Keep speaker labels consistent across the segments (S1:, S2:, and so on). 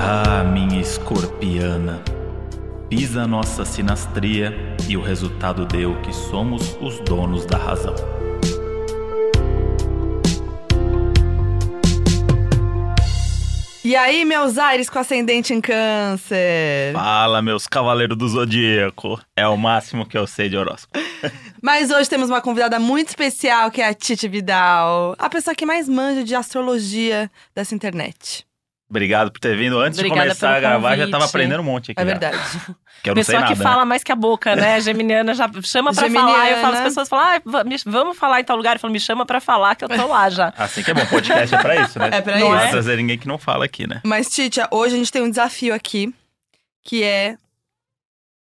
S1: Ah, escorpiana. Pisa nossa sinastria e o resultado deu que somos os donos da razão.
S2: E aí, meus aires com ascendente em câncer?
S1: Fala, meus cavaleiros do zodíaco. É o máximo que eu sei de horóscopo.
S2: Mas hoje temos uma convidada muito especial, que é a Titi Vidal. A pessoa que mais manja de astrologia dessa internet.
S1: Obrigado por ter vindo. Antes
S3: Obrigada
S1: de começar a
S3: pelo
S1: gravar, já
S3: convite.
S1: tava aprendendo um monte aqui.
S2: É
S1: já.
S2: verdade.
S1: Que eu não sei
S3: Pessoa
S1: nada.
S3: que
S1: né?
S3: fala mais que a boca, né? Geminiana já chama pra falar. Eu falo,
S2: Geminiana.
S3: as pessoas falam, ah, va- me- vamos falar em tal lugar. Eu falo, me chama pra falar que eu tô lá já.
S1: Assim que é bom, podcast é pra isso, né?
S2: É pra
S1: Não
S3: isso.
S1: vai trazer ninguém que não fala aqui, né?
S2: Mas, Titi, hoje a gente tem um desafio aqui, que é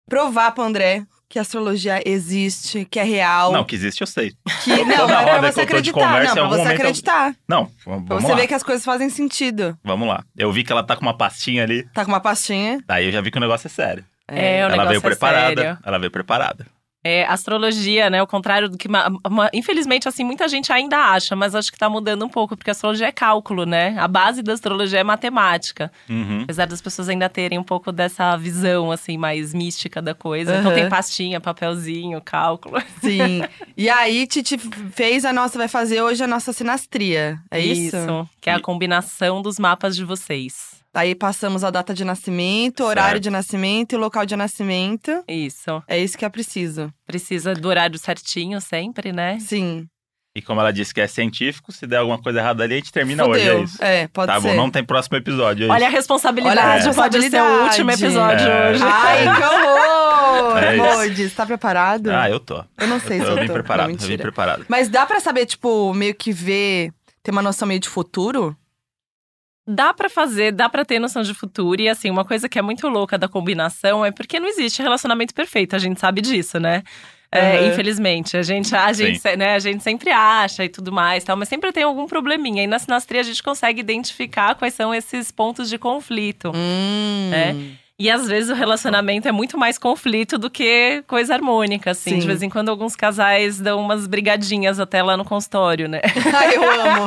S2: provar pro André que a astrologia existe, que é real.
S1: Não, que existe eu sei.
S2: que... não
S1: toda
S2: mas pra
S1: roda
S2: você
S1: que eu tô de
S2: acreditar.
S1: conversa, em
S2: não,
S1: algum
S2: pra você
S1: momento eu-
S2: acreditar.
S1: Não, vamos
S2: Pra
S1: vamos
S2: você
S1: lá.
S2: ver que as coisas fazem sentido.
S1: Vamos lá. Eu vi que ela tá com uma pastinha ali,
S2: Tá com uma pastinha.
S1: daí eu já vi que o negócio é sério.
S3: É, o
S1: ela
S3: negócio
S1: veio
S3: é
S1: preparada.
S3: sério.
S1: Ela veio preparada.
S3: É, astrologia, né? O contrário do que. ma- ma- infelizmente, assim, muita gente ainda acha, mas acho que tá mudando um pouco, porque a astrologia é cálculo, né? A base da astrologia é matemática.
S1: Uhum.
S3: Apesar das pessoas ainda terem um pouco dessa visão, assim, mais mística da coisa. Então
S2: Aham.
S3: tem pastinha, papelzinho, cálculo.
S2: Sim. e aí, Titi fez a nossa, vai fazer hoje a nossa sinastria. É isso?
S3: Que é a
S1: E-
S3: combinação dos mapas de vocês.
S2: Aí passamos a data de nascimento, horário de nascimento e local de nascimento.
S3: Isso.
S2: É isso que é preciso.
S3: Precisa do horário certinho sempre, né?
S2: Sim.
S1: E como ela disse que é científico, se der alguma coisa errada ali, a gente termina
S2: Fudeu.
S1: hoje, é isso.
S2: É, pode
S1: tá
S2: ser.
S1: bom, não tem próximo episódio, é
S3: Olha a
S2: Olha a
S3: responsabilidade, pode ser
S2: responsabilidade.
S3: o último episódio
S1: É.
S3: hoje.
S2: Ai, que horror!
S1: É isso.
S2: Modes, tá preparado?
S1: isso. Ah, eu tô.
S2: eu não
S1: Eu
S2: sei
S1: tô-
S2: se
S1: eu
S2: eu tô.
S1: vim preparado,
S2: Não,
S1: eu vim
S2: mentira.
S1: preparado.
S2: Mas dá pra saber, tipo, meio que ver, ter uma noção meio de futuro?
S3: Dá pra fazer, dá pra ter noção de futuro. E assim, uma coisa que é muito louca da combinação é porque não existe relacionamento perfeito, a gente sabe disso, né? É,
S2: Aham.
S3: Infelizmente, a gente, a, gente, se- né, a gente sempre acha e tudo mais, tal, mas sempre tem algum probleminha. E na sinastria a gente consegue identificar quais são esses pontos de conflito.
S2: Hum.
S3: É. E às vezes o relacionamento é muito mais conflito do que coisa harmônica, assim.
S2: Sim.
S3: De vez em quando alguns casais dão umas brigadinhas até lá no consultório, né?
S2: Ai, eu amo.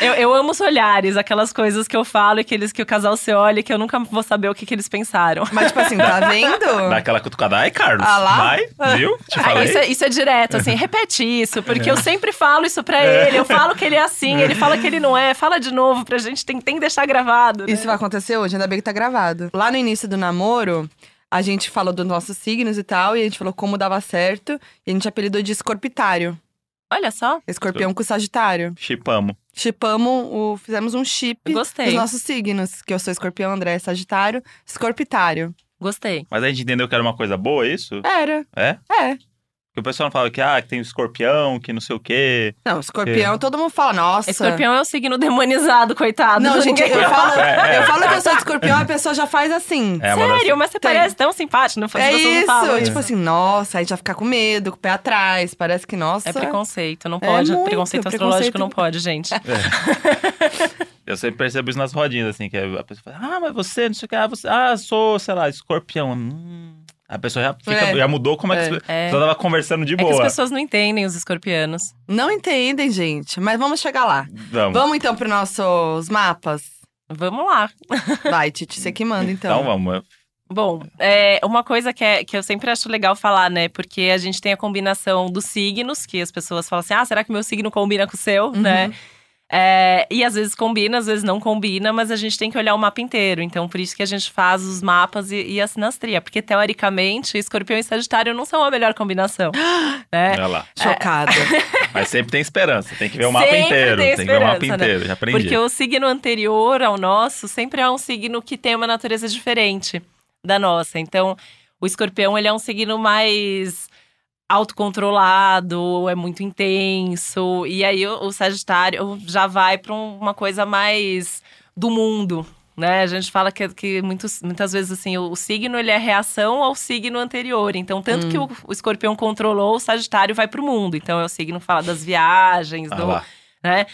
S3: Eu, eu amo os olhares, aquelas coisas que eu falo e que, eles, que o casal se olha e que eu nunca vou saber o que, que eles pensaram.
S2: Mas, tipo assim, tá vendo?
S1: Dá aquela cutucada. Ai, Carlos,
S2: Ah lá?
S1: vai, viu? Te
S3: Ah,
S1: falei.
S3: isso, é, isso é direto, assim, repete isso, porque eu sempre falo isso pra ele. Eu falo que ele é assim, ele fala que ele não é. Fala de novo pra gente, tem, tem que deixar gravado. né?
S2: Isso vai acontecer hoje, ainda bem que tá gravado. Lá no início do namoro, a gente falou dos nossos signos e tal, e a gente falou como dava certo, e a gente apelidou de escorpitário.
S3: Olha só,
S2: Escorpião com sagitário.
S1: Chipamos.
S2: Chipamos o. Fizemos um chip dos
S3: gostei,
S2: nossos signos, que eu sou escorpião, André é sagitário, escorpitário.
S3: gostei.
S1: Mas a gente entendeu que era uma coisa boa, isso?
S2: Era.
S1: É?
S2: É.
S1: Porque o pessoal não fala que, ah, que tem o escorpião, que não sei o quê.
S2: Não, escorpião, todo mundo fala, nossa.
S3: Escorpião é o signo demonizado, coitado.
S2: Não, gente, eu falo,
S1: É, é.
S2: eu falo que eu sou de escorpião, a pessoa já faz assim.
S1: É, uma das-
S3: Sério, mas você
S2: Tem.
S3: parece tão simpático, não faz
S2: É
S3: pessoas não
S2: isso,
S3: falam
S2: tipo assim, nossa, aí já fica com medo, com o pé atrás, parece que, nossa.
S3: É preconceito, não pode.
S2: muito,
S3: preconceito
S2: preconceito.
S3: astrológico não pode, gente.
S1: assim, Eu sempre percebo isso nas rodinhas, assim, que a pessoa fala, ah, mas você, não sei o que, ah, você, ah, sou, sei lá, escorpião. Hum. A pessoa já, fica-
S2: É.
S1: já mudou como é, que
S2: É.
S1: a pessoa
S3: É.
S1: tava conversando de
S3: É que as
S1: boa.
S3: pessoas não entendem os escorpianos.
S2: Não entendem, gente, mas vamos chegar lá.
S1: Vamos.
S2: Vamos então para nossos mapas?
S3: Vamos lá.
S2: Vai, Titi, você que manda então.
S1: Então vamos.
S3: Bom, é, uma coisa que, é- que eu sempre acho legal falar, né? Porque a gente tem a combinação dos signos, que as pessoas falam assim: ah, será que meu signo combina com o seu,
S2: Uhum.
S3: né? É, e às vezes combina, às vezes não combina, mas a gente tem que olhar o mapa inteiro. Então, por isso que a gente faz os mapas e, e a sinastria. Porque, teoricamente, escorpião e sagitário não são a melhor combinação, né?
S1: Olha lá.
S2: Chocada.
S1: Mas sempre tem esperança. Tem que ver o mapa
S3: Sempre
S1: inteiro.
S3: tem
S1: que ver o mapa
S3: esperança, né?
S1: inteiro. Já aprendi.
S3: Porque o signo anterior ao nosso sempre é um signo que tem uma natureza diferente da nossa. Então, o escorpião, ele é um signo mais autocontrolado, é muito intenso. E aí, o, o sagitário já vai para uma coisa mais do mundo, né? A gente fala que, que muitos, muitas vezes, assim, o, o signo, ele é reação ao signo anterior. Então, tanto que o, o escorpião controlou, o sagitário vai para o mundo. Então, é o signo que fala das viagens,
S1: Ah
S3: do,
S1: lá.
S3: né?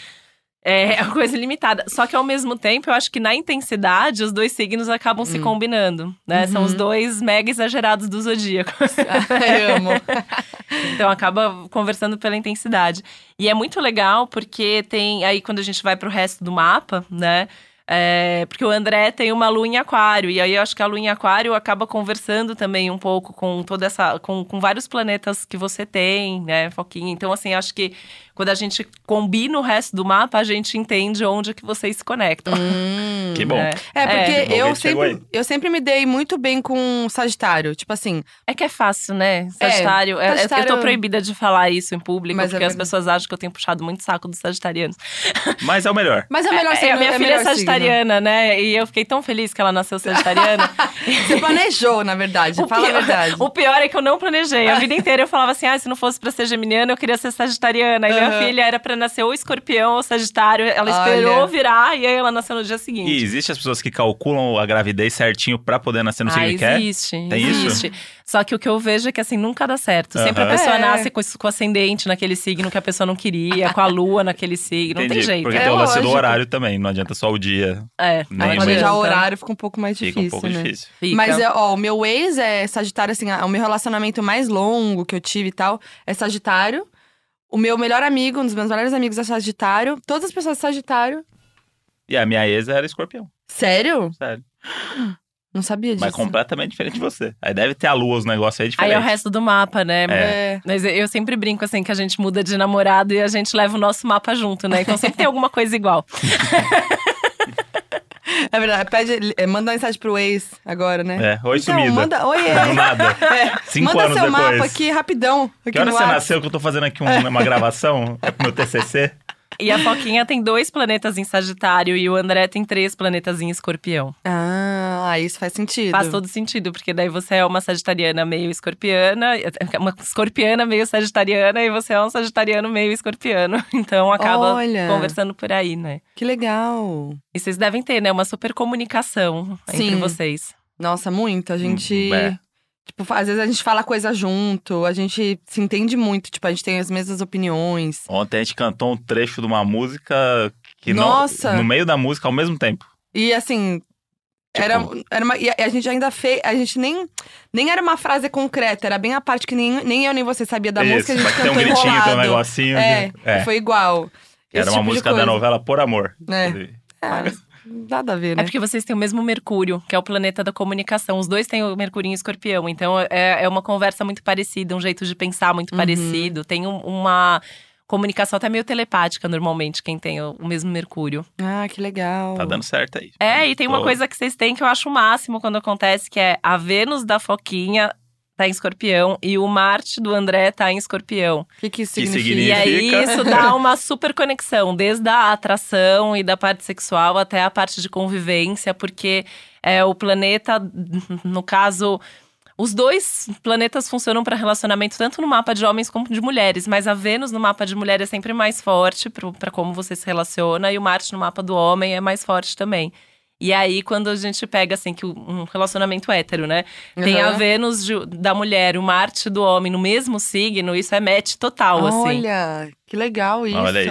S3: É uma coisa limitada. Só que ao mesmo tempo, eu acho que na intensidade, os dois signos acabam se combinando, né? São os
S2: Uhum.
S3: dois mega exagerados do zodíaco. É.
S2: Ai, amo.
S3: então acaba conversando pela intensidade. E é muito legal porque tem. Aí quando a gente vai pro resto do mapa, né? É, porque o André tem uma lua em aquário, e aí eu acho que a lua em aquário acaba conversando também um pouco com toda essa. com, com vários planetas que você tem, né, Foquinha? Então, assim, acho que quando a gente combina o resto do mapa, a gente entende onde que vocês se conectam.
S2: Hum.
S1: Que bom.
S3: É.
S2: É, porque
S1: Bom,
S2: eu,
S1: alguém chegou
S2: sempre, eu sempre me dei muito bem com Sagitário. Tipo assim,
S3: É que é fácil, né? Sagitário. é- é-
S2: Sagitário-
S3: Eu tô proibida de falar isso em público,
S2: Mas é
S3: porque as
S2: verdade.
S3: pessoas acham que eu tenho puxado muito saco dos sagitarianos.
S1: Mas é o melhor.
S2: mas é o melhor
S3: É,
S2: signo,
S3: a minha
S2: é o
S3: filha é
S2: melhor signo.
S3: sagitariana, né? E eu fiquei tão feliz que ela nasceu sagitariana.
S2: Você planejou, na verdade. Fala
S3: pior,
S2: a verdade.
S3: o pior é que eu não planejei. A vida inteira eu falava assim: ah, se não fosse pra ser geminiana, eu queria ser sagitariana. E minha
S2: Aham.
S3: filha era pra nascer ou escorpião ou sagitário. Ela
S2: Olha.
S3: esperou virar e aí ela nasceu no dia seguinte.
S1: E existe as pessoas que calculam a gravidez certinho pra poder nascer no
S3: ah,
S1: signo que quer?
S3: existe,
S1: Tem isso?
S3: existe. Só que o que eu vejo é que assim, nunca dá certo. Sempre a
S1: Aham.
S3: pessoa
S2: É.
S3: nasce com, com ascendente naquele signo que a pessoa não queria, com a lua naquele signo. Não tem jeito.
S1: Porque
S2: É
S1: tem o lance do
S2: lógico.
S1: horário também. Não adianta só o dia.
S3: É,
S1: Nem
S3: não
S2: planejar
S3: adianta.
S2: o horário fica um pouco
S3: É
S2: mais
S1: Fica
S2: difícil,
S1: um pouco
S2: né?
S1: difícil.
S3: Fica.
S2: Mas, é, ó, o meu ex é Sagitário, assim, a- o meu relacionamento mais longo que eu tive e tal é Sagitário. O meu melhor amigo, um dos meus melhores amigos é Sagitário. Todas as pessoas Sagitário.
S1: E a minha ex era escorpião,
S2: Sério?
S1: sério.
S2: Não sabia disso.
S1: Mas completamente diferente de você. Aí deve ter a lua, os negócios aí
S3: Aí
S1: diferentes.
S3: é o resto do mapa, né?
S2: É.
S3: Mas eu sempre brinco assim que a gente muda de namorado e a gente leva o nosso mapa junto, né? Então sempre tem alguma coisa igual.
S2: É verdade. Pede, é, manda uma mensagem pro ex agora, né?
S1: É, oi,
S2: então,
S1: sumida.
S2: manda. Oi,
S1: Do
S2: ex.
S1: nada.
S2: É,
S1: Cinco
S2: manda
S1: anos
S2: seu
S1: depois.
S2: mapa aqui rapidão. Aqui
S1: Que hora
S2: no
S1: você
S2: WhatsApp.
S1: nasceu que eu tô fazendo aqui um- uma gravação? É pro meu TCC?
S3: E a Foquinha tem dois planetas em Sagitário e o André tem três planetas em Escorpião.
S2: Ah, isso faz sentido.
S3: Faz todo sentido, porque daí você é uma sagitariana meio escorpiana, é uma escorpiana meio sagitariana e você é um sagitariano meio escorpiano. Então acaba
S2: Olha.
S3: conversando por aí, né?
S2: Que legal.
S3: E vocês devem ter, né? Uma super comunicação entre
S2: Sim.
S3: vocês.
S2: Nossa, muito. A gente.
S1: Hum, é.
S2: Tipo, às vezes a gente fala coisa junto, a gente se entende muito, tipo, a gente tem as mesmas opiniões.
S1: Ontem a gente cantou um trecho de uma música que
S2: Nossa!
S1: não. No meio da música ao mesmo tempo.
S2: E assim.
S1: Tipo,
S2: Era, um, era uma, e a, e a gente ainda fez. A gente nem, nem era uma frase concreta, era bem a parte que nem, nem eu nem você sabia da
S1: Isso,
S2: música, a gente
S1: pra que tenha
S2: cantou
S1: um gritinho, tem um
S2: enrolado.
S1: negocinho.
S2: é,
S1: que- é.
S2: foi igual.
S1: Era
S2: Esse
S1: uma
S2: tipo de
S1: música da
S2: coisa.
S1: novela Por Amor.
S2: É,
S1: Inclusive.
S2: é, nada a ver,
S3: É
S2: né?
S3: porque vocês têm o mesmo Mercúrio, que é o planeta da comunicação. Os dois têm o Mercúrio em Escorpião, então é, é uma conversa muito parecida, um jeito de pensar muito
S2: Uhum.
S3: parecido. Tem um- uma comunicação até meio telepática, normalmente, quem tem o, o mesmo Mercúrio.
S2: Ah, que legal.
S1: Tá dando certo aí.
S3: É, e tem uma
S1: Tô-
S3: coisa que vocês têm que eu acho o máximo quando acontece, que é a Vênus da Foquinha tá em Escorpião e o Marte do André tá em Escorpião.
S2: O que, que isso
S1: Que
S2: significa?
S3: E aí
S1: Significa.
S3: isso dá uma super conexão, desde a atração e da parte sexual até a parte de convivência, porque é o planeta, no caso. Os dois planetas funcionam para relacionamento tanto no mapa de homens como de mulheres, mas a Vênus no mapa de mulher é sempre mais forte para como você se relaciona e o Marte no mapa do homem é mais forte também. E aí quando a gente pega assim que o- um relacionamento hétero, né, tem a
S2: Aham.
S3: Vênus de- da mulher, o Marte do homem no mesmo signo, isso é match total, assim.
S2: Olha, que legal isso.
S1: Olha aí.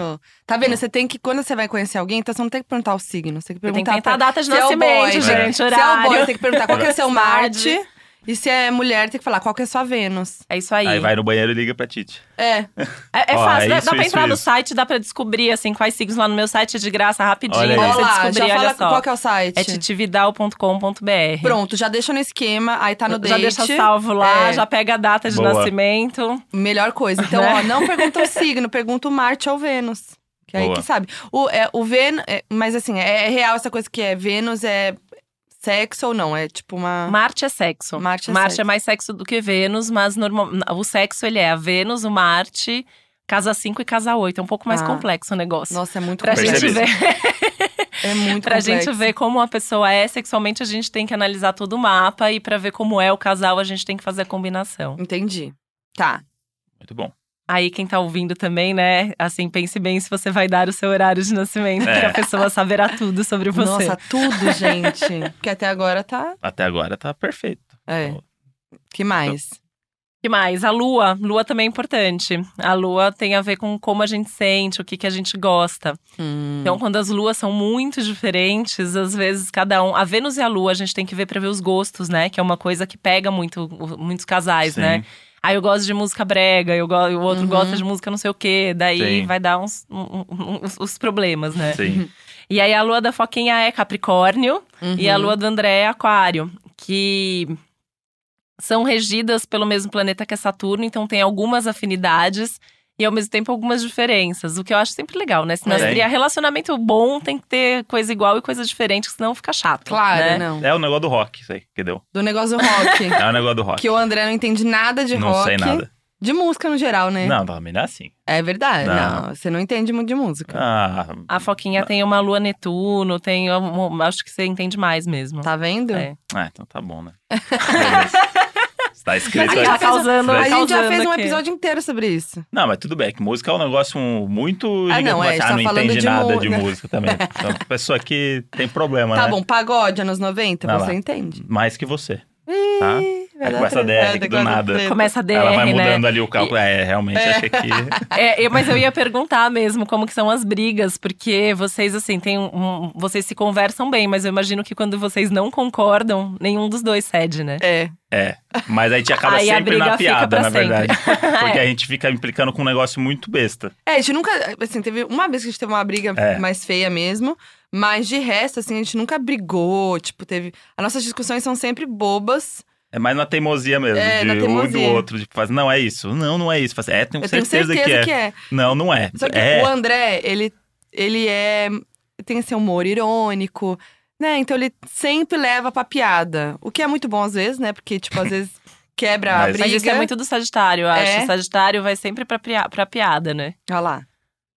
S2: Tá vendo? Você tem que, quando você vai conhecer alguém, então você não tem que perguntar o signo. Você tem que
S3: Tem que
S2: perguntar
S3: tentar a
S2: pra-
S3: data de
S2: se é o
S3: nascimento,
S2: boy,
S1: né?
S3: gente,
S2: Se é o boy,
S3: horário.
S2: tem que perguntar qual que é seu
S3: Cidade.
S2: Marte. E se é mulher, tem que falar qual que é sua Vênus.
S3: É isso aí.
S1: Aí vai no banheiro e liga pra Tite.
S2: É.
S3: É, é
S1: Ó,
S3: fácil,
S1: é
S3: dá- dá
S1: isso,
S3: pra
S1: isso,
S3: entrar no
S1: isso.
S3: site, dá pra descobrir, assim, quais signos lá no meu site é de graça, rapidinho,
S1: Olha aí.
S3: pra
S2: Olha
S3: você
S2: lá, já
S3: descobrir,
S2: fala
S3: olha só.
S2: qual que é o site.
S3: É titividal.com.br.
S2: Pronto, já deixa no esquema, aí tá no
S3: já
S2: date.
S3: deixa salvo lá,
S2: É.
S3: já pega a data de
S1: Boa.
S3: nascimento.
S2: Melhor coisa. Então,
S3: Né?
S2: ó, não pergunta o signo, pergunta o Marte ou Vênus. Que aí
S1: Boa.
S2: que sabe. O, é, o Vênus. é, mas assim, é, é real essa coisa que é Vênus é sexo ou não? É tipo uma.
S3: Marte é sexo.
S2: Marte é sexo.
S3: mais sexo do que Vênus, mas normal, o sexo ele é a Vênus, o Marte, casa 5 e casa 8. É um pouco mais
S2: Ah.
S3: complexo o negócio.
S2: Nossa, é muito
S3: Pra
S2: complexo.
S3: gente
S1: Percebi.
S3: ver.
S2: É muito
S3: Pra
S2: complexo.
S3: gente ver como a pessoa é sexualmente, a gente tem que analisar todo o mapa e pra ver como é o casal, a gente tem que fazer a combinação.
S2: Entendi. Tá.
S1: Muito bom.
S3: Aí quem tá ouvindo também, né? Assim, pense bem se você vai dar o seu horário de nascimento,
S1: É.
S3: porque a pessoa saberá tudo sobre você.
S2: Nossa, tudo, gente. Porque até agora tá.
S1: Até agora tá perfeito.
S2: É. Que mais?
S3: que mais? A lua. Lua também é importante. A lua tem a ver com como a gente sente, o que, que a gente gosta.
S2: Hum.
S3: Então, quando as luas são muito diferentes, às vezes cada um. A Vênus e a lua a gente tem que ver pra ver os gostos, né? Que é uma coisa que pega muito, muitos casais,
S1: Sim.
S3: né? Ah, eu gosto de música brega, eu go... o outro
S2: Uhum.
S3: gosta de música não sei o quê. Daí
S1: Sim.
S3: um, vai dar uns, um- um- uns- os problemas, né?
S1: Sim.
S3: E aí a lua da Foquinha é Capricórnio e a
S2: Uhum.
S3: lua do André é Aquário, que são regidas pelo mesmo planeta que é Saturno, então tem algumas afinidades e ao mesmo tempo algumas diferenças, o que eu acho sempre legal, né? Se nós
S1: Tem.
S3: criar relacionamento bom, tem que ter coisa igual e coisa diferente, senão fica chato.
S2: Claro,
S3: né?
S2: não.
S1: É o negócio do rock, isso aí, que deu.
S2: Do negócio do rock.
S1: É o negócio do rock.
S2: que o André não entende nada de
S1: não
S2: rock.
S1: sei nada.
S2: De música no geral, né?
S1: Não, também não é assim.
S2: É verdade.
S1: Não.
S2: Não. você não entende muito de música.
S1: Ah,
S3: A Foquinha tem uma lua Netuno, tem. um- Acho que você entende mais mesmo.
S2: Tá vendo?
S3: É.
S1: ah, então tá bom, né? Beleza. Está escrito
S2: Mas
S1: aí.
S2: a gente já fez-
S3: Tá
S2: um-
S3: causando,
S2: A gente já
S3: causando
S2: fez um
S3: aqui.
S2: episódio inteiro sobre isso.
S1: Não, mas tudo bem, que música é um negócio um, muito.
S2: Ah,
S1: digamos,
S2: não, é, a gente
S1: ah,
S2: tá
S1: não
S2: falando
S1: entende
S2: de
S1: nada
S2: mu-
S1: de música também. Então, pessoa que tem problema,
S2: Tá
S1: né?
S2: bom, pagode anos 90,
S1: Vai
S2: você
S1: lá.
S2: entende.
S1: Mais que você.
S2: Ih,
S1: Tá.
S2: vai
S1: Aí
S2: dar
S1: começa a
S2: treta.
S1: DR
S2: É,
S1: do
S2: negócio
S1: nada.
S2: treta.
S3: Começa a DR,
S1: Ela vai
S3: né?
S1: mudando ali o cálculo. É, realmente, achei que.
S3: É, eu- mas eu ia perguntar mesmo como que são as brigas, porque vocês assim tem um, um- vocês se conversam bem, mas eu imagino que quando vocês não concordam, nenhum dos dois cede, né?
S2: É.
S1: Mas aí a gente acaba
S3: Aí a
S1: sempre
S3: briga
S1: na
S3: fica
S1: piada,
S3: pra
S1: na verdade. Porque
S3: É.
S1: a gente fica implicando com um negócio muito besta.
S2: É, a gente nunca. Assim, teve uma vez que a gente teve uma briga
S1: É.
S2: mais feia mesmo. Mas de resto, assim, a gente nunca brigou. Tipo, teve. As nossas discussões são sempre bobas.
S1: É mais na teimosia mesmo,
S2: É,
S1: de
S2: na
S1: um e do
S2: teimosia.
S1: outro. Tipo, faz, não, é isso. Não, não é isso. Faz, é, tenho
S2: Eu tenho
S1: certeza,
S2: certeza
S1: que, é.
S2: que é.
S1: Não, não é.
S2: Só que
S1: é.
S2: o André, ele, ele é. tem esse humor irônico, né? Então ele sempre leva pra piada. O que é muito bom às vezes, né? Porque, tipo, às vezes quebra a
S1: Mas-
S2: briga.
S3: Mas isso é muito do Sagitário, eu acho.
S2: É.
S3: O Sagitário vai sempre pra, pria- pra piada, né?
S2: Olha lá.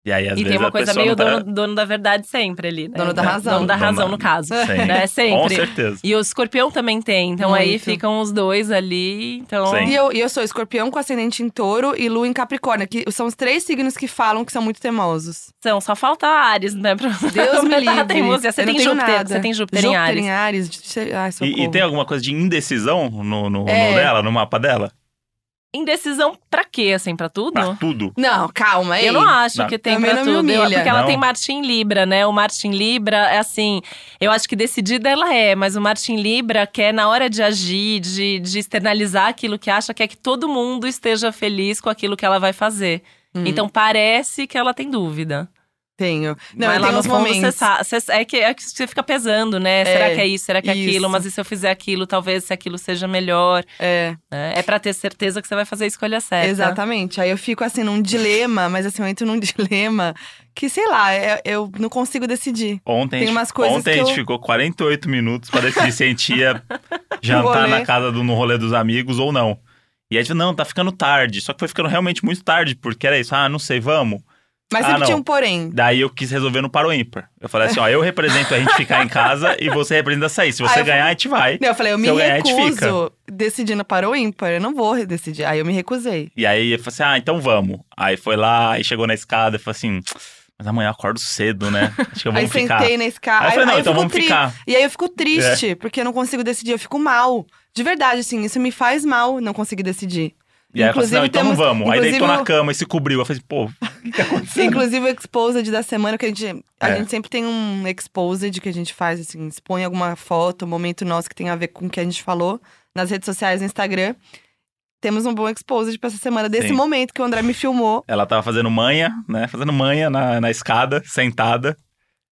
S1: E aí, às
S3: e
S1: vezes,
S3: tem uma
S1: a
S3: coisa
S1: pessoa
S3: meio
S1: não tá...
S3: dono, dono da verdade sempre ali, né?
S2: Dono da razão.
S3: Dono da
S1: Dono
S3: razão,
S1: da-
S3: no caso.
S1: Sim.
S3: Né?
S1: Com
S3: Sempre.
S1: certeza.
S3: E o escorpião também tem, então aí
S2: Muito.
S3: ficam os dois ali, então...
S1: Sim.
S2: E eu, e eu sou escorpião com ascendente em touro e lua em capricórnio, que são os três signos que falam que são muito teimosos.
S3: São, só falta Ares, né? Pra
S2: Deus me
S3: completar a
S2: livre.
S3: teimosia. Você
S2: Eu não
S3: tem
S2: tenho
S3: Júpiter,
S2: nada.
S3: você tem Júpiter, em Ares.
S2: em Ares. de- Ai, socorro.
S1: E, e tem alguma coisa de indecisão no, no, no
S2: É.
S1: dela, no mapa dela?
S3: Indecisão pra quê, assim, pra tudo?
S1: Pra tudo.
S2: Não, calma aí.
S3: Eu não acho
S1: Não.
S3: que tem
S2: Também
S3: pra
S2: não
S3: tudo.
S2: me
S3: Eu-
S2: humilha.
S3: porque ela
S1: Não.
S3: tem Martin Libra, né? O Martin Libra é assim. Eu acho que decidida ela é, mas o Martin Libra quer, na hora de agir, de, de externalizar aquilo que acha, quer que todo mundo esteja feliz com aquilo que ela vai fazer.
S2: Hum,
S3: Então parece que ela tem dúvida.
S2: Tenho. Não,
S3: mas
S2: eu
S3: lá
S2: tenho
S3: no
S2: uns
S3: fundo
S2: momentos.
S3: você sa- você- é, que, é que você fica pesando, né? Será que é isso? Será que é
S2: isso.
S3: aquilo? Mas e se eu fizer aquilo, talvez se aquilo seja melhor?
S2: É,
S3: né? É tá. pra ter certeza que você vai fazer a escolha certa.
S2: exatamente. Aí eu fico assim num dilema, mas assim, eu entro num dilema que, sei lá, eu, eu não consigo decidir.
S1: Ontem,
S2: Tem
S1: a gente-
S2: umas coisas
S1: ontem
S2: que
S1: a gente
S2: eu-
S1: ficou 48 minutos pra decidir se a gente ia jantar
S2: rolê.
S1: na casa do no rolê dos amigos ou não. E a gente falou, não, tá ficando tarde. Só que foi ficando realmente muito tarde, porque era isso. Ah, não sei, vamos.
S2: Mas
S1: Ah,
S2: sempre
S1: não.
S2: tinha um porém.
S1: Daí eu quis resolver no Paro Ímpar. Eu falei assim, ó, eu represento a gente ficar em casa e você representa sair. Se
S2: Ah, eu
S1: você
S2: vou-
S1: ganhar, a gente vai.
S2: Não, eu falei, eu
S1: Se
S2: me
S1: eu ganhar, é a gente
S2: recuso decidindo para o ímpar. Eu não vou decidir. Aí eu me recusei.
S1: E aí eu falei assim, ah, então vamos. Aí foi lá, aí chegou na escada e falou assim, mas amanhã eu acordo cedo, né? Acho que eu vou
S2: aí
S1: ficar.
S2: sentei na escada.
S1: Aí eu falei, não,
S2: aí
S1: então
S2: fico
S1: vamos
S2: tri-
S1: ficar. É.
S2: E aí eu fico triste, porque eu não consigo decidir. Eu fico mal. De verdade, assim, isso me faz mal não conseguir decidir.
S1: E aí eu falei assim,
S2: Inclusive,
S1: não, então
S2: temos-
S1: vamos. Aí deitou
S2: inclusive,
S1: na cama e se cobriu. Eu falei assim, pô, o que que aconteceu?
S2: Inclusive o Exposed da semana, que a gente, a
S1: É.
S2: gente sempre tem um Exposed que a gente faz, assim, expõe alguma foto, um momento nosso que tem a ver com o que a gente falou nas redes sociais, no Instagram. Temos um bom Exposed pra essa semana, desse
S1: Sim.
S2: momento que o André me filmou.
S1: Ela tava fazendo manha, né? Fazendo manha na, na escada, sentada.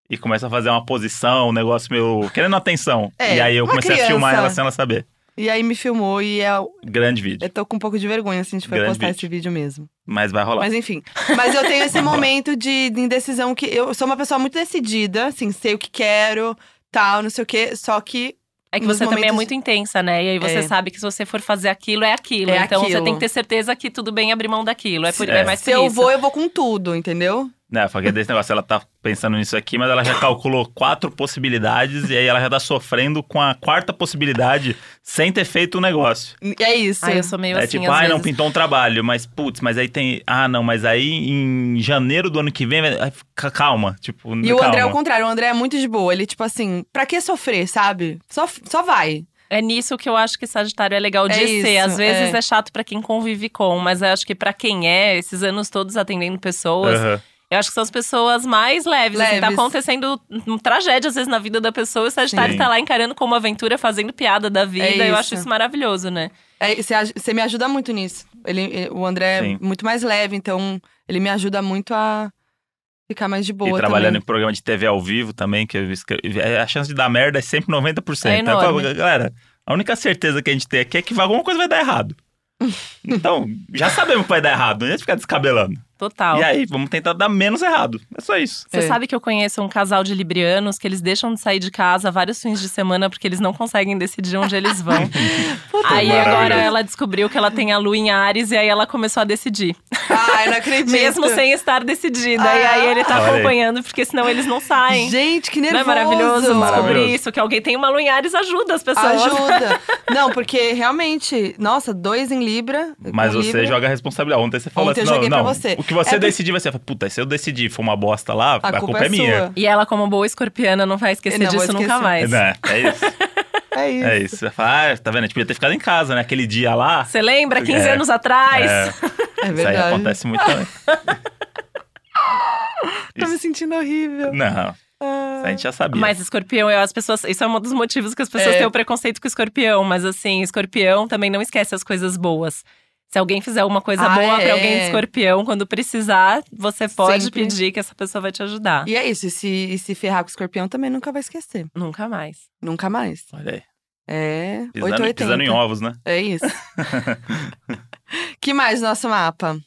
S1: E começa a fazer uma posição, um negócio meio. querendo atenção.
S2: É,
S1: e aí eu
S2: uma
S1: comecei a
S2: criança.
S1: filmar ela sem ela saber.
S2: E aí me filmou e eu,
S1: Grande vídeo.
S2: eu tô com um pouco de vergonha, assim, a gente foi
S1: Grande
S2: postar
S1: vídeo.
S2: esse vídeo mesmo.
S1: Mas vai rolar.
S2: Mas enfim. Mas eu tenho esse
S1: Vamos lá.
S2: momento de, de indecisão que eu sou uma pessoa muito decidida, assim, sei o que quero, tal, não sei o quê, só que
S3: É que
S2: Nos
S3: você também é
S2: momentos-
S3: muito intensa, né? E aí você
S2: É.
S3: sabe que se você for fazer aquilo, é aquilo.
S2: É
S3: então
S2: aquilo.
S3: você tem que ter certeza que tudo bem abrir mão daquilo. É, por,
S1: É.
S3: é. mais
S2: se
S3: por
S2: eu
S3: isso.
S2: vou, eu vou com tudo, entendeu?
S1: Né, eu falei desse negócio, ela tá pensando nisso aqui, mas ela já calculou quatro possibilidades e aí ela já tá sofrendo com a quarta possibilidade sem ter feito o negócio.
S2: É isso.
S3: Ai, eu sou meio
S1: é
S3: assim,
S1: tipo,
S3: às
S1: ah, não,
S3: vezes.
S1: pintou um trabalho, mas putz, mas aí tem. Ah, não, mas aí em janeiro do ano que vem. vai- ai, ca- Calma, tipo,
S2: E
S1: calma.
S2: o André é o contrário, o André é muito de boa. Ele, tipo assim, pra que sofrer, sabe? Só, só vai.
S3: É nisso que eu acho que Sagitário é legal de
S2: É isso,
S3: ser. Às vezes
S2: é.
S3: é. chato pra quem convive com, mas eu acho que pra quem é, esses anos todos atendendo pessoas,
S1: Aham.
S3: eu acho que são as pessoas mais leves. assim, tá
S2: Leves.
S3: acontecendo um- tragédia, às vezes, na vida da pessoa. E o Sagitário
S1: Sim.
S3: tá lá encarando como aventura, fazendo piada da vida.
S2: É
S3: eu
S2: isso.
S3: acho isso maravilhoso, né?
S2: É, Você aj- você me ajuda muito nisso. Ele, ele- o André
S1: Sim.
S2: é muito mais leve, então ele me ajuda muito a, Ficar mais de boa.
S1: e trabalhando
S2: também.
S1: em programa de TV ao vivo também, que eu escrevi, é, a chance de dar merda é sempre 90%.
S3: É
S1: Então, eu falo,
S3: enorme.
S1: galera, a única certeza que a gente tem aqui é que vai- alguma coisa vai dar errado. Então, já sabemos que vai dar errado, não adianta ficar descabelando.
S3: Total.
S1: E aí, vamos tentar dar menos errado. É só isso.
S3: Você
S2: É.
S3: sabe que eu conheço um casal de librianos que eles deixam de sair de casa vários fins de semana porque eles não conseguem decidir onde eles vão.
S2: Puta
S3: aí
S2: merda.
S3: agora
S1: é maravilhoso.
S3: ela descobriu que ela tem a lua em Ares e aí ela começou a decidir.
S2: Ah, eu não acredito.
S3: Mesmo sem estar decidida. E
S2: Ah.
S3: aí ele tá
S1: Olha aí.
S3: acompanhando, porque senão eles não saem.
S2: Gente, que
S3: não
S2: nervoso.
S3: é maravilhoso descobrir
S1: Maravilhoso.
S3: isso? Que alguém tem uma lua em Ares ajuda as pessoas.
S2: Ajuda. Não, porque realmente, nossa, dois em Libra.
S1: Mas
S2: com
S1: você
S2: Libra.
S1: joga a responsabilidade. Ontem você falou
S2: Ontem eu
S1: assim,
S2: joguei
S1: não,
S2: pra
S1: não.
S2: você.
S1: O que você
S2: É por-
S1: decidir, você fala, puta, se eu decidir for uma bosta lá, a, culpa, é, minha.
S2: sua.
S3: E ela, como boa escorpiana, não vai esquecer
S2: Eu não vou
S3: disso nunca
S2: esquecer.
S3: mais.
S1: Né, É, isso,
S2: É isso.
S1: é isso. Você fala, ah, tá vendo? A gente podia ter ficado em casa, né? Aquele dia lá.
S3: Você lembra? 15
S1: É.
S3: anos atrás?
S1: É,
S2: É
S1: isso aí
S2: verdade.
S1: acontece muito também.
S2: Tô me sentindo horrível.
S1: Não, isso
S2: Ah.
S1: a gente já sabia.
S3: Mas escorpião, eu, as pessoas. Isso é um dos motivos que as pessoas
S2: É.
S3: têm o preconceito com escorpião. Mas assim, escorpião também não esquece as coisas boas. Se alguém fizer uma coisa
S2: Ah,
S3: boa
S2: é.
S3: pra alguém de escorpião, quando precisar, você pode
S2: Sempre.
S3: pedir que essa pessoa vai te ajudar.
S2: E é isso, e se, e se ferrar com o escorpião também nunca vai esquecer.
S3: Nunca mais.
S2: Nunca mais.
S1: Olha aí,
S2: É.
S1: pisando,
S2: 880.
S1: pisando em ovos, né?
S2: É isso. que mais no nosso mapa?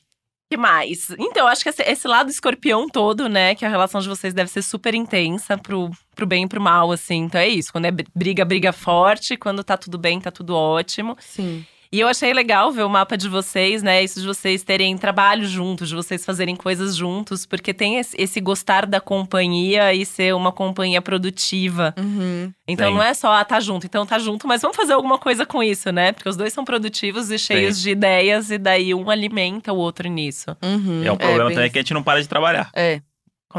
S3: que mais? Então, acho que esse, esse lado escorpião todo, né? Que a relação de vocês deve ser super intensa pro, pro bem e pro mal, assim. Então é isso. Quando é br- briga, briga forte. Quando tá tudo bem, tá tudo ótimo.
S2: Sim.
S3: E eu achei legal ver o mapa de vocês, né? Isso de vocês terem trabalho juntos, de vocês fazerem coisas juntos, porque tem esse- esse gostar da companhia e ser uma companhia produtiva.
S2: Uhum.
S3: Então
S1: Tem.
S3: não é só, ah, tá junto, então tá junto, mas vamos fazer alguma coisa com isso, né? Porque os dois são produtivos e cheios de ideias, e daí um alimenta o outro nisso.
S2: Uhum.
S1: E é um problema
S2: bem
S1: também
S2: isso.
S1: que a gente não para de trabalhar.
S2: É.
S3: Com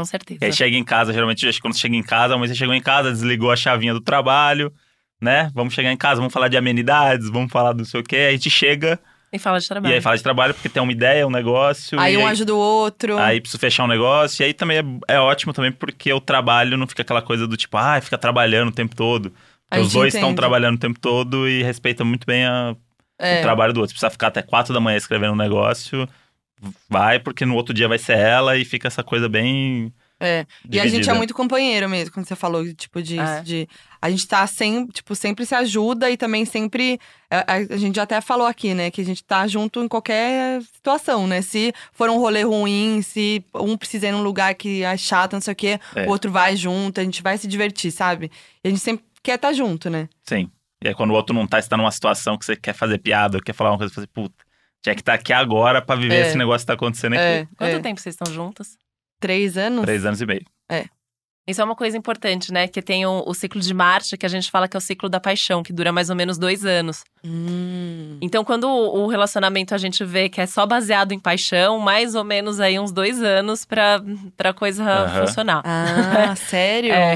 S1: E aí
S3: certeza.
S1: chega em casa, geralmente acho que quando chega em casa, mas você chegou em casa, desligou a chavinha do trabalho, né? Vamos chegar em casa, vamos falar de amenidades, vamos falar do não sei o quê. aí A gente chega
S3: E fala de
S1: e
S3: trabalho.
S1: aí fala de trabalho porque tem uma ideia, um negócio.
S2: Aí
S1: e
S2: um
S1: aí,
S2: ajuda o outro.
S1: aí preciso fechar um negócio. E aí também é, é ótimo também porque o trabalho não fica aquela coisa do tipo, ah, fica trabalhando o tempo todo.
S2: A gente
S1: Os dois estão
S2: entende.
S1: trabalhando o tempo todo e respeitam muito bem a-
S2: É.
S1: o trabalho do outro. Se precisar ficar até quatro da manhã escrevendo um negócio, vai, porque no outro dia vai ser ela e fica essa coisa bem.
S2: É. E a gente
S1: dividida.
S2: é muito companheiro mesmo, quando você falou, tipo, disso.
S3: É.
S2: De, a gente tá sem, tipo, sempre se ajuda e também sempre. A, a- a gente já até falou aqui, né? Que a gente tá junto em qualquer situação, né? Se for um rolê ruim, se um precisa ir num lugar que é chato, não sei o quê,
S1: É.
S2: o outro vai junto, a gente vai se divertir, sabe? E a gente sempre quer estar junto, né?
S1: Sim. E aí, quando o outro não tá, você tá numa situação que você quer fazer piada, quer falar uma coisa, você fala assim, puta, tinha que estar aqui agora pra viver
S2: É.
S1: esse negócio que tá acontecendo aqui.
S2: É,
S3: Quanto
S2: é.
S3: tempo vocês estão juntos?
S2: Três anos?
S1: Três anos e meio.
S3: Isso é uma coisa importante, né? Que tem o, o ciclo de Marte, que a gente fala que é o ciclo da paixão, que dura mais ou menos dois anos.
S2: Hum.
S3: Então, quando o o relacionamento a gente vê que é só baseado em paixão, mais ou menos aí uns dois anos pra, pra coisa
S1: Aham.
S3: funcionar.
S2: Ah, sério?
S3: É.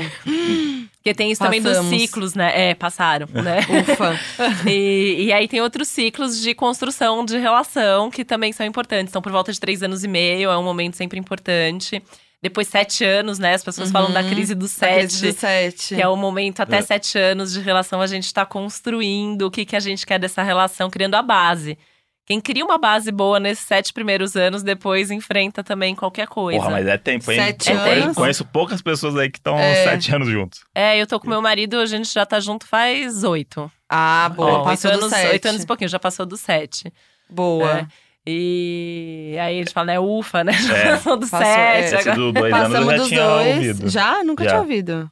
S3: Porque tem isso também
S2: Passamos.
S3: dos ciclos, né? É, passaram, né?
S2: Ufa.
S3: e, e aí tem outros ciclos de construção de relação que também são importantes. Então, por volta de três anos e meio, é um momento sempre importante. Depois, sete anos, né? As pessoas falam da
S2: Uhum.
S3: crise dos
S2: A
S3: sete.
S2: crise do sete.
S3: Que é o momento até
S1: É.
S3: sete anos de relação, a gente tá construindo o que, que a gente quer dessa relação, criando a base. Quem cria uma base boa nesses sete primeiros anos, depois enfrenta também qualquer coisa.
S1: Porra, mas é tempo, hein?
S2: Sete
S1: Eu conheço-
S2: anos?
S1: Conheço poucas pessoas aí que estão
S2: É.
S1: sete anos juntos.
S3: É, eu tô com meu marido, a gente já tá junto faz oito.
S2: Ah, boa.
S3: Ó,
S2: passou
S3: oito
S2: do
S3: anos,
S2: sete.
S3: Oito anos e pouquinho, já passou dos sete.
S2: Boa.
S3: É. E aí a gente fala, né, ufa, né? Já
S1: É.
S3: passou dos
S2: Passou,
S3: sete.
S2: é.
S1: Esse
S3: agora-
S1: do dois anos
S2: Passamos
S1: eu já
S2: dos
S1: tinha
S2: dois.
S1: ouvido.
S2: Já? Nunca
S1: Já.
S2: tinha ouvido.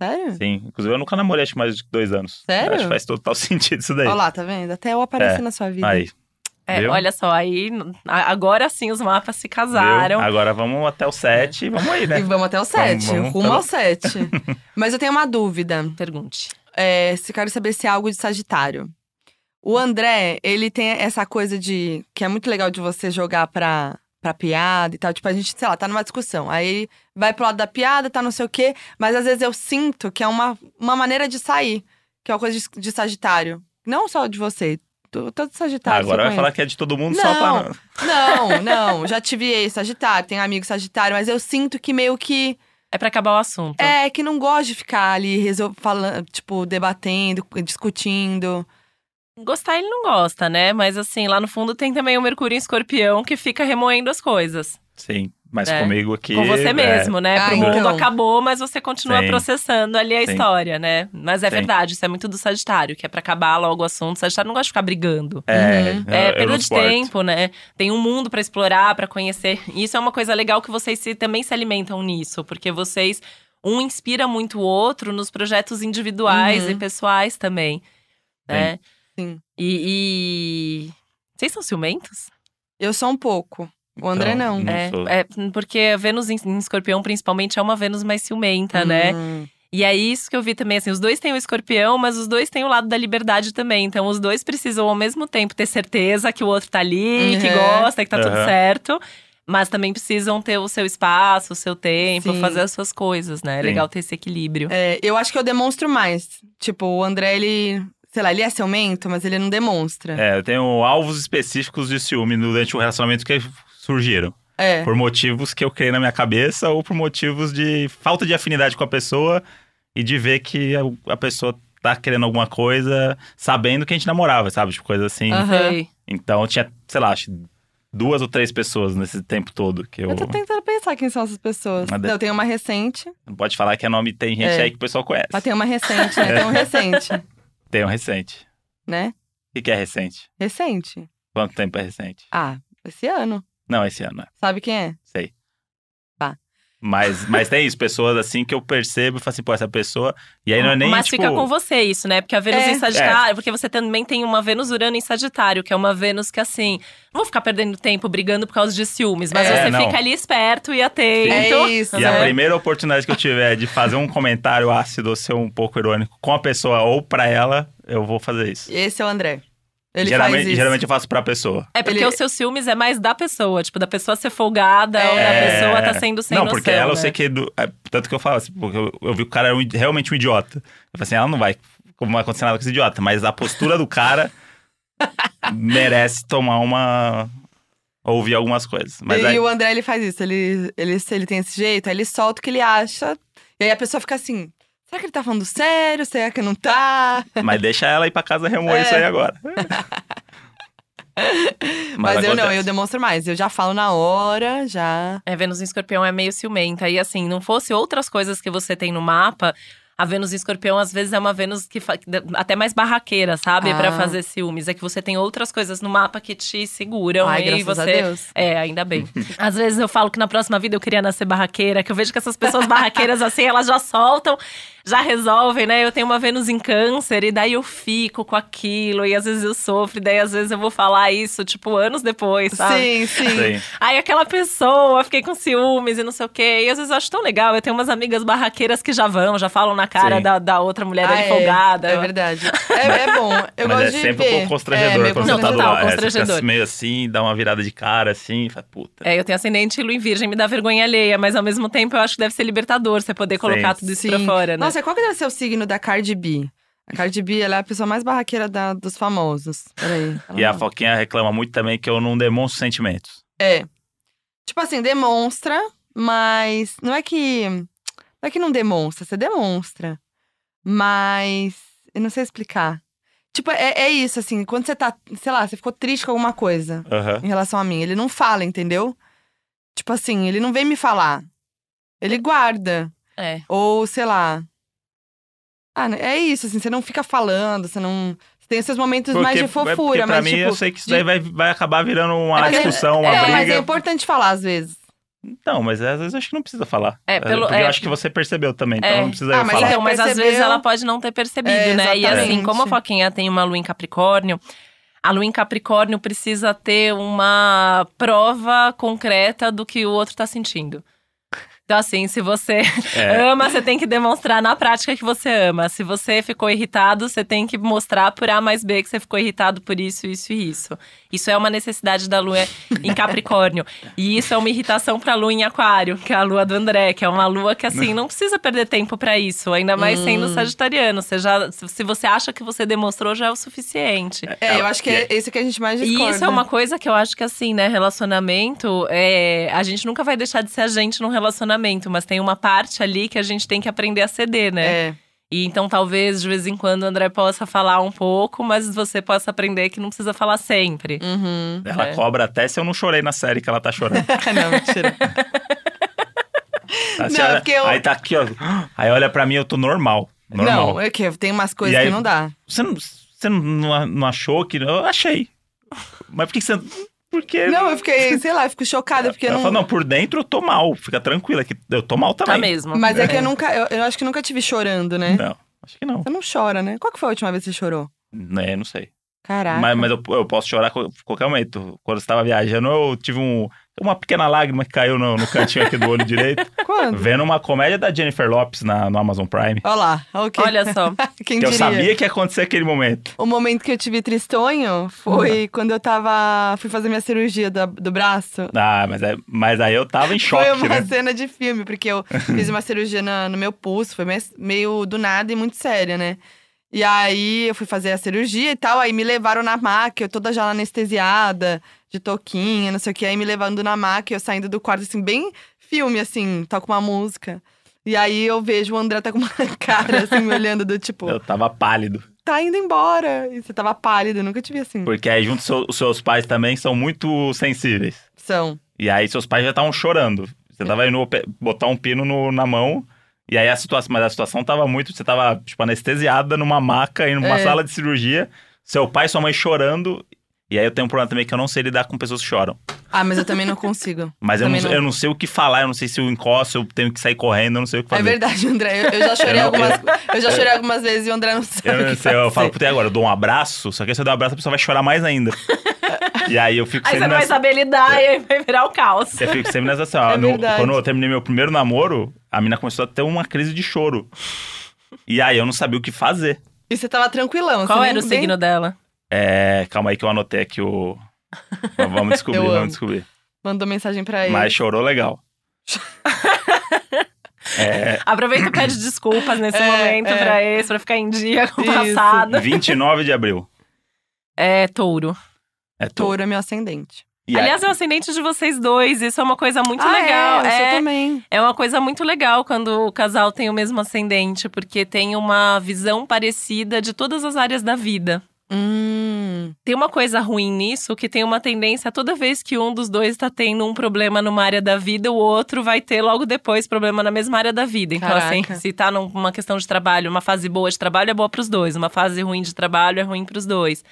S2: Sério?
S1: Sim. Inclusive, eu nunca namorei, acho que mais de dois anos.
S2: Sério?
S1: Acho que faz total sentido isso daí.
S2: Olha lá, tá vendo? Até eu apareci
S1: É.
S2: na sua vida.
S1: Aí.
S3: É,
S1: Viu?
S3: olha só, aí a- agora sim os mapas se
S1: Viu?
S3: casaram.
S1: Agora vamos até o sete e vamos aí,
S2: E
S1: né?
S2: vamos até o 7,
S1: vamos
S2: rumo
S1: pelo-
S2: ao 7. Mas eu tenho uma dúvida.
S3: Pergunte.
S2: É, se quero saber se é algo de Sagitário. O André, ele tem essa coisa de. que é muito legal de você jogar pra, pra piada e tal. Tipo, a gente, sei lá, tá numa discussão. Aí vai pro lado da piada, tá não sei o quê. Mas às vezes eu sinto que é uma, uma maneira de sair, que é uma coisa de, de Sagitário. Não só de você, to- todo Sagitário. que eu
S1: agora vai
S2: conheço.
S1: falar que é de todo mundo só
S2: Não.
S1: pra.
S2: Não, não. Já tive ex-sagitário, tenho amigo sagitário, mas eu sinto que meio que.
S3: É pra acabar o assunto.
S1: Tá.
S2: É, que não gosto de ficar ali resol... falando, tipo, debatendo, discutindo.
S3: Gostar ele não gosta, né? Mas assim, lá no fundo tem também o Mercúrio em Escorpião que fica remoendo as coisas.
S1: Sim. Mas
S3: É.
S1: comigo aqui.
S3: Com você
S1: é,
S3: mesmo, né?
S2: Ah,
S3: Pro
S2: então.
S3: mundo acabou, mas você continua
S1: Sim.
S3: processando ali a
S1: Sim.
S3: história, né? Mas é
S1: Sim.
S3: verdade, isso é muito do Sagitário, que é pra acabar logo o assunto. O Sagitário não gosta de ficar brigando.
S1: É,
S2: Uhum.
S1: eu-
S3: É,
S1: eu não
S3: perda de
S1: suporto.
S3: tempo, né? Tem um mundo pra explorar, pra conhecer. E isso é uma coisa legal que vocês se- também se alimentam nisso, porque vocês um inspira muito o outro nos projetos individuais
S2: Uhum.
S3: e pessoais também, né?
S2: Sim.
S3: E, e- vocês são ciumentos?
S2: Eu sou um pouco. O André
S1: Então,
S2: não.
S1: não
S3: É,
S1: sou.
S3: é, porque a Vênus em, em Escorpião principalmente é uma Vênus mais ciumenta,
S1: Uhum.
S3: né?
S2: Hum.
S3: E é isso que eu vi também, assim, os dois têm o escorpião, mas os dois têm o lado da liberdade também. Então, os dois precisam, ao mesmo tempo, ter certeza que o outro tá ali, que
S2: Uhum.
S3: gosta, que tá tudo
S1: Uhum.
S3: certo. Mas também precisam ter o seu espaço, o seu tempo,
S2: Sim.
S3: fazer as suas coisas, né? É
S1: Sim.
S3: legal ter esse equilíbrio.
S2: É, eu acho que eu demonstro mais. Tipo, o André, ele. Sei lá, ele é ciumento, mas ele não demonstra.
S1: É, eu tenho alvos específicos de ciúme durante o relacionamento que surgiram.
S2: É.
S1: Por motivos que eu criei na minha cabeça ou por motivos de falta de afinidade com a pessoa e de ver que a, a pessoa tá querendo alguma coisa sabendo que a gente namorava, sabe? Tipo, coisa assim.
S2: Aham.
S3: Sei.
S1: Então tinha, sei lá, acho duas ou três pessoas nesse tempo todo que eu.
S2: Eu tô tentando pensar quem são essas pessoas.
S1: Nada.
S2: Eu tenho uma recente,
S1: Não pode falar que é nome, tem gente
S2: É.
S1: aí que o pessoal conhece.
S2: mas tem uma recente, né? Tem um recente,
S1: Tem um recente.
S2: né?
S1: O que que é recente?
S2: Recente.
S1: Quanto tempo é recente?
S2: Ah, esse ano.
S1: Não, esse ano, né?
S2: Sabe quem é?
S1: Sei.
S2: Pá.
S1: Mas, mas tem isso, pessoas assim que eu percebo e falo assim, pô, essa pessoa. E aí não é nem.
S3: Mas
S1: tipo,
S3: fica com você isso, né? Porque a Vênus
S2: É.
S3: em Sagitário, porque você também tem uma Vênus Urano em Sagitário, que é uma Vênus que assim, não vou ficar perdendo tempo brigando por causa de ciúmes, mas
S1: É,
S3: você
S1: não.
S3: fica ali esperto e atento.
S2: É isso,
S1: E
S2: né?
S1: a primeira oportunidade que eu tiver de fazer um comentário ácido ou ser um pouco irônico com a pessoa ou pra ela, eu vou fazer isso.
S2: Esse é o André. Ele
S1: geralmente,
S2: faz isso.
S1: geralmente eu faço pra pessoa.
S3: É porque
S2: Ele-
S3: os seus ciúmes é mais da pessoa, tipo, da pessoa ser folgada ou da
S1: É.
S3: pessoa tá sendo sem
S1: não,
S3: noção.
S1: porque ela eu
S3: né?
S1: sei que. é do- é, tanto que eu falo assim, porque eu, eu vi que o cara era um idi- realmente um idiota. Eu falei assim, ela não vai. Como vai acontecer nada com esse idiota, mas a postura do cara merece tomar uma. ouvir algumas coisas. Mas
S2: e
S1: aí,
S2: o André, ele faz isso. Ele, ele, se ele tem esse jeito, aí ele solta o que ele acha. E aí a pessoa fica assim: será que ele tá falando sério? Será que não tá?
S1: Mas deixa ela ir pra casa remoer
S2: É.
S1: isso aí agora.
S2: Mas, eu não,
S1: acontece.
S2: eu demonstro mais. Eu já falo na hora, já.
S3: É, Vênus em Escorpião é meio ciumenta. E assim, não fosse outras coisas que você tem no mapa, a Vênus em Escorpião às vezes é uma Vênus que fa- até mais barraqueira, sabe?
S2: Ah.
S3: Pra fazer ciúmes. É que você tem outras coisas no mapa que te seguram
S2: Ai,
S3: e
S2: graças
S3: você
S2: a Deus.
S3: É, ainda bem. Às vezes eu falo que na próxima vida eu queria nascer barraqueira, que eu vejo que essas pessoas barraqueiras assim, elas já soltam, já resolvem, né? Eu tenho uma Vênus em câncer e daí eu fico com aquilo e às vezes eu sofro, e daí às vezes eu vou falar isso, tipo, anos depois,
S2: Sim,
S3: sabe?
S2: sim.
S1: Sim.
S3: Aí aquela pessoa, fiquei com ciúmes e não sei o quê. E às vezes eu acho tão legal. Eu tenho umas amigas barraqueiras que já vão, já falam na cara
S1: Sim.
S3: da, da outra mulher
S2: Ah,
S3: ali
S2: é,
S3: folgada.
S2: É verdade. É, é bom. Eu
S1: Mas
S2: gosto
S1: é
S2: de
S1: sempre
S2: ver.
S1: um pouco constrangedor
S2: é,
S1: quando você tá do
S3: constrangedor.
S1: lado. É, você fica
S3: Constrangedor.
S1: meio assim, dá uma virada de cara assim, e fala, puta.
S3: É, eu tenho ascendente e lua em virgem, me dá vergonha alheia, mas ao mesmo tempo eu acho que deve ser libertador você poder colocar tudo isso pra
S2: Sim.
S3: fora, né?
S2: Nossa, qual que deve ser o signo da Cardi B? A Cardi B, ela é a pessoa mais barraqueira da- dos famosos. Peraí. ela
S1: E a
S2: não-
S1: Foquinha reclama muito também que eu não demonstro sentimentos.
S2: É. Tipo assim, demonstra, mas não é que. Não é que não demonstra, você demonstra. Mas. Eu não sei explicar. Tipo, é, é isso, assim, quando você tá, sei lá, você ficou triste com alguma coisa
S1: Aham.
S2: em relação a mim. Ele não fala, entendeu? Tipo assim, ele não vem me falar. Ele guarda.
S3: É.
S2: Ou, sei lá. Ah, é isso, assim, você não fica falando, você não. Você tem esses momentos mais de
S1: é porque
S2: fofura,
S1: pra
S2: mas
S1: mim
S2: tipo.
S1: eu sei que isso
S2: de-
S1: daí vai, vai acabar virando uma
S2: É, mas é-
S1: discussão, uma
S2: é, mas é
S1: briga.
S2: importante falar às vezes.
S1: Não, mas às vezes eu acho que não precisa falar.
S3: É, pelo-
S1: Porque
S3: é.
S1: eu acho que você percebeu também, então
S3: É.
S1: não precisa
S2: Ah,
S1: eu
S2: mas
S1: falar.
S2: é-
S3: Então, mas às
S2: percebeu.
S3: vezes ela pode não ter percebido,
S2: É,
S3: né? E assim,
S2: exatamente.
S3: como a Foquinha tem uma lua em Capricórnio, a lua em Capricórnio precisa ter uma prova concreta do que o outro tá sentindo. Então, assim, se você
S1: É.
S3: ama, você tem que demonstrar na prática que você ama. Se você ficou irritado, você tem que mostrar por A mais B que você ficou irritado por isso, isso e isso. Isso é uma necessidade da lua em Capricórnio. E isso é uma irritação pra lua em Aquário, que é a lua do André, que é uma lua que, assim, não precisa perder tempo pra isso. Ainda mais sendo sagitariano. Você já, se você acha que você demonstrou, já é o suficiente.
S2: É, eu acho que
S1: E
S2: é isso que a gente mais discorda.
S3: E isso é uma coisa que eu acho que, assim, né, relacionamento, é, a gente nunca vai deixar de ser a gente num relacionamento, mas tem uma parte ali que a gente tem que aprender a ceder, né?
S2: É.
S3: E então talvez de vez em quando o André possa falar um pouco, mas você possa aprender que não precisa falar sempre.
S2: Uhum.
S1: Ela
S3: É.
S1: cobra até se eu não chorei na série que ela tá chorando.
S2: não, mentira.
S1: Tá,
S2: Não,
S1: se olha-
S2: porque eu-
S1: Aí tá aqui, ó. Aí olha pra mim, eu tô normal. Normal.
S2: Não, é que tem umas coisas
S1: E aí-
S2: que não dá.
S1: Você, não, você não- não, não achou que. Eu achei. Mas por que que você. Por que.
S2: Não, eu fiquei, sei lá, eu fico chocada, porque eu
S1: ela
S2: não.
S1: falou, não, por dentro eu tô mal. Fica tranquila, que eu tô mal também.
S3: Tá mesmo.
S2: Mas é que eu nunca. Eu, eu acho que nunca tive chorando,
S3: Tá
S2: né?
S1: Não, acho que não.
S2: Você não chora, né? Qual que foi a última vez que você chorou?
S1: É, não sei.
S2: Caraca.
S1: Mas, mas eu, eu posso chorar co- qualquer momento. Quando eu estava viajando, eu tive um, uma pequena lágrima que caiu no, no cantinho aqui do olho direito,
S2: Quando?
S1: vendo uma comédia da Jennifer Lopes na, no Amazon Prime.
S2: Olha lá, ok.
S3: É. Olha só.
S2: Quem
S1: Que eu
S2: diria?
S1: sabia que ia acontecer aquele momento.
S2: O momento que eu tive tristonho
S1: Uhum.
S2: foi quando eu tava. fui fazer minha cirurgia da- do braço.
S1: Ah, mas, é, mas aí eu tava em choque,
S2: foi uma
S1: né?
S2: cena de filme, porque eu fiz uma cirurgia na- no meu pulso, foi mes- meio do nada e muito séria, né? E aí eu fui fazer a cirurgia e tal, aí me levaram na maca, eu toda já anestesiada, de touquinha, não sei o que, aí me levando na maca, eu saindo do quarto, assim, bem filme, assim, toca uma música. E aí eu vejo o André tá com uma cara, assim, me olhando do tipo,
S1: Eu tava pálido.
S2: tá indo embora. E você tava pálido, eu nunca tive assim.
S1: Porque aí junto seu- os seus pais também são muito sensíveis.
S2: São.
S1: E aí seus pais já estavam chorando. Você tava indo pe- botar um pino no- na mão. E aí a situação, mas a situação tava muito, você tava tipo anestesiada numa maca e numa
S2: É.
S1: sala de cirurgia, seu pai e sua mãe chorando. E aí eu tenho um problema também que eu não sei lidar com pessoas que choram.
S2: Ah, mas eu também não consigo.
S1: Mas eu não,
S2: Também não.
S1: eu não sei o que falar, eu não sei se eu encosto, eu tenho que sair correndo, eu não sei o que
S2: É
S1: fazer.
S2: verdade, André. Eu, eu já chorei
S1: não-
S2: algumas. Eu já chorei algumas vezes e o André não sabe.
S1: Eu
S2: o
S1: não
S2: que
S1: sei, eu
S2: fazer.
S1: falo, puta, e agora? Eu dou um abraço, só que aí se eu der um abraço, a pessoa vai chorar mais ainda. e aí eu fico
S3: Aí você
S1: sempre
S3: não é vai
S1: nessa.
S3: saber lidar e aí vai virar o caos.
S1: Eu fico sempre nessa assim, ó,
S2: É
S1: no-
S2: verdade.
S1: quando eu terminei meu primeiro namoro, a mina começou a ter uma crise de choro. E aí eu não sabia o que fazer.
S2: E você tava tranquilão.
S3: Qual
S2: você
S3: era o
S2: nem- nem-
S3: signo dela?
S1: É, calma aí que eu anotei aqui o. Mas Vamos descobrir,
S2: Eu amo.
S1: vamos descobrir.
S2: Mandou mensagem pra ele.
S1: Mas chorou legal. é,
S3: Aproveita e pede desculpas nesse
S2: É,
S3: momento
S2: é.
S3: pra esse, pra ficar em dia com o
S2: Isso.
S3: passado.
S1: 29 de abril.
S3: É, touro.
S1: É to-
S2: Touro é meu ascendente.
S1: E aí-
S3: Aliás, é o ascendente de vocês dois. Isso é uma coisa muito
S2: Ah,
S3: legal.
S2: É, o seu
S3: É,
S2: também.
S3: é uma coisa muito legal quando o casal tem o mesmo ascendente, porque tem uma visão parecida de todas as áreas da vida.
S2: Hum.
S3: Tem uma coisa ruim nisso, que tem uma tendência, toda vez que um dos dois tá tendo um problema numa área da vida, o outro vai ter logo depois problema na mesma área da vida. Então,
S2: Caraca.
S3: assim, se tá numa questão de trabalho, uma fase boa de trabalho é boa pros dois, uma fase ruim de trabalho é ruim pros dois.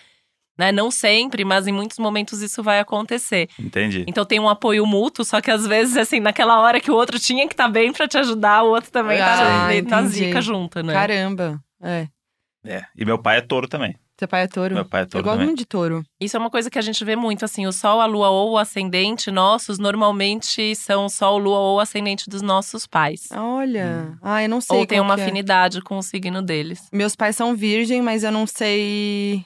S3: Né? Não sempre, mas em muitos momentos isso vai acontecer.
S1: Entendi.
S3: Então tem um apoio mútuo, só que às vezes, assim, naquela hora que o outro tinha que estar bem pra te ajudar, o outro também tá
S2: Ah,
S3: na- na
S2: entendi.
S3: zica junto, né?
S2: Caramba. É.
S1: É. E meu pai é touro também.
S2: Seu pai é touro.
S1: Meu pai é
S2: eu
S1: touro
S2: gosto
S1: também.
S2: muito de touro.
S3: Isso é uma coisa que a gente vê muito, assim, o Sol, a Lua ou o Ascendente nossos normalmente são Sol, Lua ou Ascendente dos nossos pais.
S2: Olha.
S1: Hum.
S2: Ah, eu não sei.
S3: ou tem
S2: qual
S3: uma
S2: que é.
S3: afinidade com o signo deles.
S2: Meus pais são virgem, mas eu não sei.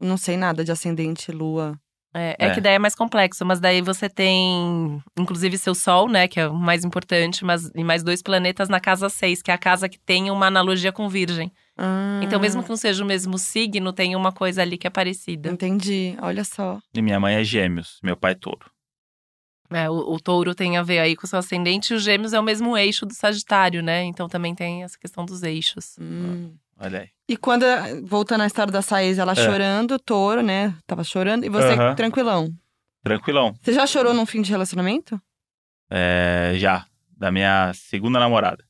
S2: Não sei nada de ascendente, lua.
S3: É, é
S1: É.
S3: que daí é mais complexo, mas daí você tem, inclusive, seu Sol, né, que é o mais importante, mas e mais dois planetas na casa 6, que é a casa que tem uma analogia com Virgem.
S2: Ah,
S3: Então, mesmo que não seja o mesmo signo, tem uma coisa ali que é parecida.
S2: Entendi. Olha só.
S1: E minha mãe é gêmeos, meu pai é touro.
S3: É, o, o touro tem a ver aí com o seu ascendente, e o gêmeos é o mesmo eixo do Sagitário, né? Então também tem essa questão dos eixos.
S2: Hum.
S1: Olha aí.
S2: E quando, voltando à história da Saís, ela
S1: É.
S2: chorando, touro, né? Tava chorando. E você,
S1: Aham.
S2: tranquilão.
S1: Tranquilão.
S2: Você já chorou num fim de relacionamento?
S1: É, já. Da minha segunda namorada.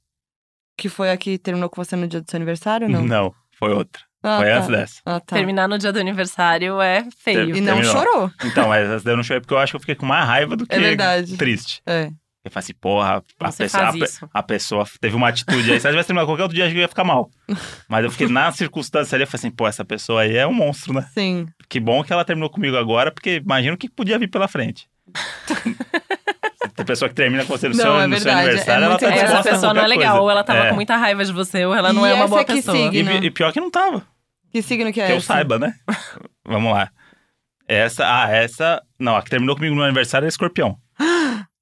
S2: Que foi a que terminou com você no dia do seu aniversário, não?
S1: foi outra.
S2: Ah,
S1: foi
S2: tá.
S1: antes dessa.
S2: Ah, tá.
S3: Terminar no dia do aniversário é feio.
S2: E não
S1: Terminou.
S2: chorou.
S1: Então, mas essa daí eu não chorei porque eu acho que eu fiquei com mais raiva do que
S2: É verdade.
S1: triste.
S2: É.
S1: Eu falei assim, porra, a,
S3: Como você
S1: pessoa, a,
S3: faz
S1: pe-
S3: isso?
S1: a pessoa teve uma atitude aí. Se ela tivesse terminado qualquer outro dia, acho que eu ia ficar mal. Mas eu fiquei na circunstância ali, eu falei assim, pô, essa pessoa aí é um monstro, né?
S2: Sim.
S1: Que bom que ela terminou comigo agora, porque imagina o que podia vir pela frente. Tem pessoa que termina com você no,
S2: Não,
S1: seu,
S2: é
S1: no seu
S2: verdade,
S1: aniversário,
S2: é
S1: ela
S2: muito
S1: tá
S2: engraçado.
S1: disposta
S3: Essa
S1: a
S3: pessoa não é
S1: qualquer
S3: legal,
S1: coisa.
S3: ou ela tava
S1: É.
S3: com muita raiva de você, ou ela não
S2: E
S3: é uma
S2: essa
S3: boa
S2: que
S3: pessoa.
S2: siga.
S1: E,
S2: Não.
S1: e pior que não tava.
S2: Que signo que é
S1: que eu
S2: esse?
S1: saiba, né? Vamos lá. Essa, ah, essa. Não, a que terminou comigo no meu aniversário é escorpião.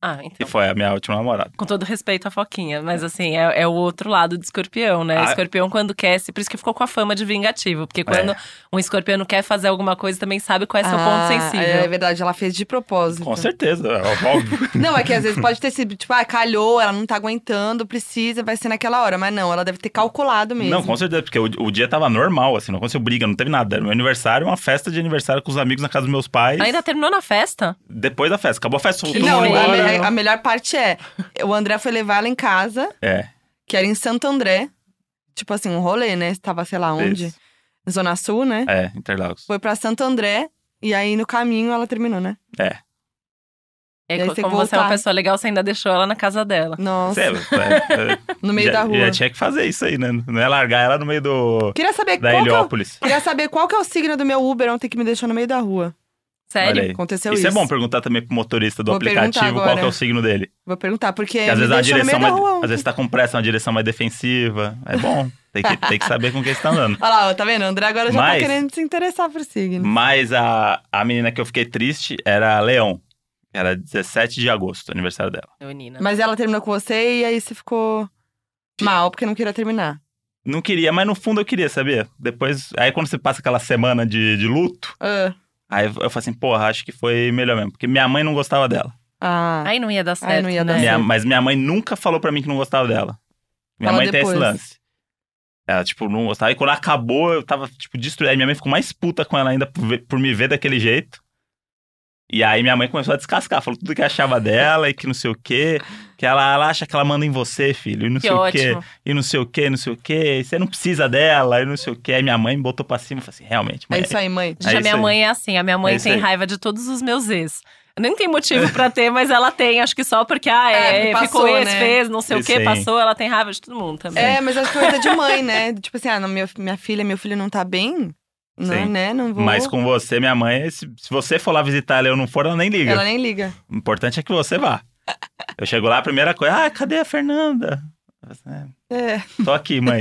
S3: Ah,
S1: E
S3: então.
S1: foi a minha última namorada.
S3: Com todo respeito à Foquinha, mas assim, é, é o outro lado do escorpião, né?
S1: Ah. É.
S3: Escorpião, quando quer, se- por isso que ficou com a fama de vingativo, porque quando um escorpião não quer fazer alguma coisa, também sabe qual é seu
S2: Ah,
S3: ponto sensível.
S2: É verdade, ela fez de propósito.
S1: Com certeza, é óbvio.
S2: Não, é que às vezes pode ter sido, tipo, ah, calhou, ela não tá aguentando, precisa, vai ser naquela hora. Mas não, ela deve ter calculado mesmo.
S1: Não, com certeza, porque o, o dia tava normal, assim, não aconteceu briga, não teve nada. Era meu aniversário, uma festa de aniversário com os amigos na casa dos meus
S2: é.
S1: pais.
S3: Ainda terminou na festa?
S1: Depois da festa, acabou a festa, todo
S2: Não,
S1: mundo né?
S2: a,
S1: embora.
S2: me- a melhor parte é, o André foi levar ela em casa,
S1: É.
S2: que era em Santo André. Tipo assim, um rolê, né? Tava, sei lá onde.
S1: isso.
S2: Zona Sul, né?
S1: É, Interlagos.
S2: Foi pra Santo André, e aí no caminho ela terminou, né?
S3: É,
S2: E aí
S3: co-
S2: você
S3: como você é uma
S2: voltar.
S3: pessoa legal, você ainda deixou ela na casa dela.
S2: Nossa,
S1: Sei lá, é, é,
S2: no
S1: já,
S2: meio da rua.
S1: já tinha que fazer isso aí, né? Não é largar ela no meio do.
S2: Queria saber
S1: Da
S2: qual que é o...
S1: Heliópolis.
S2: Queria saber qual que é o signo do meu Uber ontem que me deixou no meio da rua.
S1: Olha
S3: Sério?
S1: aí.
S2: Aconteceu
S1: Isso,
S2: isso.
S1: é bom perguntar também pro motorista do
S2: Vou perguntar
S1: aplicativo qual
S2: agora.
S1: que é o signo dele.
S2: Vou perguntar, porque
S1: Porque às
S2: me
S1: vezes, é uma
S2: deixou no
S1: direção
S2: meio da
S1: mais,
S2: rua
S1: às
S2: ontem.
S1: vezes tá com pressa, uma direção mais defensiva. É bom. Tem que, tem que saber com quem você tá andando.
S2: Olha lá, ó, tá vendo? O André agora já
S1: Mas-
S2: tá querendo se interessar por signo.
S1: Mas a, a menina que eu fiquei triste era a Leão. Era 17 de agosto, aniversário dela.
S3: Leonina.
S2: Mas ela terminou com você e aí você ficou mal, porque não queria terminar.
S1: Não queria, mas no fundo eu queria, sabia? Depois, aí quando você passa aquela semana de, de luto,
S2: Ah,
S1: aí eu falo assim, porra, acho que foi melhor mesmo. Porque minha mãe não gostava dela.
S2: ah.
S3: Aí não ia dar certo.
S2: não ia dar
S3: né?
S2: certo.
S1: Minha- mas minha mãe nunca falou pra mim que não gostava dela. Minha
S2: Fala
S1: mãe tem esse
S2: depois.
S1: lance. Ela, tipo, não gostava. E quando acabou, eu tava, tipo, destruída. Aí minha mãe ficou mais puta com ela ainda por, ver- por me ver daquele jeito. E aí minha mãe começou a descascar. Falou tudo que achava dela e que não sei o quê. Que ela, ela acha que ela manda em você, filho. E não
S3: Que
S1: sei o quê.
S3: ótimo.
S1: E não sei o quê, não sei o quê. E você não precisa dela, e não sei o quê. Aí minha mãe me botou pra cima e falou assim, realmente,
S2: É
S1: mãe.
S2: isso aí, mãe.
S1: É
S3: Já
S1: isso
S3: minha
S1: aí.
S3: mãe é assim, a minha mãe
S1: É isso
S3: tem
S1: aí.
S3: raiva de todos os meus ex. Eu nem tem motivo pra ter, mas ela tem, acho que só porque, ah,
S2: É,
S3: é,
S2: porque
S3: ficou
S2: passou,
S3: ex,
S2: né?
S3: fez, não sei o
S1: Isso
S3: que,
S1: aí.
S3: passou, ela tem raiva de todo mundo também.
S2: É, mas acho que é coisa de mãe, né? Tipo assim, ah, não, minha, minha filha, meu filho não tá bem, não,
S1: Sim.
S2: né? Não vou.
S1: Mas com você, minha mãe, se, se você for lá visitar ela e eu não for, ela nem liga.
S2: Ela nem liga.
S1: O importante é que você vá. Eu chego lá, a primeira coisa, ah, cadê a Fernanda? Eu falo assim,
S2: É.
S1: "É, Tô aqui, mãe.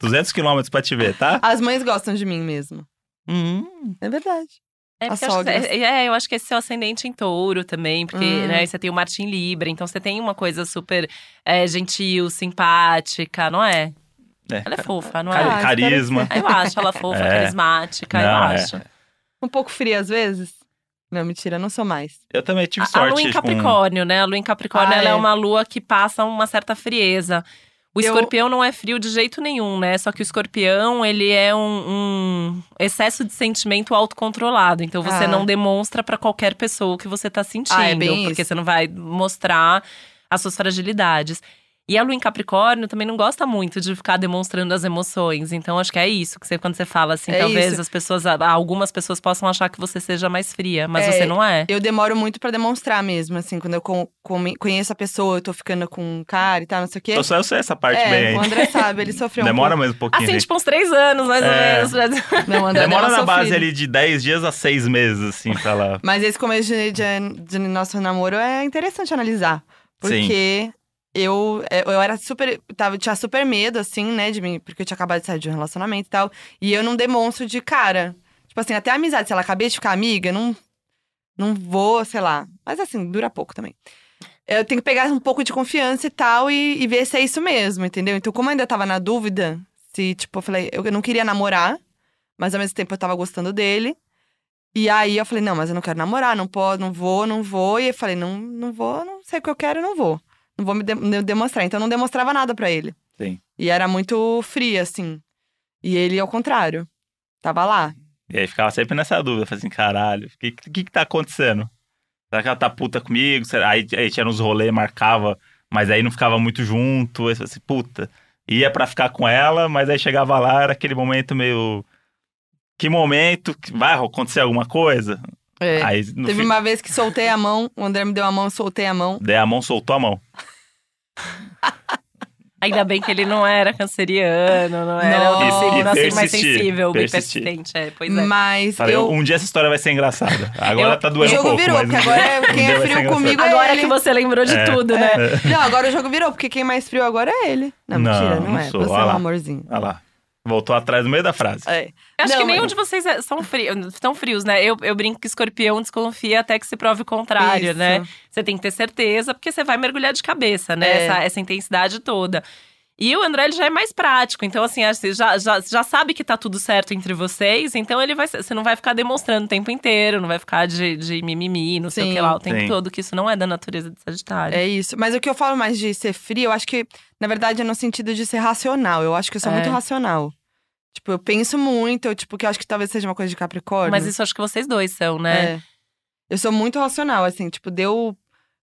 S1: 200 quilômetros pra te ver, tá?
S2: As mães gostam de mim mesmo.
S1: Hum.
S2: É verdade.
S3: É, porque
S2: As
S3: eu acho que-
S2: sogras.
S3: é, é, eu acho que esse seu ascendente em touro também, porque
S2: Hum.
S3: né, você tem o Martin Libra, então você tem uma coisa super é, gentil, simpática, não é?
S1: É.
S3: Ela é fofa, não
S1: Cari-
S2: Ah, espero
S3: é?
S2: que
S1: carisma.
S3: Eu acho ela fofa,
S1: É.
S3: carismática, eu
S1: Não, é.
S3: acho.
S2: Um pouco fria às vezes? Não, mentira, não sou mais.
S1: Eu também tive
S3: A, a lua
S1: sorte.
S3: em
S1: com-
S3: Capricórnio, né? A lua em Capricórnio
S2: Ah,
S3: ela é.
S2: é.
S3: uma lua que passa uma certa frieza. O
S2: Eu-
S3: escorpião não é frio de jeito nenhum, né? Só que o escorpião, ele é um, um excesso de sentimento autocontrolado. Então você
S2: Ah.
S3: não demonstra pra qualquer pessoa o que você tá sentindo.
S2: Ah, é bem
S3: porque
S2: isso.
S3: você não vai mostrar as suas fragilidades. E a lua em Capricórnio também não gosta muito de ficar demonstrando as emoções. Então acho que é isso que você, quando você fala assim,
S2: É
S3: talvez
S2: isso.
S3: as pessoas, algumas pessoas possam achar que você seja mais fria, mas
S2: É,
S3: você não é.
S2: Eu demoro muito pra demonstrar mesmo, assim, quando eu con- come- conheço a pessoa, eu tô ficando com um cara e tal, não sei o quê.
S1: Eu só eu sei essa parte
S2: é,
S1: bem
S2: o
S1: aí.
S2: André sabe, ele sofreu
S1: Demora
S2: um
S1: mais um pouquinho.
S3: Assim,
S1: né?
S3: tipo, uns três anos, mais
S1: É.
S3: ou menos.
S2: pouco. Não, o André
S1: Demora
S2: deu uma
S1: na base
S2: sofrida.
S1: ali de 10 dias a 6 meses, assim, pra ela.
S2: Mas esse começo de, de- de nosso namoro é interessante analisar. Porque eu, é, eu era super. Tava, tinha super medo, assim, né, de mim, porque eu tinha acabado de sair de um relacionamento e tal. E eu não demonstro de cara. Tipo assim, até a amizade, se ela acabei de ficar amiga, eu não, não vou, sei lá. Mas assim, dura pouco também. Eu tenho que pegar um pouco de confiança e tal e, e ver se é isso mesmo, entendeu? Então, como eu ainda tava na dúvida, se, tipo, eu falei, eu não queria namorar, mas ao mesmo tempo eu tava gostando dele. E aí eu falei, não, mas eu não quero namorar, não posso, não vou, não vou. E eu falei, não, não vou, não sei o que eu quero, não vou. Não vou me de- me demonstrar. Então eu não demonstrava nada pra ele.
S1: Sim.
S2: E era muito fria, assim. E ele, ao contrário, tava lá.
S1: E aí ficava sempre nessa dúvida, falei assim, caralho, o que, que que tá acontecendo? Será que ela tá puta comigo? Será- Aí, aí tinha nos rolês, marcava, mas aí não ficava muito junto, aí você fala assim, puta. Ia pra ficar com ela, mas aí chegava lá, era aquele momento meio... Que momento? Que- Vai acontecer alguma coisa?
S2: É.
S1: Aí no
S2: Teve
S1: fim,
S2: uma vez que soltei a mão, o André me deu a mão, eu soltei a mão.
S1: daí a mão soltou a mão.
S3: Ainda bem que ele não era canceriano, não era
S2: Nossa.
S3: um signo
S1: E
S3: assim mais
S1: persistir,
S3: sensível, bem
S1: persistir.
S3: persistente. É, pois é.
S2: Mas
S1: Falei,
S2: eu.
S1: um dia essa história vai ser engraçada. Agora
S3: Eu-
S1: tá
S2: O
S1: doendo um
S2: jogo
S1: pouco,
S2: virou,
S1: mas
S2: porque
S1: um dia-
S2: agora
S1: um
S2: é
S1: dia vai
S2: quem é
S1: ser
S2: frio
S1: engraçado.
S2: comigo é
S3: Agora
S2: ele.
S3: que você lembrou de
S1: É.
S3: tudo, né?
S2: Não, agora o jogo virou, porque quem mais frio agora é ele. Não, mentira,
S1: Não,
S2: não,
S1: não
S2: é.
S1: sou,
S2: Você
S1: olha
S2: é um
S1: lá.
S2: amorzinho.
S1: Olha lá. Voltou atrás no meio da frase.
S2: É.
S3: Eu acho
S2: Não,
S3: que nenhum
S2: mas-
S3: de vocês é- são frio, tão frios, né? Eu, eu brinco que escorpião desconfia até que se prove o contrário,
S2: Isso.
S3: né? Você tem que ter certeza, porque você vai mergulhar de cabeça, né?
S2: É.
S3: Essa, essa intensidade toda. E o André ele já é mais prático, então assim, acho que já, já, já sabe que tá tudo certo entre vocês, então ele vai. Você não vai ficar demonstrando o tempo inteiro, não vai ficar de, de mimimi, não sei o
S2: Sim.
S3: que lá o tempo
S1: Sim.
S3: todo, que isso não é da natureza de Sagitário.
S2: É isso. Mas o que eu falo mais de ser fria, eu acho que, na verdade, é no sentido de ser racional. Eu acho que eu sou
S3: É.
S2: muito racional. Tipo, eu penso muito, eu, tipo, que eu acho que talvez seja uma coisa de Capricórnio.
S3: Mas isso acho que vocês dois são, né?
S2: É. Eu sou muito racional, assim, tipo, deu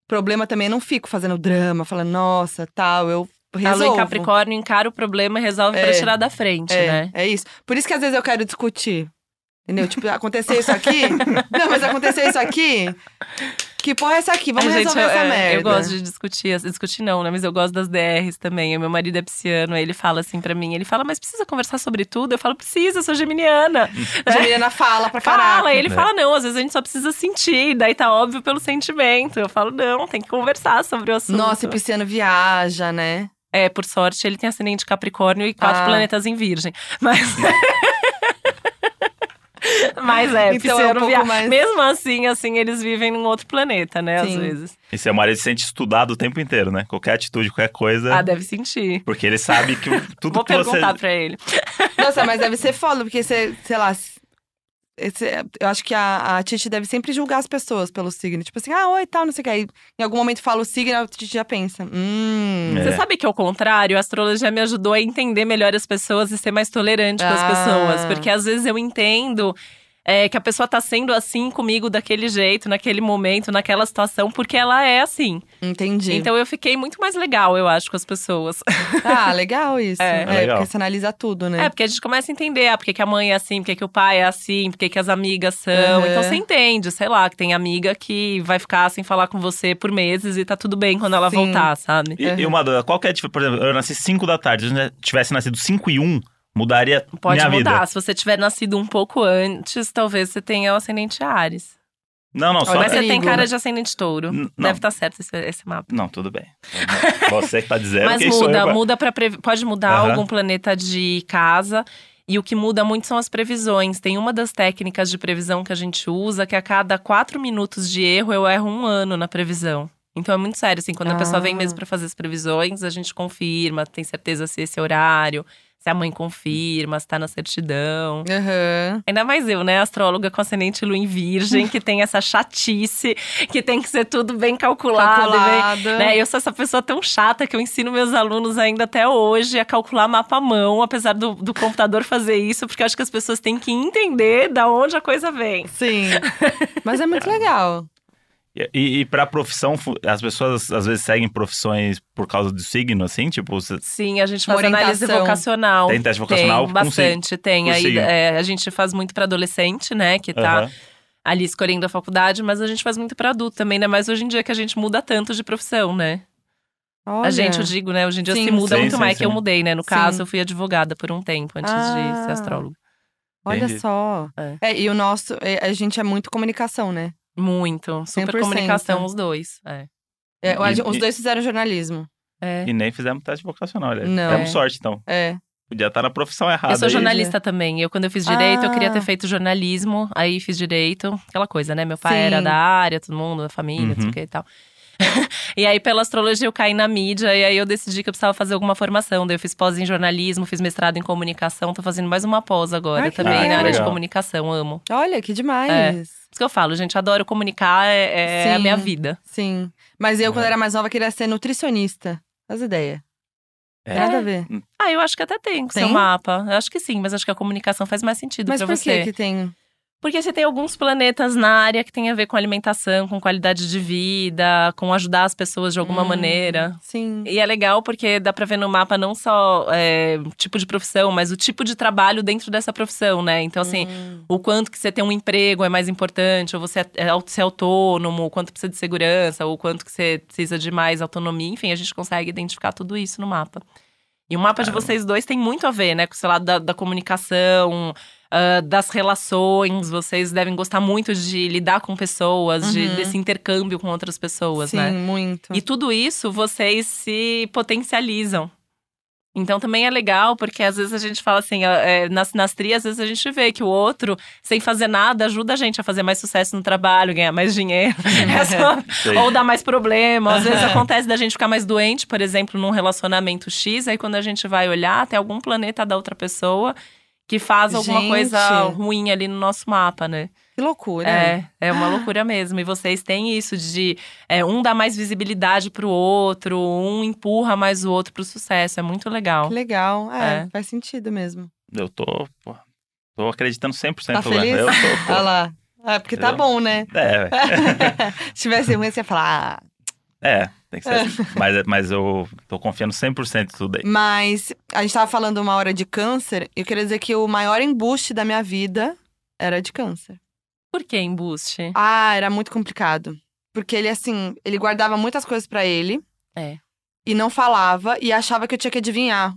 S2: problema também, eu não fico fazendo drama, falando, nossa, tal, eu
S3: A lua
S2: resolvo.
S3: Tá em Capricórnio encara o problema e resolve pra
S2: É.
S3: tirar da frente,
S2: é,
S3: né?
S2: é isso. Por isso que às vezes eu quero discutir. Entendeu? Tipo, aconteceu isso aqui. não, mas aconteceu isso aqui. Que porra é essa aqui? Vamos
S3: Ai, gente,
S2: resolver
S3: eu-
S2: essa
S3: é,
S2: merda.
S3: Eu gosto de discutir, as- discutir não, né? Mas eu gosto das DRs também. O meu marido é pisciano, aí ele fala assim pra mim, ele fala, mas precisa conversar sobre tudo? Eu falo, precisa, eu sou geminiana.
S2: A Juliana fala pra caralho.
S3: Fala, e ele
S1: É.
S3: fala, não, às vezes a gente só precisa sentir, daí tá óbvio pelo sentimento. Eu falo, não, tem que conversar sobre o assunto.
S2: Nossa, e Pisciano viaja, né?
S3: É, por sorte, ele tem ascendente Capricórnio e quatro
S2: Ah.
S3: planetas em Virgem. Mas. Mas é,
S2: Então é um
S3: pisciano
S2: pouco
S3: via-
S2: mais-
S3: mesmo assim, assim, eles vivem num outro planeta, né, às
S2: Sim.
S3: vezes.
S1: E seu marido se sente estudado o tempo inteiro, né? Qualquer atitude, qualquer coisa.
S3: Ah, deve sentir.
S1: Porque ele sabe que o- tudo
S3: Vou
S1: que você.
S3: perguntar pra ele.
S2: Nossa, mas deve ser foda, porque você, sei lá. esse- eu acho que a, a Titi deve sempre julgar as pessoas pelo signo. Tipo assim, ah, oi, tal, não sei o que. Aí, em algum momento fala o signo, a Titi já pensa. Hum.
S1: É.
S3: Você sabe que ao contrário, a astrologia me ajudou a entender melhor as pessoas e ser mais tolerante com as
S2: Ah.
S3: pessoas. Porque às vezes eu entendo. é, que a pessoa tá sendo assim comigo daquele jeito, naquele momento, naquela situação, porque ela é assim.
S2: Entendi.
S3: Então eu fiquei muito mais legal, eu acho, com as pessoas.
S2: Ah, legal isso.
S3: É.
S2: É,
S1: Legal.
S2: porque você analisa tudo,
S3: É,
S2: né?
S3: porque a gente começa a entender ah, porque que a mãe é assim, porque que o pai é assim, porque que as amigas são.
S2: Uhum.
S3: Então você entende, sei lá, que tem amiga que vai ficar sem falar com você por meses e tá tudo bem quando ela
S2: Sim.
S3: voltar, sabe?
S1: E, e uma dúvida, qual que é, tipo, por exemplo, eu nasci 5 da tarde, se eu tivesse nascido 5 e 1, mudaria
S3: Pode
S1: minha
S3: mudar.
S1: vida.
S3: Se você tiver nascido um pouco antes, talvez você tenha o ascendente Ares.
S1: Não, não, só.
S3: Mas você
S2: perigo,
S3: tem cara
S2: né?
S3: de ascendente touro.
S1: N- Hum, não.
S3: Deve estar certo esse, esse mapa.
S1: Não, tudo bem. Você que tá dizendo
S3: Mas
S1: que sou eu
S3: muda,
S1: pra-
S3: muda para pode mudar
S1: Aham.
S3: algum planeta de casa. E o que muda muito são as previsões. Tem uma das técnicas de previsão que a gente usa, que a cada quatro minutos de erro, eu erro um ano na previsão. Então é muito sério, assim, quando a pessoa
S2: Ah.
S3: vem mesmo para fazer as previsões, a gente confirma, tem certeza se esse é horário, se a mãe confirma, se tá na certidão.
S2: Aham.
S3: Ainda mais eu, né? Astróloga com ascendente lua em virgem, que tem essa chatice, que tem que ser tudo bem calculado. bem-
S2: Calculado.
S3: né? Eu sou essa pessoa tão chata que eu ensino meus alunos ainda até hoje a calcular mapa à mão, apesar do, do computador fazer isso, porque eu acho que as pessoas têm que entender da onde a coisa vem.
S2: Sim. Mas é muito legal.
S1: E, e pra profissão, fu- as pessoas às vezes seguem profissões por causa do signo, assim? Tipo, você
S3: Sim, a gente
S2: Faz
S3: faz análise
S2: orientação.
S3: vocacional.
S1: tem teste vocacional?
S3: tem,
S1: com signo.
S3: bastante, tem.
S1: com
S3: Aí,
S1: signo.
S3: é, a gente faz muito para adolescente, né? Que tá
S1: Aham.
S3: ali escolhendo a faculdade, mas a gente faz muito para adulto também, ainda mais hoje em dia que a gente muda tanto de profissão, né? A
S2: Olha.
S3: gente, eu digo, né? Hoje em dia
S2: Sim,
S3: se muda
S1: sim.
S3: muito
S1: Sim,
S3: mais
S1: sim,
S3: que eu
S1: sim.
S3: mudei, né? No
S2: Sim.
S3: caso, eu fui advogada por um tempo antes de ser
S2: Ah.
S3: astróloga.
S2: Olha
S1: Entendi.
S2: só.
S3: É.
S2: É. e o nosso, é, a gente é muito comunicação, né?
S3: Muito. Super
S2: 100%.
S3: comunicação, os dois. É.
S2: É, a
S1: E-
S2: gen- os
S1: e-
S2: dois fizeram jornalismo.
S3: É.
S1: E nem fizemos teste vocacional, olha.
S2: Não.
S1: Demos sorte, então.
S2: É.
S1: Podia estar na profissão errada.
S3: Eu sou
S1: aí.
S3: jornalista também. Eu, quando eu fiz direito, eu queria ter
S2: Ah.
S3: feito jornalismo, aí fiz direito, aquela coisa, né? Meu pai
S2: Sim.
S3: era da área, todo mundo, da família, tudo
S1: Uhum.
S3: que e tal. e aí, pela astrologia, eu caí na mídia e aí eu decidi que eu precisava fazer alguma formação. Daí eu fiz pós em jornalismo, fiz mestrado em comunicação, tô fazendo mais uma pós agora
S2: Ai, que
S3: também né, na
S2: legal.
S3: área de
S1: Legal.
S3: comunicação, amo.
S2: Olha, que demais. É.
S3: Por isso que eu falo, gente, adoro comunicar, é, é a
S2: Sim.
S3: minha vida.
S2: Sim. Mas eu, quando era mais nova, queria ser nutricionista. As ideias.
S1: É.
S2: Nada a ver.
S3: Ah, eu acho que até tem com o seu
S2: Tem?
S3: mapa. Eu acho que sim, mas acho que a comunicação faz mais sentido
S2: Mas
S3: pra
S2: por
S3: você.
S2: que que tem?
S3: Porque você tem alguns planetas na área que tem a ver com alimentação, com qualidade de vida, com ajudar as pessoas de alguma
S2: Hum,
S3: maneira.
S2: Sim.
S3: E é legal porque dá pra ver no mapa não só é, o tipo de profissão, mas o tipo de trabalho dentro dessa profissão, né? Então, assim,
S2: Hum.
S3: o quanto que você tem um emprego é mais importante, ou você é- é, au- ser autônomo, o quanto precisa de segurança, ou o quanto que você precisa de mais autonomia, enfim, a gente consegue identificar tudo isso no mapa. E o mapa de vocês dois tem muito a ver, né? Com o seu lado da, da comunicação, ah, das relações. Vocês devem gostar muito de lidar com pessoas, de-
S2: Uhum.
S3: desse intercâmbio com outras pessoas,
S2: Sim,
S3: né?
S2: muito.
S3: E tudo isso vocês se potencializam. Então também é legal, porque às vezes a gente fala assim, é, na sinastria, às vezes a gente vê que o outro, sem fazer nada, ajuda a gente a fazer mais sucesso no trabalho, ganhar mais dinheiro, É só-
S1: Sei.
S3: ou dar mais problema. Às vezes acontece da gente ficar mais doente, por exemplo, num relacionamento X, aí quando a gente vai olhar, tem algum planeta da outra pessoa que faz alguma
S2: Gente.
S3: coisa ruim ali no nosso mapa, né?
S2: Que loucura.
S3: É, é uma loucura mesmo. E vocês têm isso de é, um dá mais visibilidade pro outro, um empurra mais o outro pro sucesso. É muito legal.
S2: Que legal. É,
S3: É.
S2: faz sentido mesmo.
S1: Eu tô, pô, tô acreditando 100%
S2: Tá
S1: agora.
S2: feliz?
S1: né? Eu tô,
S2: Olha
S1: pô.
S2: lá. É, porque tá
S1: Entendeu?
S2: bom, né?
S1: É, velho.
S2: Se tivesse ruim, você ia falar. "Ah,
S1: é, tem que ser assim. Mas, mas eu tô confiando 100% em tudo aí.
S2: Mas a gente tava falando uma hora de câncer, eu queria dizer que o maior embuste da minha vida era de câncer.
S3: Por que embuste?
S2: Ah, era muito complicado. Porque ele, assim, ele guardava muitas coisas pra ele.
S3: É.
S2: E não falava e achava que eu tinha que adivinhar.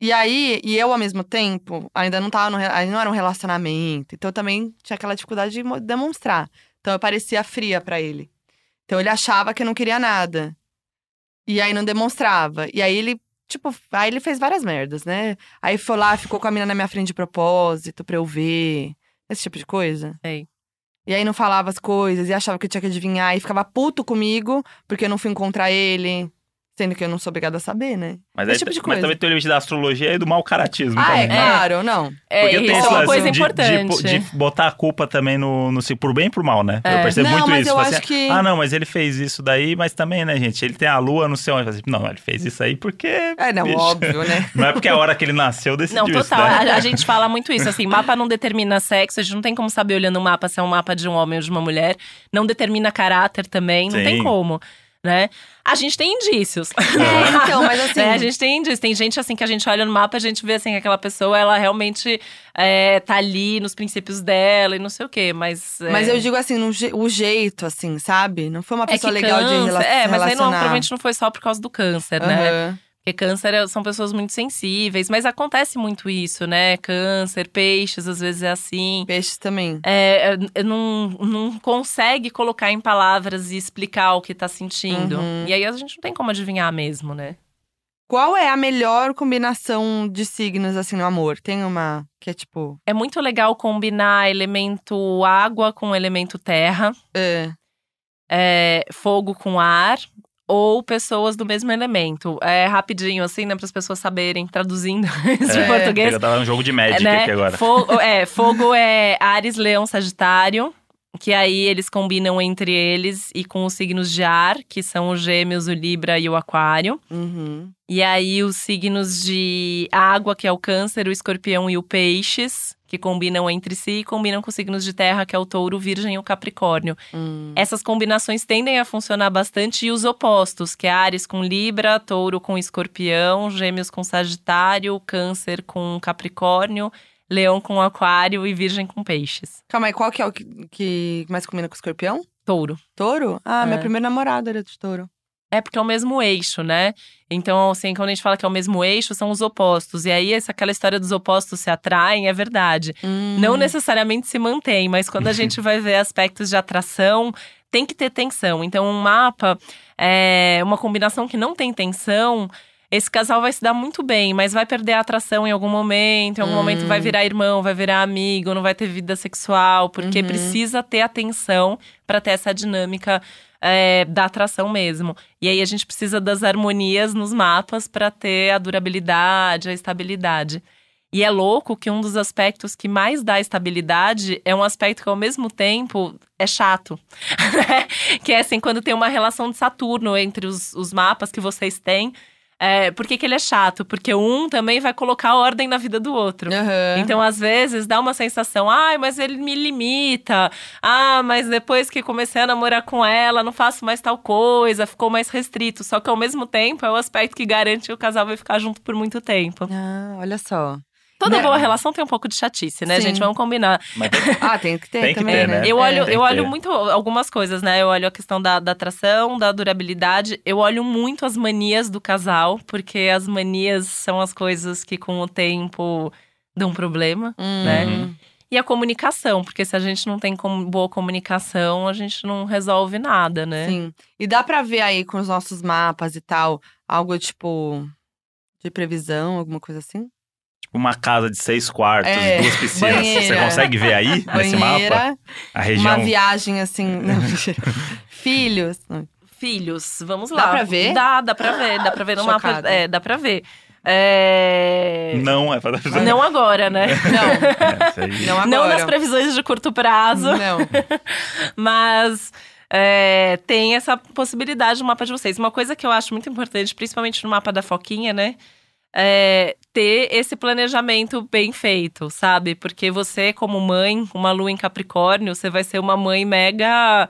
S2: E aí, e eu ao mesmo tempo, ainda não tava no, re- ainda não era um relacionamento, então eu também tinha aquela dificuldade de mo- demonstrar. Então eu parecia fria pra ele. Então ele achava que eu não queria nada. E aí não demonstrava. E aí ele, tipo, aí ele fez várias merdas, né? Aí foi lá, ficou com a mina na minha frente de propósito pra eu ver. Esse tipo de coisa.
S3: Sei.
S2: E aí não falava as coisas e achava que eu tinha que adivinhar e ficava puto comigo porque eu não fui encontrar ele. Sendo que eu não sou obrigada a saber, né?
S1: Mas,
S2: Esse
S1: aí-
S2: tipo de
S1: mas
S2: coisa.
S1: também tem o limite da astrologia e do mau caratismo
S2: Ah,
S1: também.
S2: é,
S1: né?
S2: claro, não.
S3: É,
S1: Porque tem
S3: isso
S1: esse
S3: é uma
S1: lance
S3: coisa
S1: de- de-
S3: importante.
S2: é.
S1: De, botar a culpa também no, no se por bem e por mal, né? Eu percebo
S2: não,
S1: muito
S2: mas
S1: isso.
S2: eu
S1: Fala
S2: acho
S1: assim,
S2: que.
S1: Ah, não, mas ele fez isso daí, mas também, né, gente? Ele tem a lua, não sei onde. Fala assim, Não, ele fez isso aí porque.
S2: É, não,
S1: bicho,
S2: óbvio, né?
S1: Não é porque a hora que ele nasceu decidiu
S3: Não,
S1: isso,
S3: total.
S1: né?
S3: A,
S2: é
S3: a gente fala muito isso, assim, mapa não determina sexo, a gente não tem como saber olhando o mapa se é um mapa de um homem ou de uma mulher. Não determina caráter também, não tem
S1: Sim.
S3: como, né? A gente tem indícios.
S2: É, então, mas assim.
S3: Né? A gente tem indícios. Tem gente assim que a gente olha no mapa, a gente vê assim que aquela pessoa, ela realmente é, tá ali nos princípios dela e não sei o quê, mas. é,
S2: Mas eu digo assim, no je- o jeito, assim, sabe? Não foi uma
S3: é que
S2: pessoa legal de
S3: câncer-
S2: rela
S3: É, mas aí não,
S2: relacionar.
S3: provavelmente não foi só por causa do câncer, né?
S2: Aham.
S3: Porque câncer é- são pessoas muito sensíveis, mas acontece muito isso, né? Câncer, peixes, às vezes é assim.
S2: Peixes também.
S3: É, é, não, não consegue colocar em palavras e explicar o que tá sentindo.
S2: Uhum.
S3: E aí a gente não tem como adivinhar mesmo, né?
S2: Qual é a melhor combinação de signos, assim, no amor? Tem uma que é tipo.
S3: É muito legal combinar elemento água com elemento terra,
S2: é,
S3: é, fogo com ar, ou pessoas do mesmo elemento. É rapidinho, assim, né? Para as pessoas saberem, traduzindo isso
S1: É,
S3: de português.
S1: Eu tava um jogo de Magic
S3: né?
S1: aqui agora.
S3: Fogo é, fogo é Ares, Leão, Sagitário. Que aí eles combinam entre eles e com os signos de ar, que são os gêmeos, o Libra e o Aquário.
S2: uhum.
S3: E aí os signos de água, que é o câncer, o escorpião e o peixes, que combinam entre si e combinam com os signos de terra, que é o touro, o virgem e o capricórnio.
S2: Hum.
S3: Essas combinações tendem a funcionar bastante e os opostos, que é Ares com Libra, Touro com Escorpião, Gêmeos com Sagitário, Câncer com Capricórnio, Leão com Aquário e Virgem com Peixes.
S2: Calma aí, qual que é o que, que mais combina com o escorpião?
S3: Touro.
S2: Touro? Ah, minha
S3: É.
S2: primeira namorada era de touro.
S3: É porque é o mesmo eixo, né? Então, assim, quando a gente fala que é o mesmo eixo, são os opostos. E aí, essa, aquela história dos opostos se atraem é verdade. Não
S2: Hum.
S3: necessariamente se mantém, mas quando a gente vai ver aspectos de atração, tem que ter tensão. Então, um mapa, é, uma combinação que não tem tensão, esse casal vai se dar muito bem, mas vai perder a atração em algum momento. Em algum
S2: Hum.
S3: momento vai virar irmão, vai virar amigo, não vai ter vida sexual, porque
S2: Uhum.
S3: precisa ter atenção para ter essa dinâmica. é, da atração mesmo. E aí a gente precisa das harmonias nos mapas para ter a durabilidade, a estabilidade. E é louco que um dos aspectos que mais dá estabilidade é um aspecto que, ao mesmo tempo, é chato. que é assim, quando tem uma relação de Saturno entre os, os mapas que vocês têm. É, por que, que ele é chato? Porque um também vai colocar ordem na vida do outro.
S2: Aham.
S3: Então, às vezes, dá uma sensação, ai, mas ele me limita. Ah, mas depois que comecei a namorar com ela, não faço mais tal coisa, ficou mais restrito. Só que ao mesmo tempo é o aspecto que garante que o casal vai ficar junto por muito tempo.
S2: Ah, olha só.
S3: Toda
S2: Né?
S3: boa relação tem um pouco de chatice, né,
S2: Sim.
S3: gente? Vamos combinar.
S1: Mas tipo,
S2: Ah, tem que ter
S1: Tem que
S2: também,
S1: ter,
S2: né?
S1: né?
S3: Eu olho,
S1: Tem
S3: eu
S1: que
S3: olho
S1: ter.
S3: muito algumas coisas, né? Eu olho a questão da, da atração, da durabilidade. Eu olho muito as manias do casal, porque as manias são as coisas que com o tempo dão problema.
S2: Hum.
S3: né? E a comunicação, porque se a gente não tem com- boa comunicação, a gente não resolve nada,
S2: É.
S3: né?
S2: Sim. E dá pra ver aí com os nossos mapas e tal, algo tipo. de previsão, alguma coisa assim?
S1: Tipo uma casa de seis quartos,
S2: É,
S1: duas piscinas. Você
S2: banheira.
S1: consegue ver aí, nesse mapa,
S2: Banheira,
S1: a
S2: uma
S1: região?
S2: viagem assim. não, mentira. Filhos. Não.
S3: Filhos, vamos
S2: Dá
S3: lá.
S2: pra ver?
S3: Dá, dá pra ver. Dá pra ver no mapa.
S2: Chocada.
S3: É, dá pra ver. É,
S1: Não, é pra dar pra-
S3: Não agora, né?
S2: Não,
S1: É, isso aí.
S2: não agora. Hum.
S3: Não nas previsões de curto prazo,
S2: Não.
S3: mas é, tem essa possibilidade no mapa de vocês. Uma coisa que eu acho muito importante, principalmente no mapa da Foquinha, né? É ter esse planejamento bem feito, sabe? Porque você, como mãe, uma lua em Capricórnio, você vai ser uma mãe mega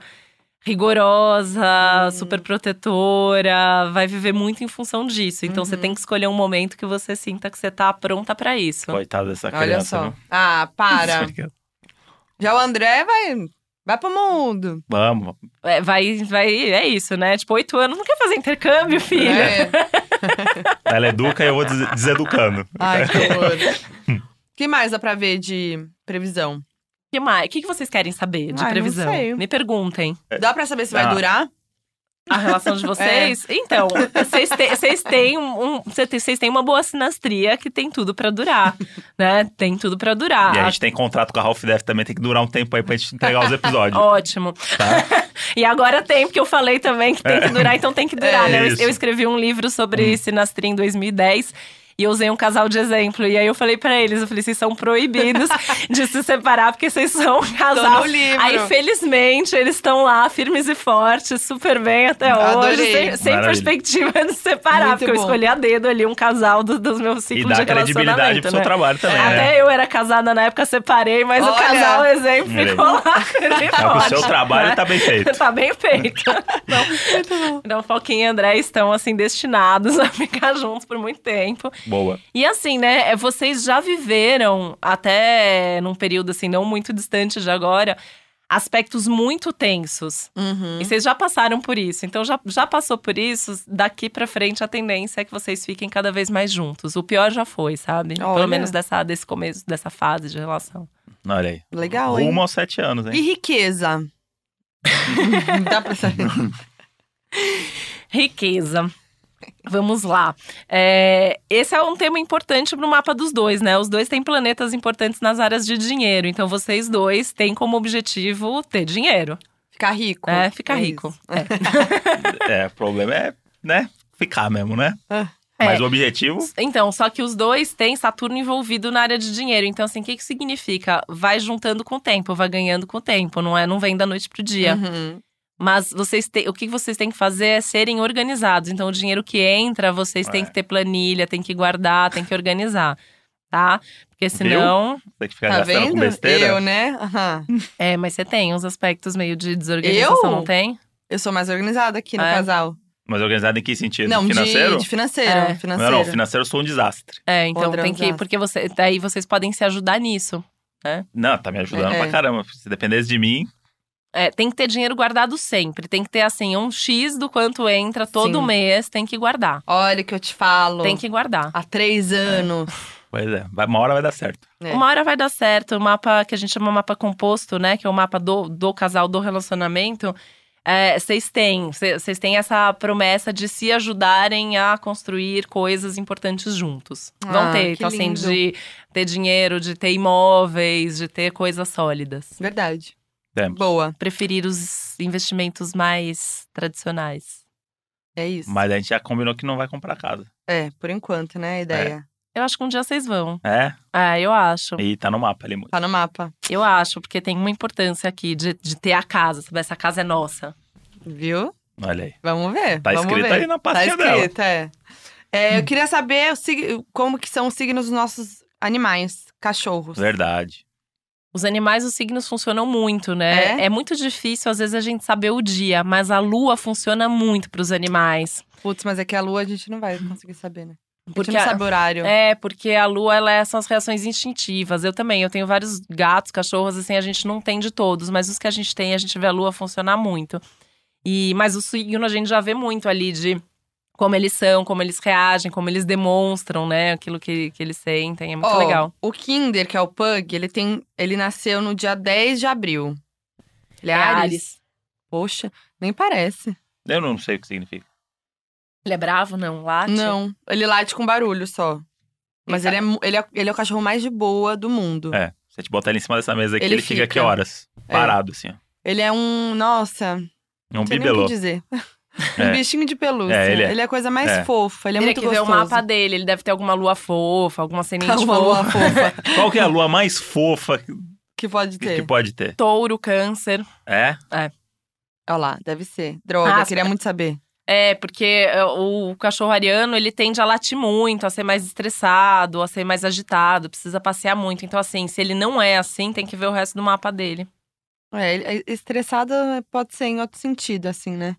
S3: rigorosa,
S2: Uhum.
S3: super protetora, vai viver muito em função disso. Então você
S2: Uhum.
S3: tem que escolher um momento que você sinta que você tá pronta pra isso.
S1: Coitada dessa criança. né?
S2: Olha só.
S1: viu? é
S2: Ah, para.
S1: Coitada.
S2: Já o André vai. Vai pro mundo.
S1: Vamos.
S3: É, vai, vai, é isso, né? Tipo, oito anos, não quer fazer intercâmbio, filha?
S2: É.
S1: Ela educa e eu vou des- deseducando.
S2: Ai, que horror. que mais dá pra ver de previsão?
S3: O que mais? O que que vocês querem saber de
S2: Ai, não
S3: previsão?
S2: sei.
S3: Me perguntem.
S2: Dá pra saber se vai
S1: Ah.
S2: durar?
S3: A relação
S2: É.
S3: de vocês? Então, vocês te- vocês têm, um, um- vocês têm- vocês têm uma boa sinastria que tem tudo pra durar, né? Tem tudo pra
S2: Ah,
S3: durar.
S1: E a gente tem contrato com a Ralph Def também, tem que durar um tempo aí pra gente entregar os episódios.
S3: Ótimo.
S1: Tá?
S3: E agora tem, porque eu falei também que tem que durar, então tem que durar,
S1: É
S3: né? Eu,
S1: isso. Hum.
S3: eu escrevi um livro sobre sinastria em 2010. E eu usei um casal de exemplo. E aí eu falei pra eles, eu falei, vocês são proibidos de se separar, porque vocês são um
S2: Tô
S3: casal.
S2: no livro.
S3: Aí, felizmente, eles estão lá, firmes e fortes, super bem até hoje.
S2: Adorei.
S3: Sem, sem
S1: Maravilha.
S3: perspectiva de se separar,
S2: Muito
S3: porque eu
S2: bom.
S3: escolhi a dedo ali um casal do- dos meus
S1: E
S3: ciclos
S1: dá
S3: de
S1: credibilidade
S3: relacionamento,
S1: pro
S3: né?
S1: seu trabalho também,
S2: É,
S1: né?
S3: Até eu era casada na época, separei, mas o
S2: Olha.
S3: casal exemplo
S1: Olha aí.
S3: ficou lá. firme e
S1: Mas É o seu
S3: forte,
S1: trabalho
S3: né?
S1: tá bem feito.
S3: tá bem feito. Então, então Foquinha e André estão, assim, destinados a ficar juntos por muito tempo.
S1: Boa.
S3: E assim, né, é, vocês já viveram, até num período, assim, não muito distante de agora, aspectos muito tensos.
S2: Uhum.
S3: E vocês já passaram por isso. Então, já, já passou por isso, daqui pra frente a tendência é que vocês fiquem cada vez mais juntos. O pior já foi, sabe?
S2: Olha.
S3: Pelo menos dessa, desse começo, dessa fase de relação.
S1: Olha aí.
S2: é Legal, hein?
S1: Rumo aos sete anos, hein?
S2: E riqueza? Dá pra saber.
S3: Riqueza. Vamos lá. É, esse é um tema importante no mapa dos dois, né? Os dois têm planetas importantes nas áreas de dinheiro. Então, vocês dois têm como objetivo ter dinheiro,
S2: Ficar rico.
S3: né? Ficar
S2: É
S3: rico.
S2: isso.
S3: É.
S1: É, o problema é, né? Ficar mesmo, né?
S2: Ah.
S1: Mas o objetivo.
S3: Então, só que os dois têm Saturno envolvido na área de dinheiro. Então, assim, o que, que significa? Vai juntando com o tempo, vai ganhando com o tempo. Não é? Não vem da noite pro dia.
S2: Uhum.
S3: Mas vocês têm, o que vocês têm que fazer é serem organizados. Então, o dinheiro que entra, vocês têm
S1: É.
S3: que ter planilha, têm que guardar, têm que organizar, tá? Porque senão.
S1: Tem que ficar
S2: Tá
S1: gastando
S2: vendo?
S1: com besteira.
S2: Eu, né? Aham.
S3: É, mas você tem uns aspectos meio de desorganização,
S2: Eu?
S3: não tem?
S2: Eu sou mais organizada aqui no
S3: É.
S2: casal.
S1: Mas organizado em que sentido?
S2: Não, de-
S1: financeiro?
S2: De, financeiro.
S3: É.
S2: financeiro.
S1: Não, não, financeiro eu sou um desastre.
S3: É, então
S2: Podrão
S3: tem que.
S2: usar.
S3: Porque você, daí vocês podem se ajudar nisso.
S1: Não, tá me ajudando
S2: É.
S1: pra caramba. Se dependesse de mim,
S3: É, tem que ter dinheiro guardado sempre. Tem que ter, assim, um X do quanto entra todo
S2: Sim.
S3: mês, tem que guardar.
S2: Olha o que eu te falo.
S3: Tem que guardar.
S2: Há três anos.
S1: pois é, vai- uma hora vai dar certo.
S2: É.
S3: Uma hora vai dar certo. O mapa que a gente chama mapa composto, né? Que é o mapa do, do casal, do relacionamento. é, Vocês têm, cê- vocês têm essa promessa de se ajudarem a construir coisas importantes juntos. Vão
S2: Ah,
S3: ter,
S2: que
S3: então, assim,
S2: lindo.
S3: de ter dinheiro, de ter imóveis, de ter coisas sólidas.
S2: Verdade.
S1: Temos.
S2: Boa.
S3: Preferir os investimentos mais tradicionais.
S2: É isso.
S1: Mas a gente já combinou que não vai comprar casa.
S2: É, por enquanto, né? A ideia.
S3: Eu acho que um dia vocês vão.
S1: É,
S3: Ah, eu acho.
S1: e tá no mapa ali. muito.
S2: Tá no mapa.
S3: Eu acho, porque tem uma importância aqui de, de ter a casa, sabe? Essa casa é nossa.
S2: Viu?
S1: Olha aí.
S2: Vamos ver.
S1: Tá
S2: Vamos
S1: escrito
S2: ver.
S1: aí na
S2: Tá
S1: pastinha dela. Hum.
S2: escrito, é. É, Eu queria saber o sig- como que são os signos dos nossos animais, cachorros.
S1: É. Verdade.
S3: Os animais, os signos funcionam muito, né? É, muito difícil, às vezes, a gente saber o dia, mas a lua funciona muito para os animais.
S2: Putz, mas é que a lua a gente não vai conseguir saber, né?
S3: Porque
S2: a gente não
S3: a-
S2: sabe o horário.
S3: É, porque a lua, ela é essas reações instintivas. Eu também, eu tenho vários gatos, cachorros, assim, a gente não tem de todos, mas os que a gente tem, a gente vê a lua funcionar muito. E Mas o signo a gente já vê muito ali de como eles são, como eles reagem, como eles demonstram, né? Aquilo que, que eles sentem, é muito
S2: Ó,
S3: legal.
S2: O Kinder, que é o Pug, ele tem. Ele nasceu no dia 10 de abril. Ele é
S3: É
S2: Ares.
S3: Ares.
S2: Poxa, nem parece.
S1: Eu não sei o que significa.
S3: Ele é bravo? Não. Late?
S2: Não, ele late com barulho só. Mas ele é, mu- ele, é, ele é o cachorro mais de boa do mundo.
S1: É. Se a gente botar ele em cima dessa mesa aqui, ele,
S2: Ele
S1: fica aqui
S2: fica.
S1: horas.
S2: É.
S1: Parado, assim. ó.
S2: Ele é um. Nossa,
S1: É um
S2: não sei nem o
S1: bibelô.
S2: que dizer.
S1: É.
S2: Um bichinho de pelúcia.
S1: É, ele é.
S2: a coisa mais
S1: É.
S2: fofa, ele é
S3: Teria
S2: muito
S3: que
S2: gostoso. Tá
S3: ver o mapa dele. Ele deve ter alguma lua fofa, alguma semente
S2: Uma
S3: fofa.
S2: lua fofa
S1: Qual que é a lua mais fofa que,
S2: que pode ter.
S1: que pode ter?
S3: Touro, câncer.
S1: É?
S2: Olha lá, deve ser. Droga,
S3: Ah,
S2: eu queria muito saber.
S3: É, porque é, o cachorro ariano, ele tende a latir muito, a ser mais estressado, a ser mais agitado, precisa passear muito. Então, assim, se ele não é assim, tem que ver o resto do mapa dele.
S2: É, ele- é- estressada pode ser em outro sentido, assim, né?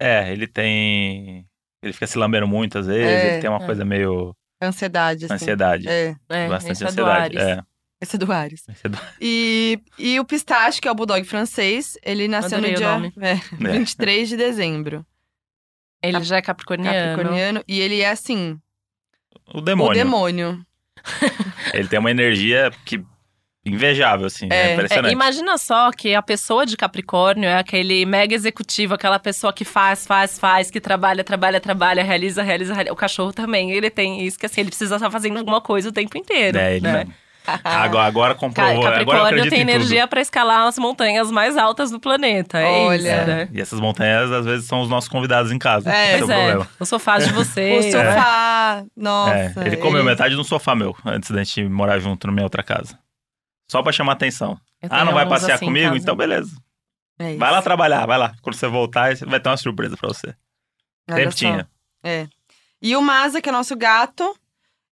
S1: É, ele tem. Ele fica se lambendo muito às vezes,
S2: É.
S1: ele tem uma
S3: É.
S1: coisa meio
S2: Ansiedade, assim.
S1: ansiedade.
S2: É,
S3: É,
S1: Bastante
S3: isso é do
S1: ansiedade.
S3: Ares.
S1: É,
S2: esse é do Ares.
S1: ansiedade.
S2: E, e o Pistache, que é o Bulldog francês, ele nasceu
S3: Adorei o
S2: no dia
S3: nome.
S2: é,
S1: né?
S2: 23 de dezembro.
S3: Ele já é capricorniano.
S2: Capricorniano. E ele é, assim,
S1: O demônio.
S2: o demônio.
S1: Ele tem uma energia que invejável, assim. É,
S2: É.
S1: impressionante.
S3: É, imagina só que a pessoa de Capricórnio é aquele mega executivo, aquela pessoa que faz, faz, faz, que trabalha, trabalha, trabalha, realiza, realiza, realiza. O cachorro também, ele tem isso que assim, ele precisa estar fazendo alguma coisa o tempo inteiro.
S1: É, ele
S3: né?
S1: mesmo.
S2: Ah,
S1: Agora, agora
S3: Ca-
S1: comprovou. Agora eu
S3: Capricórnio
S1: acredito
S3: tem
S1: em tudo.
S3: energia pra escalar as montanhas mais altas do planeta. É
S2: Olha.
S3: isso,
S1: É,
S3: né?
S1: E essas montanhas, às vezes, são os nossos convidados em casa.
S2: É,
S1: Esse
S3: Pois
S1: é o
S3: é,
S1: problema.
S3: o sofá de
S2: O
S3: você. né?
S2: sofá, nossa.
S1: É, ele comeu metade de um sofá meu antes da gente morar junto na minha outra casa. Só pra chamar atenção.
S3: Eu
S1: Ah, não
S3: tenho
S1: vai
S3: uns
S1: passear
S3: assim em
S1: comigo?
S3: casa.
S1: Então, beleza.
S2: É isso.
S1: Vai lá trabalhar, vai lá. Quando você voltar, vai ter uma surpresa pra você.
S2: Olha
S1: Sempre
S2: só.
S1: tinha.
S2: E o Maza, que é nosso gato,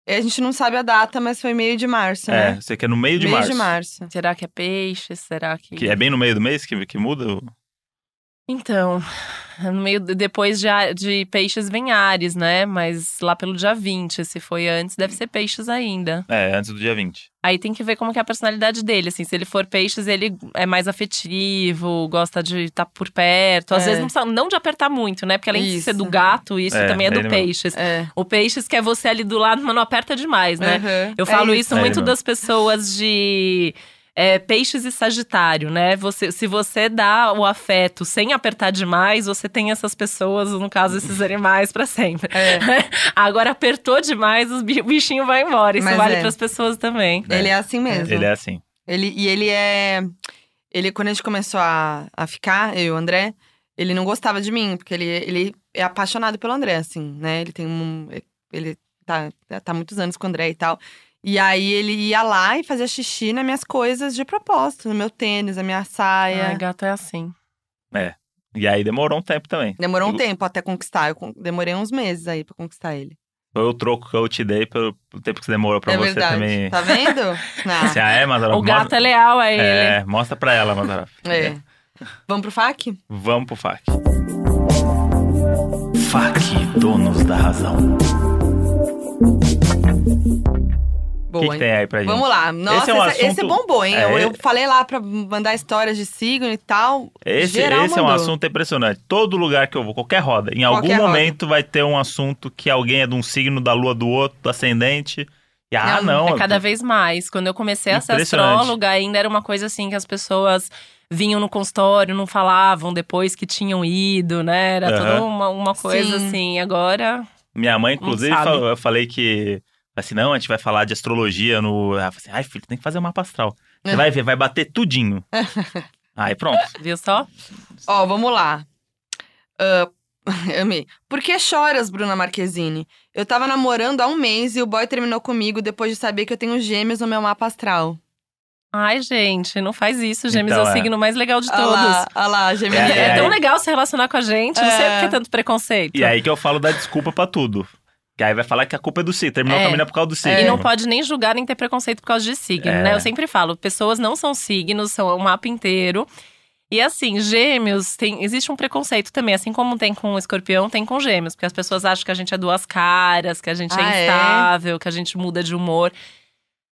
S2: a gente não sabe a data, mas foi meio de março,
S1: É,
S2: né?
S1: você quer no meio de
S2: meio
S1: março.
S2: de março.
S3: Será que é peixe? Será que.
S1: Que é bem no meio do mês que, que muda? o-
S3: Então, no meio de- depois de, a- de peixes vem Ares, né? Mas lá pelo dia 20, se foi antes, deve ser peixes ainda.
S1: É, antes do dia 20.
S3: Aí tem que ver como que é a personalidade dele, assim, se ele for peixes, ele é mais afetivo, gosta de estar por perto. Às
S2: É.
S3: vezes não, precisa- não de apertar muito, né? Porque além de ser do
S2: Isso.
S3: gato, isso
S1: É,
S3: também é
S1: é ele
S3: do
S1: mesmo.
S3: peixes.
S2: É.
S3: O peixes quer você ali do lado, mas não aperta demais, né?
S2: Aham.
S3: Eu falo
S2: É
S3: isso,
S1: É,
S3: muito
S1: irmão.
S3: das pessoas de é, peixes e sagitário, né? Você, se você dá o afeto sem apertar demais, você tem essas pessoas, no caso, esses animais, pra sempre.
S2: É.
S3: Agora, apertou demais, os bi- o bichinho vai embora. Isso
S2: Mas
S3: vale
S2: é.
S3: pras pessoas também.
S2: Ele é assim mesmo.
S1: Ele é assim.
S2: Ele- e ele é. Ele, quando a gente começou a, a ficar, eu e o André, ele não gostava de mim, porque ele, ele é apaixonado pelo André, assim, né? Ele tem um. Ele tá, tá há muitos anos com o André e tal. E aí ele ia lá e fazia xixi nas minhas coisas de propósito, no meu tênis, na minha saia.
S3: Ai, gato é assim.
S1: E aí demorou um tempo também.
S2: Demorou um
S1: Eu-
S2: tempo até conquistar. Eu con- demorei uns meses aí pra conquistar ele.
S1: Foi o troco que eu te dei pelo pelo tempo que você demorou pra
S2: é
S1: você
S2: verdade.
S1: também.
S2: Tá vendo? Ah,
S1: Você, ah, é, Mazarop?
S3: o gato
S1: mostra...
S3: é leal a ele.
S1: É, mostra pra ela, Mazarop.
S2: é. Vamos pro FAC?
S1: Vamos pro FAC. FAC, donos da razão. O
S2: Boa,
S1: que, que
S2: hein?
S1: tem aí pra gente?
S2: Vamos lá. Nossa, esse
S1: é um
S2: esse
S1: assunto-
S2: bombou, hein?
S1: É,
S2: eu, eu
S1: ele-
S2: falei lá pra mandar histórias de signo e tal.
S1: Esse,
S2: Geral
S1: esse é um
S2: mandou.
S1: assunto impressionante. Todo lugar que eu vou, qualquer roda, em algum
S2: Qualquer roda.
S1: momento vai ter um assunto que alguém é de um signo, da lua do outro, do ascendente. E, ah, não.
S2: Não,
S3: É cada vez mais. Quando eu comecei a ser
S1: Impressionante.
S3: astróloga, ainda era uma coisa assim que as pessoas vinham no consultório, não falavam depois que tinham ido, né? Era
S1: Aham.
S3: toda uma, uma coisa
S2: Sim.
S3: assim. Agora.
S1: Minha
S2: um
S1: mãe, inclusive,
S3: Não sabe.
S1: falou- eu falei que. Assim, não, a gente vai falar de astrologia no. Ela falou assim, ai, filho, tem que fazer o mapa astral. Você
S2: É.
S1: vai ver, vai bater tudinho. Aí pronto.
S3: Viu só?
S2: Ó, vamos lá. Ah, amei. Por que choras, Bruna Marquezine? Eu tava namorando há um mês e o boy terminou comigo depois de saber que eu tenho gêmeos no meu mapa astral.
S3: Ai, gente, não faz isso. Gêmeos
S1: Então,
S3: é o
S1: é.
S3: signo mais legal de
S2: Olha
S3: todos.
S2: lá, olha lá, Então, geminiano.
S3: É,
S1: É,
S3: tão
S1: aí-
S3: legal se relacionar com a gente. Não sei
S2: É.
S3: por que tanto preconceito.
S1: E aí que eu falo da desculpa pra tudo. Que aí vai falar que a culpa é do signo. Terminou
S3: É.
S1: com a mina por causa do signo.
S3: E não pode nem julgar nem ter preconceito por causa de signo,
S1: É.
S3: né? Eu sempre falo, pessoas não são signos, são o mapa inteiro. E assim, gêmeos, tem, existe um preconceito também, assim como tem com o escorpião, tem com gêmeos. Porque as pessoas acham que a gente é duas caras, que a gente
S2: Ah,
S3: é
S2: é?
S3: instável, que a gente muda de humor.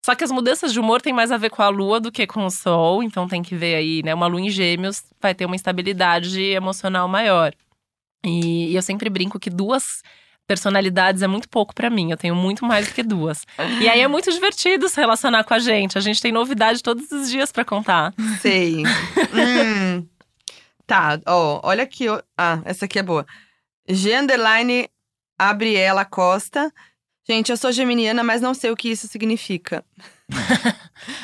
S3: Só que as mudanças de humor têm mais a ver com a lua do que com o sol, então tem que ver aí, né? Uma lua em gêmeos vai ter uma instabilidade emocional maior. E, e eu sempre brinco que duas personalidades é muito pouco pra mim, eu tenho muito mais do que duas. e aí é muito divertido se relacionar com a gente, a gente tem novidade todos os dias pra contar.
S2: Sei. Hum. Tá, ó, olha aqui. ó. Ah, essa aqui é boa. G underline Abriela Costa. Gente, eu sou geminiana, mas não sei o que isso significa.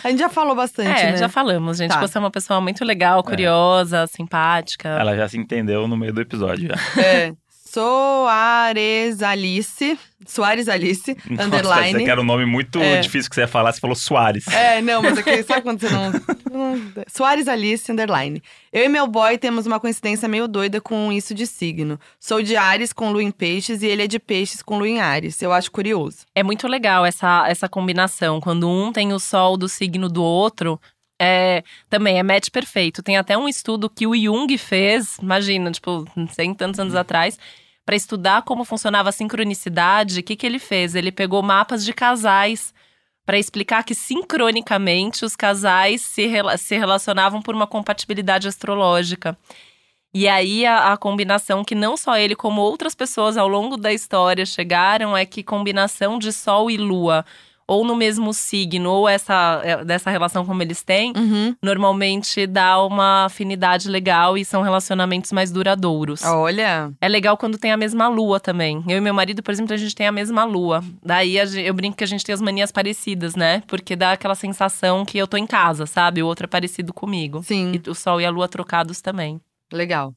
S2: a gente já falou bastante,
S3: É,
S2: né?
S3: já falamos, gente.
S2: Tá.
S3: Você é uma pessoa muito legal, curiosa, simpática.
S1: Ela já se entendeu no meio do episódio. já.
S2: É. Soares Alice. Soares Alice,
S1: Nossa, você
S2: underline.
S1: quer um nome muito
S2: É.
S1: difícil que você ia falar, você falou Soares.
S2: É, não, mas aqui, sabe quando você não. não- Soares Alice, underline. Eu e meu boy temos uma coincidência meio doida com isso de signo. Sou de Ares com lua em peixes e ele é de peixes com lua em Ares. Eu acho curioso.
S3: É muito legal essa, essa combinação. Quando um tem o sol do signo do outro, é, também é match perfeito. Tem até um estudo que o Jung fez, imagina, tipo, cem e tantos anos atrás, para estudar como funcionava a sincronicidade. O que, que ele fez? Ele pegou mapas de casais para explicar que sincronicamente os casais se, rela- se relacionavam por uma compatibilidade astrológica. E aí a, a combinação que não só ele, como outras pessoas ao longo da história chegaram é que combinação de Sol e Lua, ou no mesmo signo, ou essa, é, dessa relação como eles têm,
S2: Uhum.
S3: normalmente dá uma afinidade legal e são relacionamentos mais duradouros.
S2: Olha.
S3: É legal quando tem a mesma lua também. Eu e meu marido, por exemplo, a gente tem a mesma lua. Daí a gen- eu brinco que a gente tem as manias parecidas, né? Porque dá aquela sensação que eu tô em casa, sabe? O outro é parecido comigo.
S2: Sim.
S3: E o sol e a lua trocados também.
S2: Legal.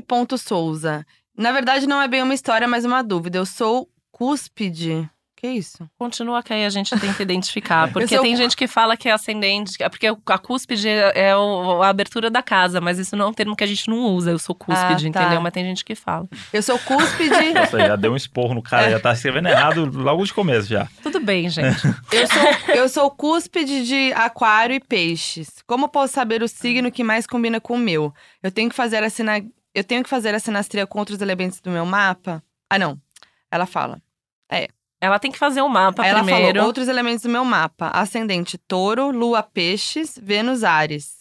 S2: Cate.souza. Na verdade, não é bem uma história, mas uma dúvida. Eu sou cúspide. Que isso?
S3: Continua que aí a gente tenta identificar. Porque
S2: sou-
S3: tem gente que fala que é ascendente. é Porque a cúspide é o- a abertura da casa, mas isso não é um termo que a gente não usa. Eu sou cúspide,
S2: Ah, tá.
S3: entendeu? Mas tem gente que fala.
S2: Eu sou cúspide.
S1: Nossa, já deu um esporro no
S3: É.
S1: cara, já tá escrevendo errado logo de começo já.
S3: Tudo bem, gente.
S2: eu, sou, eu sou cúspide de aquário e peixes. Como posso saber o signo que mais combina com o meu? Eu tenho que fazer a sina... Eu tenho que fazer a sinastria contra os elementos do meu mapa? Ah, não. Ela fala.
S3: Ela tem que fazer o mapa
S2: Aí ela
S3: Tá primeiro.
S2: falou outros elementos do meu mapa: ascendente touro, lua peixes, Vênus Ares.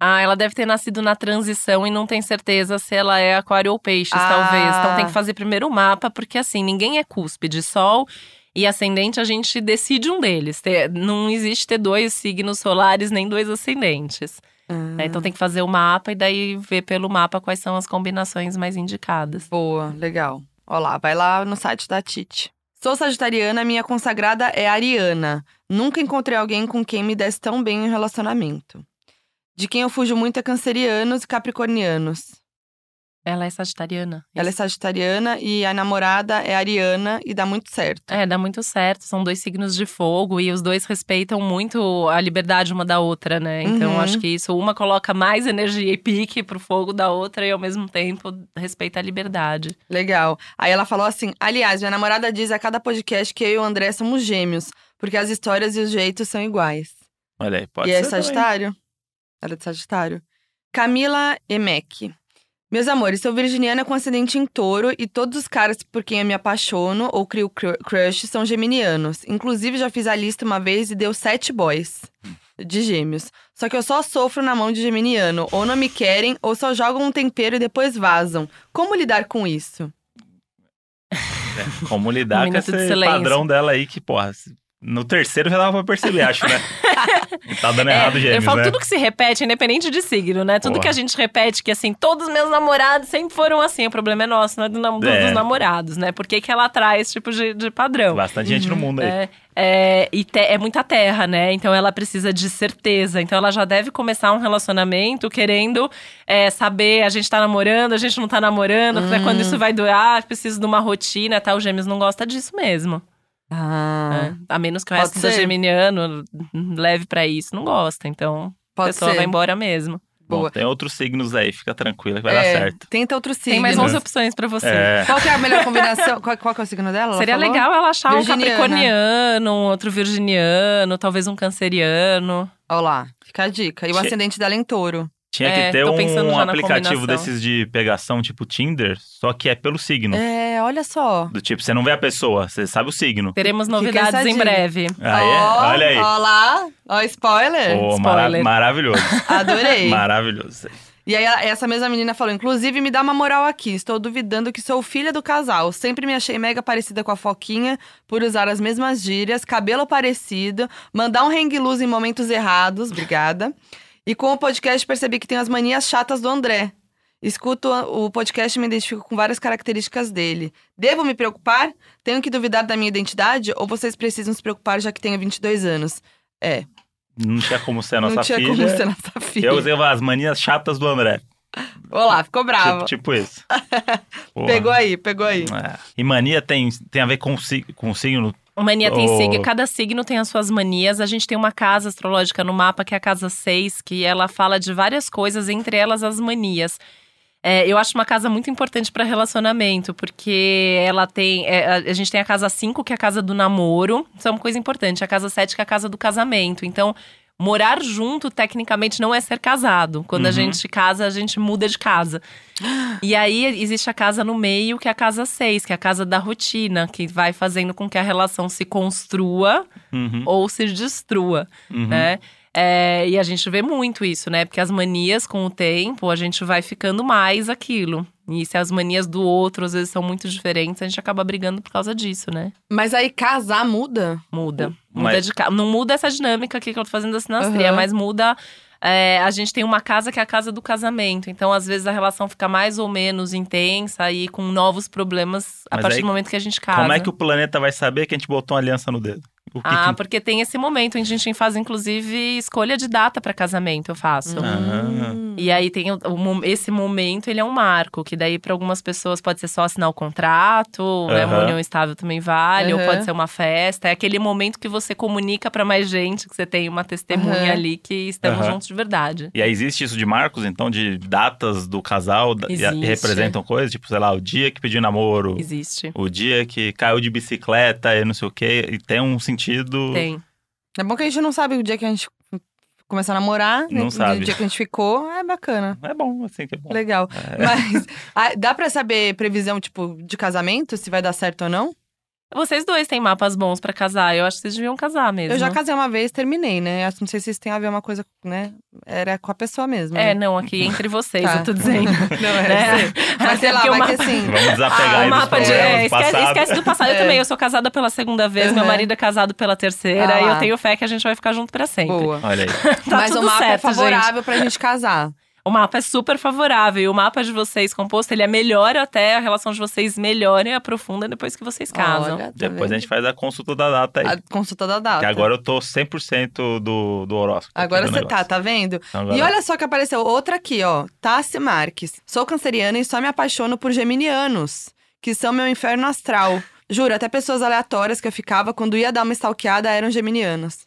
S3: Ah, ela deve ter nascido na transição e não tem certeza se ela é aquário ou peixes,
S2: Ah.
S3: talvez. Então tem que fazer primeiro o mapa, porque assim, ninguém é cúspide. Sol e ascendente, a gente decide um deles. Ter- Não existe ter dois signos solares nem dois ascendentes. né?
S2: Hum.
S3: Então tem que fazer o mapa e daí ver pelo mapa quais são as combinações mais indicadas.
S2: Boa, legal. Ó lá, vai lá no site da Tite. Sou sagitariana, minha consagrada é ariana. Nunca encontrei alguém com quem me desse tão bem em relacionamento. De quem eu fujo muito é cancerianos e capricornianos.
S3: Ela é sagitariana.
S2: Ela é sagitariana e a namorada é ariana e dá muito certo.
S3: É, dá muito certo. São dois signos de fogo e os dois respeitam muito a liberdade uma da outra, né? Então
S2: Uhum.
S3: acho que isso, uma coloca mais energia e pique pro fogo da outra e ao mesmo tempo respeita a liberdade.
S2: Legal. Aí ela falou assim: aliás, minha namorada diz a cada podcast que eu e o André somos gêmeos, porque as histórias e os jeitos são iguais.
S1: Olha aí, pode
S2: e
S1: ser.
S2: é
S1: também.
S3: tá
S2: Sagitário? Ela é de Sagitário. Camila Emek. Meus amores, sou virginiana com ascendente em touro e todos os caras por quem eu me apaixono ou crio cru- crush são geminianos. Inclusive, já fiz a lista uma vez e deu sete boys de gêmeos. Só que eu só sofro na mão de geminiano. Ou não me querem, ou só jogam um tempero e depois vazam. Como lidar com isso?
S1: É, como
S3: Um
S1: lidar com
S3: minuto
S1: esse
S3: de silêncio.
S1: padrão dela aí que, porra, se- no terceiro já dava pra perceber, acho, né? tá
S2: É,
S1: dando errado,
S3: É, eu
S1: gêmeos,
S3: falo
S1: né?
S3: tudo que se repete, independente de signo, né? Tudo
S1: Porra.
S3: que a gente repete, que assim, todos meus namorados sempre foram assim. O problema é nosso, não é do nam- dos,
S1: É.
S3: dos namorados, né? Por que, que ela traz tipo de, de padrão?
S1: Bastante gente no mundo aí.
S3: É, é, e te- é muita terra, né? Então ela precisa de certeza. Então ela já deve começar um relacionamento querendo é, saber a gente tá namorando, a gente não tá namorando, até
S2: Hum.
S3: quando isso vai durar, preciso de uma rotina tal. O Gêmeos não gosta disso mesmo.
S1: É.
S2: Ah,
S3: né? A menos que o
S2: Pode
S3: resto do
S2: ser.
S3: geminiano leve pra isso, não gosta. Então a
S1: É
S2: pode
S3: pessoa
S2: ser.
S3: vai embora mesmo.
S1: Bom,
S2: Boa.
S1: tem outros signos aí, fica tranquila que vai
S2: É,
S1: dar certo.
S2: Tenta outro signo.
S3: Tem mais 11
S1: Signos.
S3: opções pra você.
S1: É.
S2: Qual que é a melhor combinação? Qual, qual que é o signo dela? Ela
S3: Seria
S2: falou?
S3: legal ela achar
S2: Virginiana.
S3: um capricorniano, um outro virginiano, talvez um canceriano.
S2: Olha lá, fica a dica. E o
S1: Che-
S2: ascendente dela é em touro.
S1: Tinha que
S3: É,
S1: ter
S3: tô pensando
S1: um
S3: já na
S1: aplicativo
S3: combinação.
S1: desses de pegação, tipo Tinder, só que é pelo signo.
S2: É, olha só.
S1: Do tipo, você não vê a pessoa, você sabe o signo.
S3: Teremos
S2: Fica essa
S3: novidades em
S2: dica.
S3: breve.
S1: Aí,
S2: Ó,
S1: Ah, é? olha aí.
S2: Ó lá, ó, spoiler.
S1: Pô, mara-
S3: Spoiler.
S1: maravilhoso.
S2: Adorei.
S1: maravilhoso.
S2: E aí, a- essa mesma menina falou: inclusive, me dá uma moral aqui. Estou duvidando que sou filha do casal. Sempre me achei mega parecida com a Foquinha por usar as mesmas gírias, cabelo parecido, mandar um hang loose em momentos errados. Obrigada. E com o podcast percebi que tem as manias chatas do André. E Escuto a- o podcast e me identifico com várias características dele. Devo me preocupar? Tenho que duvidar da minha identidade? Ou vocês precisam se preocupar já que tenho 22 anos? É,
S1: Não tinha como ser a É nossa
S2: não tinha
S1: filha.
S2: como ser nossa filha.
S1: Eu usei as manias chatas do André.
S2: Olá, ficou brava.
S1: Tipo, tipo isso. Porra.
S2: Ah, Pegou aí, pegou aí.
S1: É. E mania tem, tem a ver com, si- com signo.
S3: Mania tem
S1: Oh.
S3: signo, cada signo tem as suas manias. A gente tem uma casa astrológica no mapa, que é a casa 6, que ela fala de várias coisas, entre elas as manias. É, eu acho uma casa muito importante para relacionamento, porque ela tem. é, a- a gente tem a casa 5, que é a casa do namoro. Isso é uma coisa importante. A casa 7, que é a casa do casamento. Então, morar junto, tecnicamente, não é ser casado. Quando a
S1: Uhum.
S3: gente casa, a gente muda de casa. E aí existe a casa no meio, que é a casa 6, que é a casa da rotina, que vai fazendo com que a relação se construa
S1: Uhum,
S3: ou se destrua,
S1: uhum.
S3: né? É, e a gente vê muito isso, né? Porque as manias com o tempo, a gente vai ficando mais aquilo. E se as manias do outro às vezes são muito diferentes, a gente acaba brigando por causa disso, né?
S2: Mas aí casar muda?
S3: Muda.
S1: Mas-
S3: Muda de casa. Não muda essa dinâmica aqui que eu tô fazendo da sinastria,
S2: Aham.
S3: mas muda. é, a gente tem uma casa que é a casa do casamento. Então, às vezes, a relação fica mais ou menos intensa e com novos problemas a
S1: Mas
S3: partir
S1: aí,
S3: do momento que a gente casa.
S1: Como é que o planeta vai saber que a gente botou uma aliança no dedo? O que
S3: Ah,
S1: que-
S3: porque tem esse momento em que a gente faz, inclusive, escolha de data pra casamento, eu faço.
S1: Ah.
S3: E aí tem o- o mo- esse momento, ele é um marco, que daí pra algumas pessoas pode ser só assinar o contrato, né, uma
S1: Aham.
S3: união estável também vale, ou
S2: Aham.
S3: pode ser uma festa. É aquele momento que você comunica pra mais gente, que você tem uma testemunha
S2: Aham.
S3: ali que estamos
S1: Aham.
S3: juntos de verdade.
S1: E aí existe isso de marcos, então, de datas do casal da- e a- e
S3: Existe.
S2: é.
S1: representam coisas, tipo, sei lá, o dia que pediu namoro,
S3: Existe.
S1: o dia que caiu de bicicleta e não sei o quê, e tem um sentido.
S3: Tem.
S2: É bom que a gente não sabe o dia que a gente começou a namorar, né?
S1: Não sabe.
S2: o dia que a gente ficou, é bacana.
S1: É bom, assim, que é bom.
S2: Legal.
S1: É.
S2: Mas ah, dá pra saber previsão, tipo, de casamento, se vai dar certo ou não?
S3: Vocês dois têm mapas bons pra casar, eu acho que vocês deviam casar mesmo.
S2: Eu já casei uma vez, terminei, né? Eu Não sei se isso tem a ver uma coisa, né? Era com a pessoa mesmo.
S3: É,
S2: né?
S3: não, aqui entre vocês,
S2: Tá.
S3: eu tô dizendo.
S2: Não, é.
S3: Né?
S2: Mas sei lá,
S3: Porque
S2: vai
S3: o mapa-
S2: que assim.
S1: Vamos desapegar
S2: Ah,
S1: aí
S2: o
S1: dos
S2: mapa de-
S1: problemas
S3: é,
S1: do
S3: esquece,
S1: passado.
S3: esquece do passado. Eu
S2: É.
S3: também, eu sou casada pela segunda vez, meu
S2: Uhum.
S3: marido é casado pela terceira.
S2: Ah
S3: e eu
S2: lá.
S3: tenho fé que a gente vai ficar junto pra sempre.
S2: Boa.
S1: Olha aí.
S3: Tá
S2: Mas
S3: tudo
S2: o mapa
S3: certo,
S2: é
S3: gente.
S2: favorável pra gente casar.
S3: O mapa é super favorável. E o mapa de vocês composto, ele é melhor até, a relação de vocês melhora e aprofunda depois que vocês casam.
S2: Olha, tá
S1: Depois
S2: vendo?
S1: a gente faz a consulta da data aí.
S2: A consulta da data.
S1: Que agora eu tô 100% do, do horóscopo.
S2: Agora
S1: aqui do
S2: você tá,
S1: negócio.
S2: tá vendo?
S1: Então agora-
S2: E olha só que apareceu outra aqui, ó. Tassi Marques. Sou canceriana e só me apaixono por geminianos, que são meu inferno astral. Juro, até pessoas aleatórias que eu ficava quando ia dar uma stalkeada eram geminianos.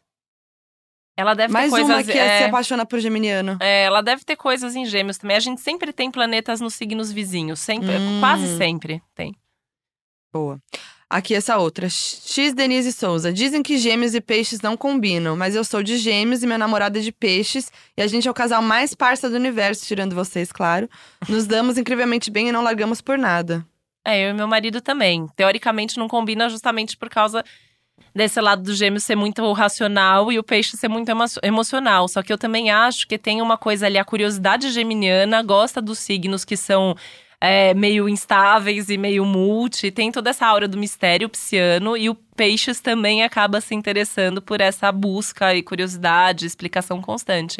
S3: Ela deve ter
S2: Mais
S3: coisas.
S2: uma que
S3: é,
S2: se apaixona por geminiano.
S3: é, ela deve ter coisas em gêmeos também. A gente sempre tem planetas nos signos vizinhos. Sempre,
S2: Hum.
S3: quase sempre tem.
S2: Boa. Aqui essa outra. X Denise Souza. Dizem que gêmeos e peixes não combinam, mas eu sou de gêmeos e meu namorado é de peixes. E a gente é o casal mais parça do universo, tirando vocês, claro. Nos damos incrivelmente bem e não largamos por nada.
S3: É, eu e meu marido também. Teoricamente não combina justamente por causa desse lado do gêmeo ser muito racional e o peixe ser muito emo- emocional. Só que eu também acho que tem uma coisa ali, a curiosidade geminiana gosta dos signos que são é, meio instáveis e meio multi. Tem toda essa aura do mistério psiano e o peixes também acaba se interessando por essa busca e curiosidade, explicação constante.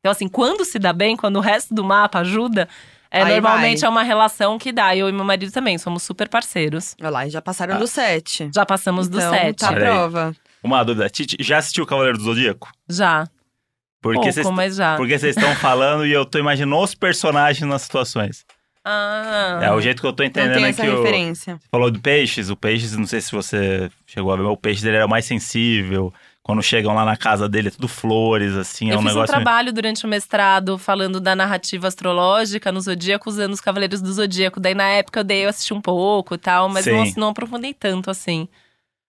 S3: Então, assim, quando se dá bem, quando o resto do mapa ajuda, é,
S2: Aí
S3: normalmente
S2: vai.
S3: é uma relação que dá. Eu e meu marido também, somos super parceiros.
S2: Olha lá, e já passaram
S1: Ah.
S2: do sete.
S3: Já passamos
S2: então,
S3: do sete.
S2: tá a
S1: Olha aí.
S2: prova.
S1: Uma dúvida. Titi, já assistiu o Cavaleiro do Zodíaco?
S3: Já.
S1: Porque
S3: Pouco,
S1: vocês
S3: mas
S2: é?
S3: já.
S1: porque vocês estão falando e eu tô imaginando os personagens nas situações.
S3: Ah.
S1: É o jeito que eu tô
S2: Não
S1: entendendo
S2: tem
S1: é
S2: essa
S1: que o-
S2: referência.
S1: Você falou do peixes, o peixes, não sei se você chegou a ver, mas o peixes ele era o mais sensível. Quando chegam lá na casa dele, é tudo flores, assim, é
S3: eu
S1: um
S3: fiz um
S1: negócio.
S3: trabalho durante o mestrado falando da narrativa astrológica no Zodíaco, usando os Cavaleiros do Zodíaco. Daí, na época, eu dei, eu assisti um pouco e tal, mas não,
S1: Sim.
S3: não aprofundei tanto assim.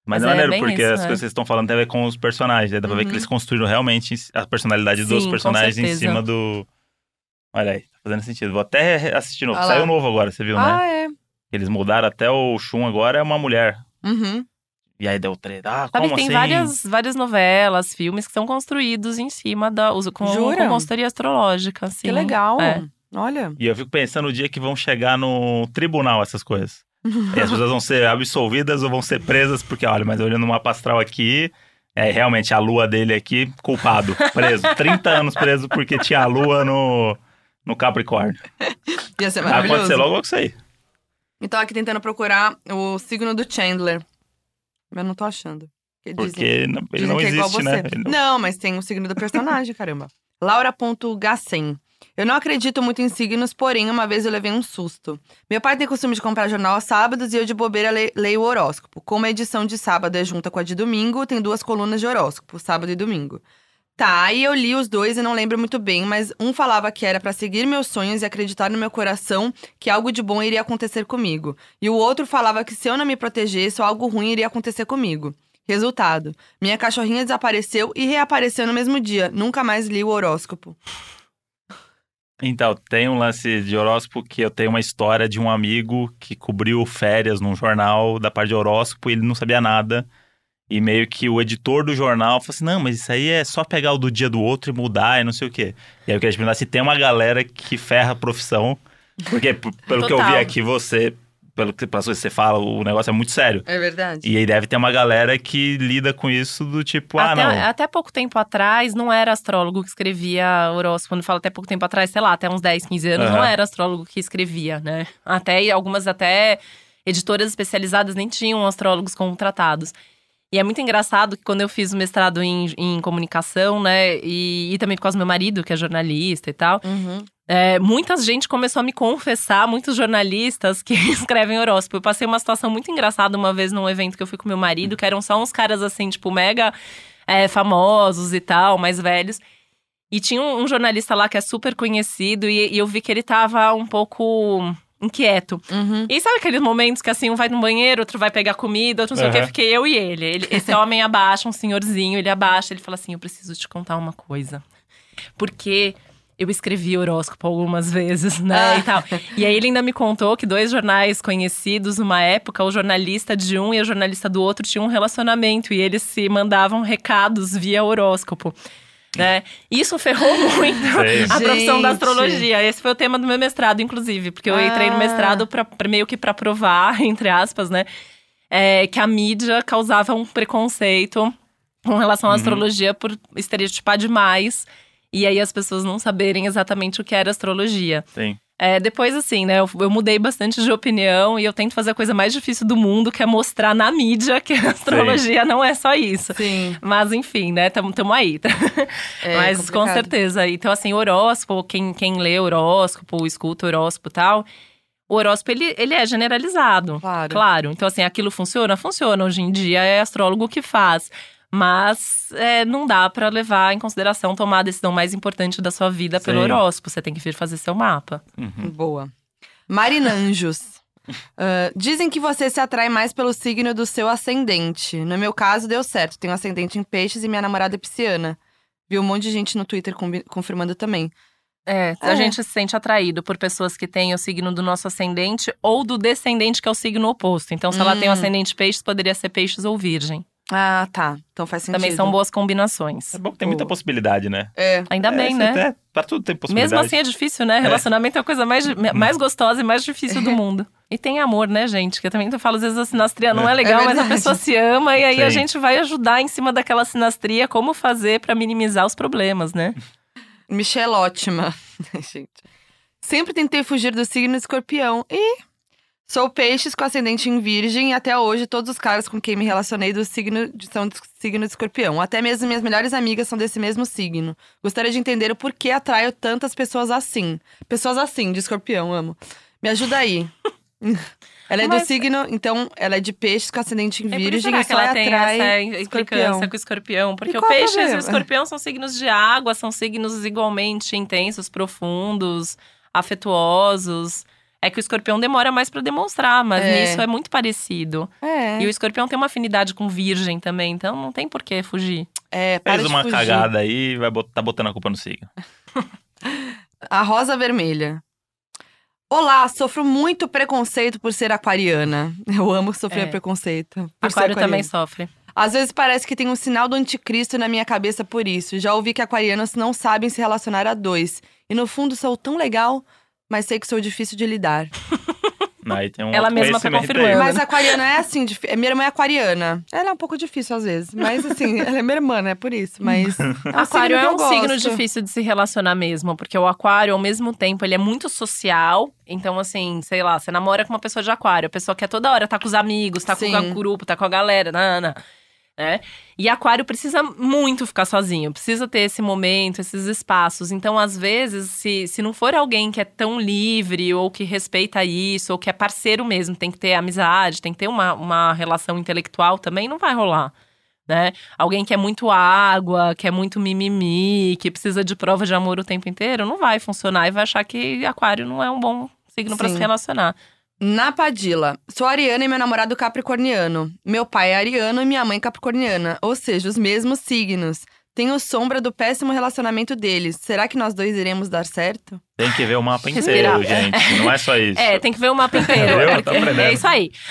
S1: mas, é
S3: mas é
S1: maneiro,
S3: bem
S1: porque
S3: isso,
S1: as
S3: é.
S1: coisas que vocês estão falando tem a ver com os personagens. Aí dá pra ver que
S2: Uhum.
S1: eles construíram realmente a personalidade dos
S3: Sim, com
S1: personagens em
S3: certeza.
S1: cima do. Olha aí, tá fazendo sentido. Vou até re- assistir novo.
S2: Ah lá.
S1: Saiu novo agora, você viu, né?
S2: Ah, é.
S1: Eles mudaram até o Shun agora, é uma mulher.
S2: Uhum.
S1: E aí deu treta. Ah,
S3: Sabe
S1: como
S3: que tem
S1: assim?
S3: várias, várias novelas, filmes que são construídos em cima da. Os, com, com
S2: Jura?
S3: consultoria astrológica, assim.
S2: Que legal.
S3: É.
S2: Olha.
S1: E eu fico pensando no dia que vão chegar no tribunal essas coisas. e as pessoas vão ser absolvidas ou vão ser presas, porque, olha, mas olhando o mapa astral aqui, é realmente a lua dele aqui, culpado, preso. 30 anos preso porque tinha a lua no, no Capricórnio.
S2: Ia ser
S1: Ah, pode
S2: maravilhoso.
S1: ser logo logo isso aí.
S2: Então aqui tentando procurar o signo do Chandler. Mas não tô achando. Porque dizem-
S1: Porque ele não, ele
S2: dizem
S1: não
S2: que é igual
S1: existe, né?
S2: você.
S1: Ele
S2: Não...
S1: não-
S2: mas tem o signo do personagem, caramba. Laura.gacem. Eu não acredito muito em signos, porém, uma vez eu levei um susto. Meu pai tem costume de comprar jornal aos sábados e eu, de bobeira, le- leio o horóscopo. Como a edição de sábado é junta com a de domingo, tem duas colunas de horóscopo, sábado e domingo. Tá, e eu li os dois e não lembro muito bem, mas um falava que era pra seguir meus sonhos e acreditar no meu coração que algo de bom iria acontecer comigo. E o outro falava que se eu não me protegesse, algo ruim iria acontecer comigo. Resultado: minha cachorrinha desapareceu e reapareceu no mesmo dia. Nunca mais li o horóscopo.
S1: Então, tem um lance de horóscopo que eu tenho uma história de um amigo que cobriu férias num jornal da parte de horóscopo e ele não sabia nada. E meio que o editor do jornal falou assim: não, mas isso aí é só pegar o do dia do outro e mudar e não sei o quê. E aí eu queria te perguntar se tem uma galera que ferra a profissão. Porque, p- pelo que eu vi
S3: Total.
S1: aqui, você, pelo que pelas coisas que você fala, o negócio é muito sério.
S2: É verdade.
S1: E aí deve ter uma galera que lida com isso do tipo, ah,
S3: até,
S1: não.
S3: até pouco tempo atrás, não era astrólogo que escrevia horóscopo. Quando falo até pouco tempo atrás, sei lá, até uns 10, 15 anos,
S1: Aham.
S3: não era astrólogo que escrevia, né? Até e algumas até editoras especializadas nem tinham astrólogos contratados. E é muito engraçado que quando eu fiz o mestrado em, em comunicação, né? E, e também por causa do meu marido, que é jornalista e tal.
S2: Uhum.
S3: É, muita gente começou a me confessar, muitos jornalistas que escrevem horóscopo. Eu passei uma situação muito engraçada uma vez num evento que eu fui com meu marido, que eram só uns caras assim, tipo, mega é, famosos e tal, mais velhos. E tinha um, um jornalista lá que é super conhecido e, e eu vi que ele tava um pouco inquieto.
S2: Uhum.
S3: E sabe aqueles momentos que assim, um vai no banheiro, outro vai pegar comida, outro não sei o
S1: Aham.
S3: que, fiquei eu e ele. ele. Esse homem abaixa, um senhorzinho, ele abaixa, ele fala assim: Eu preciso te contar uma coisa. Porque eu escrevi horóscopo algumas vezes, né?
S2: Ah.
S3: E tal. E aí ele ainda me contou que dois jornais conhecidos, numa época, o jornalista de um e a jornalista do outro tinham um relacionamento e eles se mandavam recados via horóscopo. Né? Isso ferrou muito
S1: Sei.
S3: a profissão da
S2: Gente.
S3: astrologia. Esse foi o tema do meu mestrado, inclusive, porque eu entrei
S2: Ah.
S3: no mestrado pra, pra- meio que para provar, entre aspas, né? é, que a mídia causava um preconceito com relação à
S1: Uhum.
S3: astrologia por estereotipar demais. E aí as pessoas não saberem exatamente o que era astrologia.
S1: Sim.
S3: É, depois, assim, né, eu, eu mudei bastante de opinião e eu tento fazer a coisa mais difícil do mundo, que é mostrar na mídia que a astrologia não é só isso.
S2: Sim.
S3: Mas enfim, né, tamo, tamo aí.
S2: É
S3: Mas com
S2: complicado.
S3: certeza. Então, assim, horóscopo, quem, quem lê horóscopo, escuta horóscopo e tal, o horóscopo ele, ele é generalizado.
S2: Claro.
S3: Claro. Então, assim, aquilo funciona? Funciona. Hoje em dia é astrólogo que faz. Mas é, não dá pra levar em consideração tomar a decisão mais importante da sua vida pelo
S1: Sim.
S3: horóscopo. Você tem que vir fazer seu mapa.
S1: Uhum.
S2: Boa. Marinanjos. Ah, dizem que você se atrai mais pelo signo do seu ascendente. No meu caso, deu certo. Tenho ascendente em peixes e minha namorada é pisciana. Vi um monte de gente no Twitter combi- confirmando também.
S3: É,
S2: É.
S3: a gente se sente atraído por pessoas que têm o signo do nosso ascendente ou do descendente, que é o signo oposto. Então, se ela tem o
S2: Hum.
S3: ascendente peixes, poderia ser peixes ou virgem.
S2: Ah, tá. Então faz sentido.
S3: Também são boas combinações.
S1: É bom que tem muita
S2: Boa.
S1: possibilidade, né?
S2: É.
S3: Ainda
S1: É,
S3: bem, né?
S1: até- Pra tudo tem possibilidade. Uhum.
S3: Mesmo assim é difícil, né? Relacionamento é a coisa mais, mais gostosa e mais difícil do mundo. E tem amor, né, gente? Que eu também falo, às vezes a sinastria não
S1: É.
S3: é legal,
S2: É
S3: mas a
S2: verdade.
S3: pessoa se ama e aí a
S1: Sim.
S3: gente vai ajudar em cima daquela sinastria como fazer pra minimizar os problemas, né?
S2: Michelle ótima. Gente. Sempre tentei fugir do signo escorpião. E sou peixes com ascendente em virgem. E até hoje, todos os caras com quem me relacionei do signo de- são do signo de escorpião. Até mesmo minhas melhores amigas são desse mesmo signo. Gostaria de entender o porquê atraio tantas pessoas assim. Pessoas assim, de escorpião, amo. Me ajuda aí. ela é do
S3: Mas-
S2: signo, então ela é de peixes com ascendente em
S3: É por isso
S2: virgem.
S3: será
S2: e
S3: que
S2: só
S3: ela tem
S2: atrai
S3: essa implicância
S2: escorpião.
S3: com o escorpião. Porque
S2: E
S3: o
S2: qual é o
S3: peixe e
S2: problema?
S3: o escorpião são signos de água, são signos igualmente intensos, profundos, afetuosos. É que o escorpião demora mais pra demonstrar, mas
S2: É.
S3: nisso é muito parecido.
S2: É,
S3: E o escorpião tem uma afinidade com virgem também, então não tem por que fugir.
S2: é, para
S1: Fez
S2: de
S1: uma
S2: fugir.
S1: cagada aí e vai bot- tá botando a culpa no signo.
S2: A Rosa Vermelha. Olá, sofro muito preconceito por ser aquariana. Eu amo sofrer
S3: É.
S2: preconceito. Por ser
S3: Aquário também
S2: aquariana.
S3: sofre.
S2: Às vezes parece que tem um sinal do anticristo na minha cabeça por isso. Já ouvi que aquarianos não sabem se relacionar a dois. E no fundo sou tão legal, mas sei que sou difícil de lidar.
S1: Aí tem um
S3: Ela mesma tá
S1: autoconhecimento
S3: confirmando.
S1: aí.
S2: Mas aquariana é assim, dif- minha irmã é aquariana. Ela é um pouco difícil às vezes, mas assim, ela é minha irmã, né? Por isso, mas é um
S3: Aquário
S2: signo que
S3: é
S2: eu
S3: um signo
S2: gosto.
S3: difícil de se relacionar mesmo, porque o aquário, ao mesmo tempo, ele é muito social. Então, assim, sei lá, você namora com uma pessoa de aquário, a pessoa quer toda hora tá com os amigos, tá
S2: Sim.
S3: com o grupo, tá com a galera, nana, né? E aquário precisa muito ficar sozinho, precisa ter esse momento, esses espaços. Então, às vezes, se, se não for alguém que é tão livre, ou que respeita isso, ou que é parceiro mesmo, tem que ter amizade, tem que ter uma, uma relação intelectual também, não vai rolar, né? Alguém que é muito água, que é muito mimimi, que precisa de prova de amor o tempo inteiro, não vai funcionar e vai achar que aquário não é um bom signo pra
S2: Sim.
S3: se relacionar.
S2: Na Padilha, sou ariana e meu namorado capricorniano. Meu pai é ariano e minha mãe capricorniana, ou seja, os mesmos signos. Tenho sombra do péssimo relacionamento deles. Será que nós dois iremos dar certo?
S1: Tem que ver o mapa
S3: Respirar.
S1: inteiro, gente. Não é só isso.
S3: É, tem que ver o mapa inteiro.
S1: Entendeu?
S3: É,
S1: Tá aprendendo.
S3: é isso aí.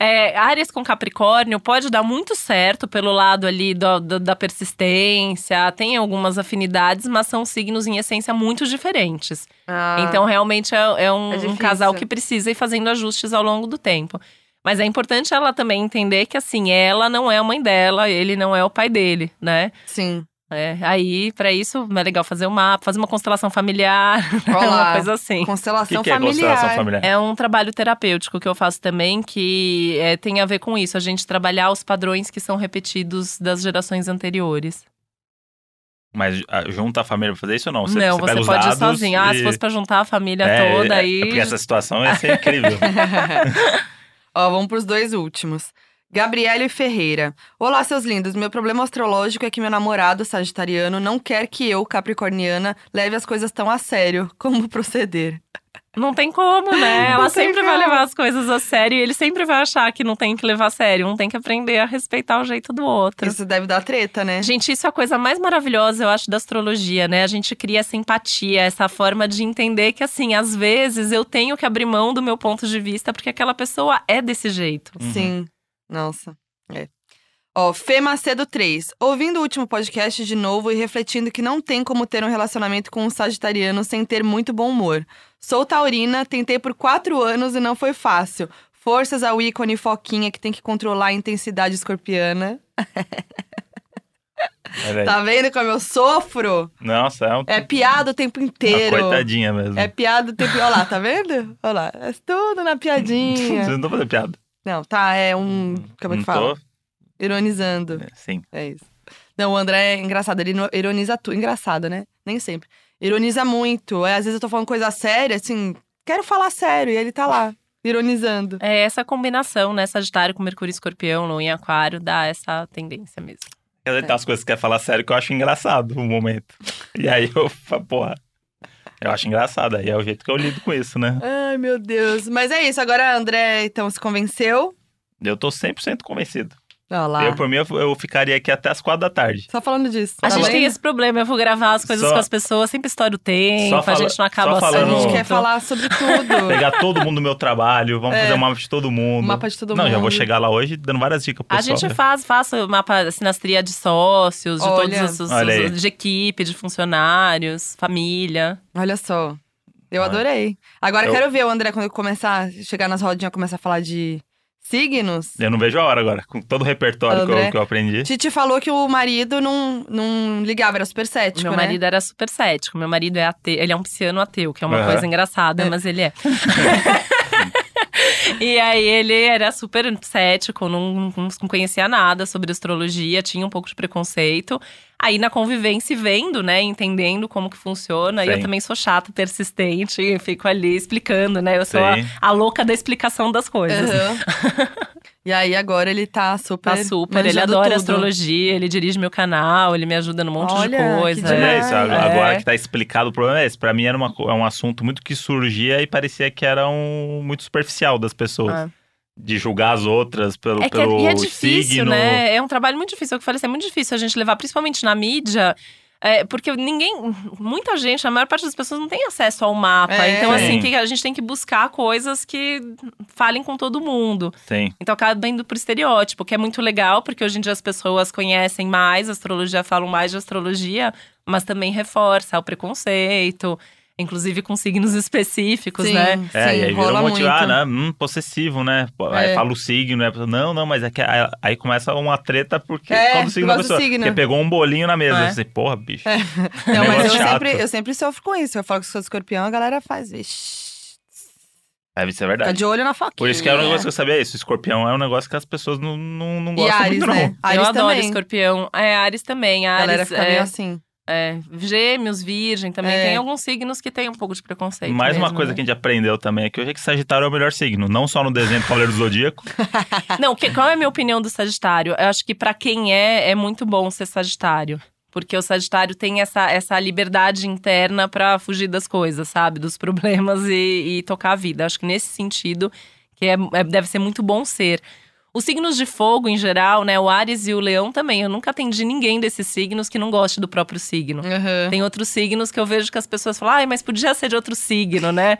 S3: É, áreas com Capricórnio pode dar muito certo pelo lado ali do- do- da persistência, tem algumas afinidades, mas são signos em essência muito diferentes.
S2: Ah,
S3: Então, realmente, é, é um,
S2: É
S3: um
S2: difícil.
S3: casal que precisa ir fazendo ajustes ao longo do tempo. Mas é importante ela também entender que, assim, ela não é a mãe dela, ele não é o pai dele, né?
S2: sim.
S3: É, aí, pra isso, é legal fazer um mapa, fazer uma constelação familiar,
S2: Olha
S3: uma
S2: lá.
S3: coisa assim.
S1: O que,
S2: Constelação
S1: que é
S2: familiar.
S1: constelação familiar?
S3: É um trabalho terapêutico que eu faço também, que é, tem a ver com isso, a gente trabalhar os padrões que são repetidos das gerações anteriores.
S1: Mas ah, junta a família pra fazer isso ou não? Você,
S3: não,
S1: pega
S3: você
S1: os
S3: pode ir
S1: dados
S3: sozinho. Ah,
S1: e-
S3: se fosse pra juntar a família
S1: É,
S3: toda,
S1: é,
S3: aí. Tá.
S1: É porque essa situação ia ser incrível.
S2: Ó, vamos pros dois últimos. Gabriele Ferreira. Olá, seus lindos. Meu problema astrológico é que meu namorado, sagitariano, não quer que eu, capricorniana, leve as coisas tão a sério. Como proceder?
S3: Não tem como, né?
S2: Não
S3: Ela
S2: tem
S3: sempre vai
S2: como.
S3: levar as coisas a sério e ele sempre vai achar que não tem que levar a sério. Um tem que aprender a respeitar o jeito do outro.
S2: Isso deve dar treta, né?
S3: Gente, isso é a coisa mais maravilhosa, eu acho, da astrologia, né? A gente cria essa empatia, essa forma de entender que, assim, às vezes eu tenho que abrir mão do meu ponto de vista porque aquela pessoa é desse jeito.
S1: Uhum.
S2: Sim. Nossa. É. Ó, Fê Macedo 3. Ouvindo o último podcast de novo e refletindo que não tem como ter um relacionamento com um sagitariano sem ter muito bom humor. Sou taurina, tentei por quatro anos e não foi fácil. Forças ao ícone foquinha que tem que controlar a intensidade escorpiana.
S1: Olha aí.
S2: Tá vendo como eu sofro?
S1: É Nossa, é um...
S2: É piada o tempo
S1: uma
S2: inteiro.
S1: coitadinha mesmo.
S2: é piada o tempo... Olha lá, tá vendo? Olha lá, é tudo na
S1: Vocês
S2: piadinha.
S1: não estão fazendo piada.
S2: Não, tá, é um... Como
S1: Hum,
S2: é
S1: não
S2: que fala?
S1: tô?
S2: Ironizando.
S1: Sim.
S2: É isso. Não, o André é engraçado, ele no- ironiza tudo. Engraçado, né? Nem sempre. Ironiza muito. É, às vezes eu tô falando coisa séria, assim, quero falar sério, e ele tá lá, ironizando.
S3: É essa combinação, né? Sagitário com Mercúrio e Escorpião, Lua em Aquário, dá essa tendência mesmo.
S1: Quer
S3: É.
S1: dizer, tem umas coisas que quer falar sério que eu acho engraçado o momento. E aí eu falo, porra, eu acho engraçado. Aí é o jeito que eu lido com isso, né?
S2: Ai, meu Deus. Mas é isso, agora André, então, se convenceu.
S1: Eu tô 100% convencido.
S2: Olha lá.
S1: Eu, por mim, eu, eu ficaria aqui até as quatro da tarde.
S2: Só falando disso.
S3: A
S2: tá
S3: gente
S2: bem?
S3: tem esse problema, eu vou gravar as coisas
S1: Só-
S3: com as pessoas, sempre estoura o tempo,
S1: fala-
S3: a gente não acaba
S1: só
S3: o
S2: A
S1: falando-
S2: gente
S3: assunto.
S2: quer falar sobre tudo.
S1: Pegar todo mundo no meu trabalho, vamos
S3: É.
S1: fazer um mapa de todo mundo.
S2: Mapa de todo
S1: Não,
S2: mundo.
S1: já vou chegar lá hoje dando várias dicas pro
S3: A
S1: pessoal. né?
S3: gente faz, faço o mapa da sinastria de sócios, de
S2: Olha.
S3: todos os, os-
S1: Olha aí.
S3: os- de equipe, de funcionários, família.
S2: Olha só. Eu
S1: Olha.
S2: adorei. Agora
S1: Eu-
S2: quero ver o André quando eu começar, chegar nas rodinhas, começar a falar de signos.
S1: Eu não vejo a hora agora, com todo o repertório que eu,
S2: André.
S1: que eu
S3: Tipo,
S1: aprendi.
S2: Titi falou que o marido não, não ligava, era super cético,
S3: meu
S2: né?
S3: marido era super cético. Meu marido é ateu, ele é um pisciano ateu, que é uma
S1: Aham.
S3: coisa engraçada, mas ele é. e aí ele era super cético, não, não- não conhecia nada sobre astrologia, tinha um pouco de preconceito. Aí na convivência e vendo, né, entendendo como que funciona. E eu
S1: Sim.
S3: também sou chata, persistente, e fico ali explicando, né? Eu sou a,
S1: Sim.
S3: a louca da explicação das coisas.
S2: Aham. e aí agora ele tá super.
S3: assim. Tá super, ele
S2: manjando
S3: adora
S2: tudo.
S3: astrologia, ele dirige meu canal, ele me ajuda num monte
S2: Olha,
S3: de
S2: que
S3: coisa.
S1: Mas é
S2: demais.
S1: isso, agora agora
S3: É.
S1: que tá explicado o problema é esse. Pra mim era uma co- é um assunto muito que surgia e parecia que era um muito superficial das pessoas.
S3: Ah.
S1: De julgar as outras pelo,
S3: É que é,
S1: pelo
S3: e é difícil,
S1: signo.
S3: né? É um trabalho muito difícil. É o que eu falei, assim, é muito difícil a gente levar, principalmente na mídia. é, porque ninguém, muita gente, a maior parte das pessoas não tem acesso ao mapa.
S2: É.
S3: Então, assim,
S1: Sim.
S3: que a gente tem que buscar coisas que falem com todo mundo.
S1: Sim.
S3: Então acaba indo pro estereótipo, que é muito legal, porque hoje em dia as pessoas conhecem mais astrologia, falam mais de astrologia, mas também reforça o preconceito. Inclusive com signos específicos,
S2: sim,
S3: né?
S2: sim,
S1: É, e aí vira
S2: rola
S1: um monte de,
S2: muito.
S1: ah, né? hum, possessivo, né? Pô, Aí
S2: É.
S1: fala o signo, né? Não, não, mas é que aí, aí começa uma treta porque
S2: É,
S1: qual do signo
S2: por
S1: da
S2: causa do
S1: pessoa.
S2: signo.
S1: Porque pegou um bolinho na mesa.
S3: É.
S1: Eu pensei, porra, bicho.
S2: Não,
S1: Negócio
S2: mas eu
S1: chato.
S2: sempre, eu sempre sofro com isso. Eu falo que sou escorpião, a galera faz. Vixi,
S1: É, isso é
S2: fica
S1: verdade.
S2: Tá de olho na foquinha.
S1: Por isso que era um negócio que eu sabia isso. Escorpião é um negócio que as pessoas não, não, não
S2: E
S1: gostam
S2: Ares,
S1: muito,
S2: né?
S1: não.
S2: Ares
S3: eu
S2: também.
S3: adoro escorpião. É, Ares também.
S2: A
S3: Ares,
S2: galera fica
S3: é,
S2: meio assim.
S3: é, gêmeos, virgem também.
S2: É.
S3: Tem alguns signos que tem um pouco de preconceito.
S1: Mais uma
S3: mesmo,
S1: coisa
S3: né?
S1: que a gente aprendeu também é que hoje é que Sagitário é o melhor signo. Não só no desenho do Cavaleiro do Zodíaco.
S3: Não, que- qual é a minha opinião do Sagitário? Eu acho que pra quem é, é muito bom ser Sagitário. Porque o Sagitário tem essa, essa liberdade interna pra fugir das coisas, sabe? Dos problemas e, e tocar a vida. Acho que nesse sentido, que é, é- deve ser muito bom ser. Os signos de fogo, em geral, né? O Ares e o Leão também. Eu nunca atendi ninguém desses signos que não goste do próprio signo.
S2: Aham.
S3: Tem outros signos que eu vejo que as pessoas falam, ai, mas podia ser de outro signo, né?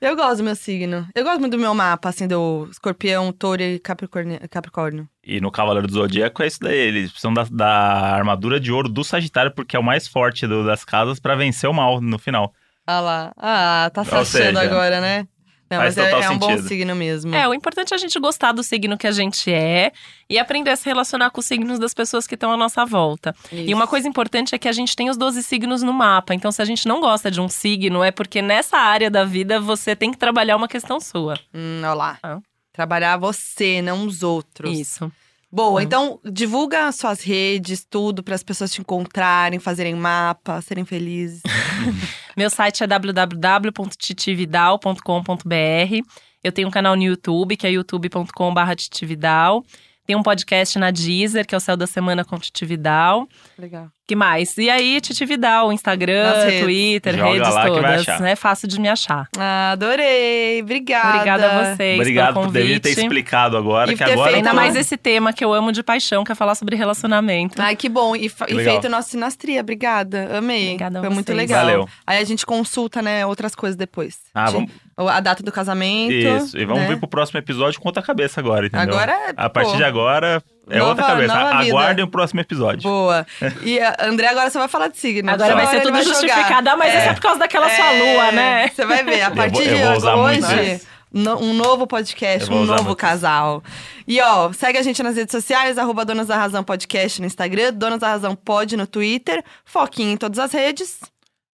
S2: Eu gosto do meu signo. Eu gosto muito do meu mapa, assim, do escorpião, touro e capricórnio. capricórnio.
S1: E no Cavaleiro do Zodíaco é isso daí. Eles precisam da, da armadura de ouro do Sagitário, porque é o mais forte do- das casas, pra vencer o mal no final.
S2: Ah lá. Ah, tá se
S1: Ou
S2: achando
S1: seja,
S2: agora, né? Não,
S1: faz
S2: mas é,
S1: total
S2: é um bom
S1: sentido.
S2: signo mesmo.
S3: É, o importante é a gente gostar do signo que a gente é e aprender a se relacionar com os signos das pessoas que estão à nossa volta. E uma coisa importante é que a gente tem os 12 signos no mapa. Então, se a gente não gosta de um signo, é porque nessa área da vida você tem que trabalhar uma questão sua.
S2: Hum, olha lá.
S3: Ah.
S2: Trabalhar você, não os outros.
S3: Isso.
S2: Boa,
S3: Ah.
S2: então divulga as suas redes, tudo, para as pessoas te encontrarem, fazerem mapa, serem felizes.
S3: Meu site é www.titividal.com.br. Eu tenho um canal no YouTube, que é youtube.com.br titividal. Tem um podcast na Deezer, que é o Céu da Semana com Titividal.
S2: Legal.
S3: Que mais? E aí, Titi Vidal, Instagram,
S2: Nas redes.
S3: Twitter,
S1: Joga
S3: redes
S1: lá que vai
S3: todas.
S1: achar.
S3: É fácil de me achar.
S2: Ah, Adorei, obrigada.
S3: Obrigada a vocês
S1: Obrigado
S3: pelo
S1: por devia ter
S3: convite.
S1: explicado agora,
S2: E
S1: que
S2: ter
S1: agora.
S2: feito
S1: eu
S3: Ainda
S1: tô-
S2: Então-
S3: mais esse tema que eu amo de paixão, que é falar sobre relacionamento.
S2: Ai, que bom. E, fa-
S1: Que
S2: e
S1: legal.
S2: feito nossa sinastria, obrigada. Amei.
S3: Obrigada a
S2: Foi muito
S3: vocês.
S2: legal.
S1: Valeu.
S2: Aí a gente consulta, né, outras coisas depois.
S1: Ah,
S2: De-
S1: vamos.
S2: A data do casamento.
S1: Isso. E vamos
S2: né?
S1: vir pro próximo episódio com outra cabeça agora, entendeu?
S2: Agora é.
S1: A partir
S2: pô,
S1: de agora é
S2: Nova-
S1: outra cabeça.
S2: nova vida.
S1: Aguardem o próximo episódio.
S2: Boa.
S1: é.
S2: E a- André, agora você vai falar de signo. né?
S3: Agora
S2: Toda
S3: vai
S2: hora
S3: ser
S2: ele
S3: tudo
S2: vai jogar.
S3: justificado. Ah, mas
S1: É.
S3: isso é por causa daquela sua
S2: É,
S3: lua, né?
S2: Você vai ver, a
S1: vou-
S2: partir
S1: eu vou
S2: de
S1: usar muito
S2: hoje,
S1: isso.
S2: no- um novo podcast,
S1: Eu vou
S2: um
S1: usar
S2: novo
S1: muito
S2: casal. E ó, segue a gente nas redes sociais, arroba Donas da Razão Podcast no Instagram, Donas da Razão Pod no Twitter, Foquinha em todas as redes.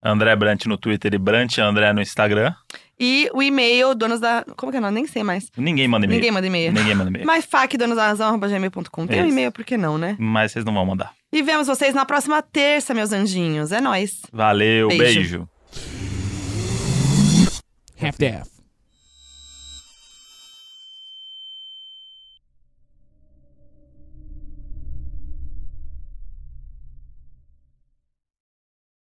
S1: André Brant no Twitter e Brant André no Instagram.
S2: E o e-mail, donas da. Como que é? Não, nem sei mais.
S1: Ninguém manda e-mail.
S2: Ninguém manda e-mail.
S1: Ninguém manda e-mail.
S2: Mas fac, donasdarrazão.gmail.com. Tem um
S1: Isso.
S2: e-mail, por que não, né?
S1: Mas vocês não vão mandar.
S2: E vemos vocês na próxima terça, meus anjinhos. É nóis.
S1: Valeu,
S2: Beijo.
S1: beijo.
S4: half-daff.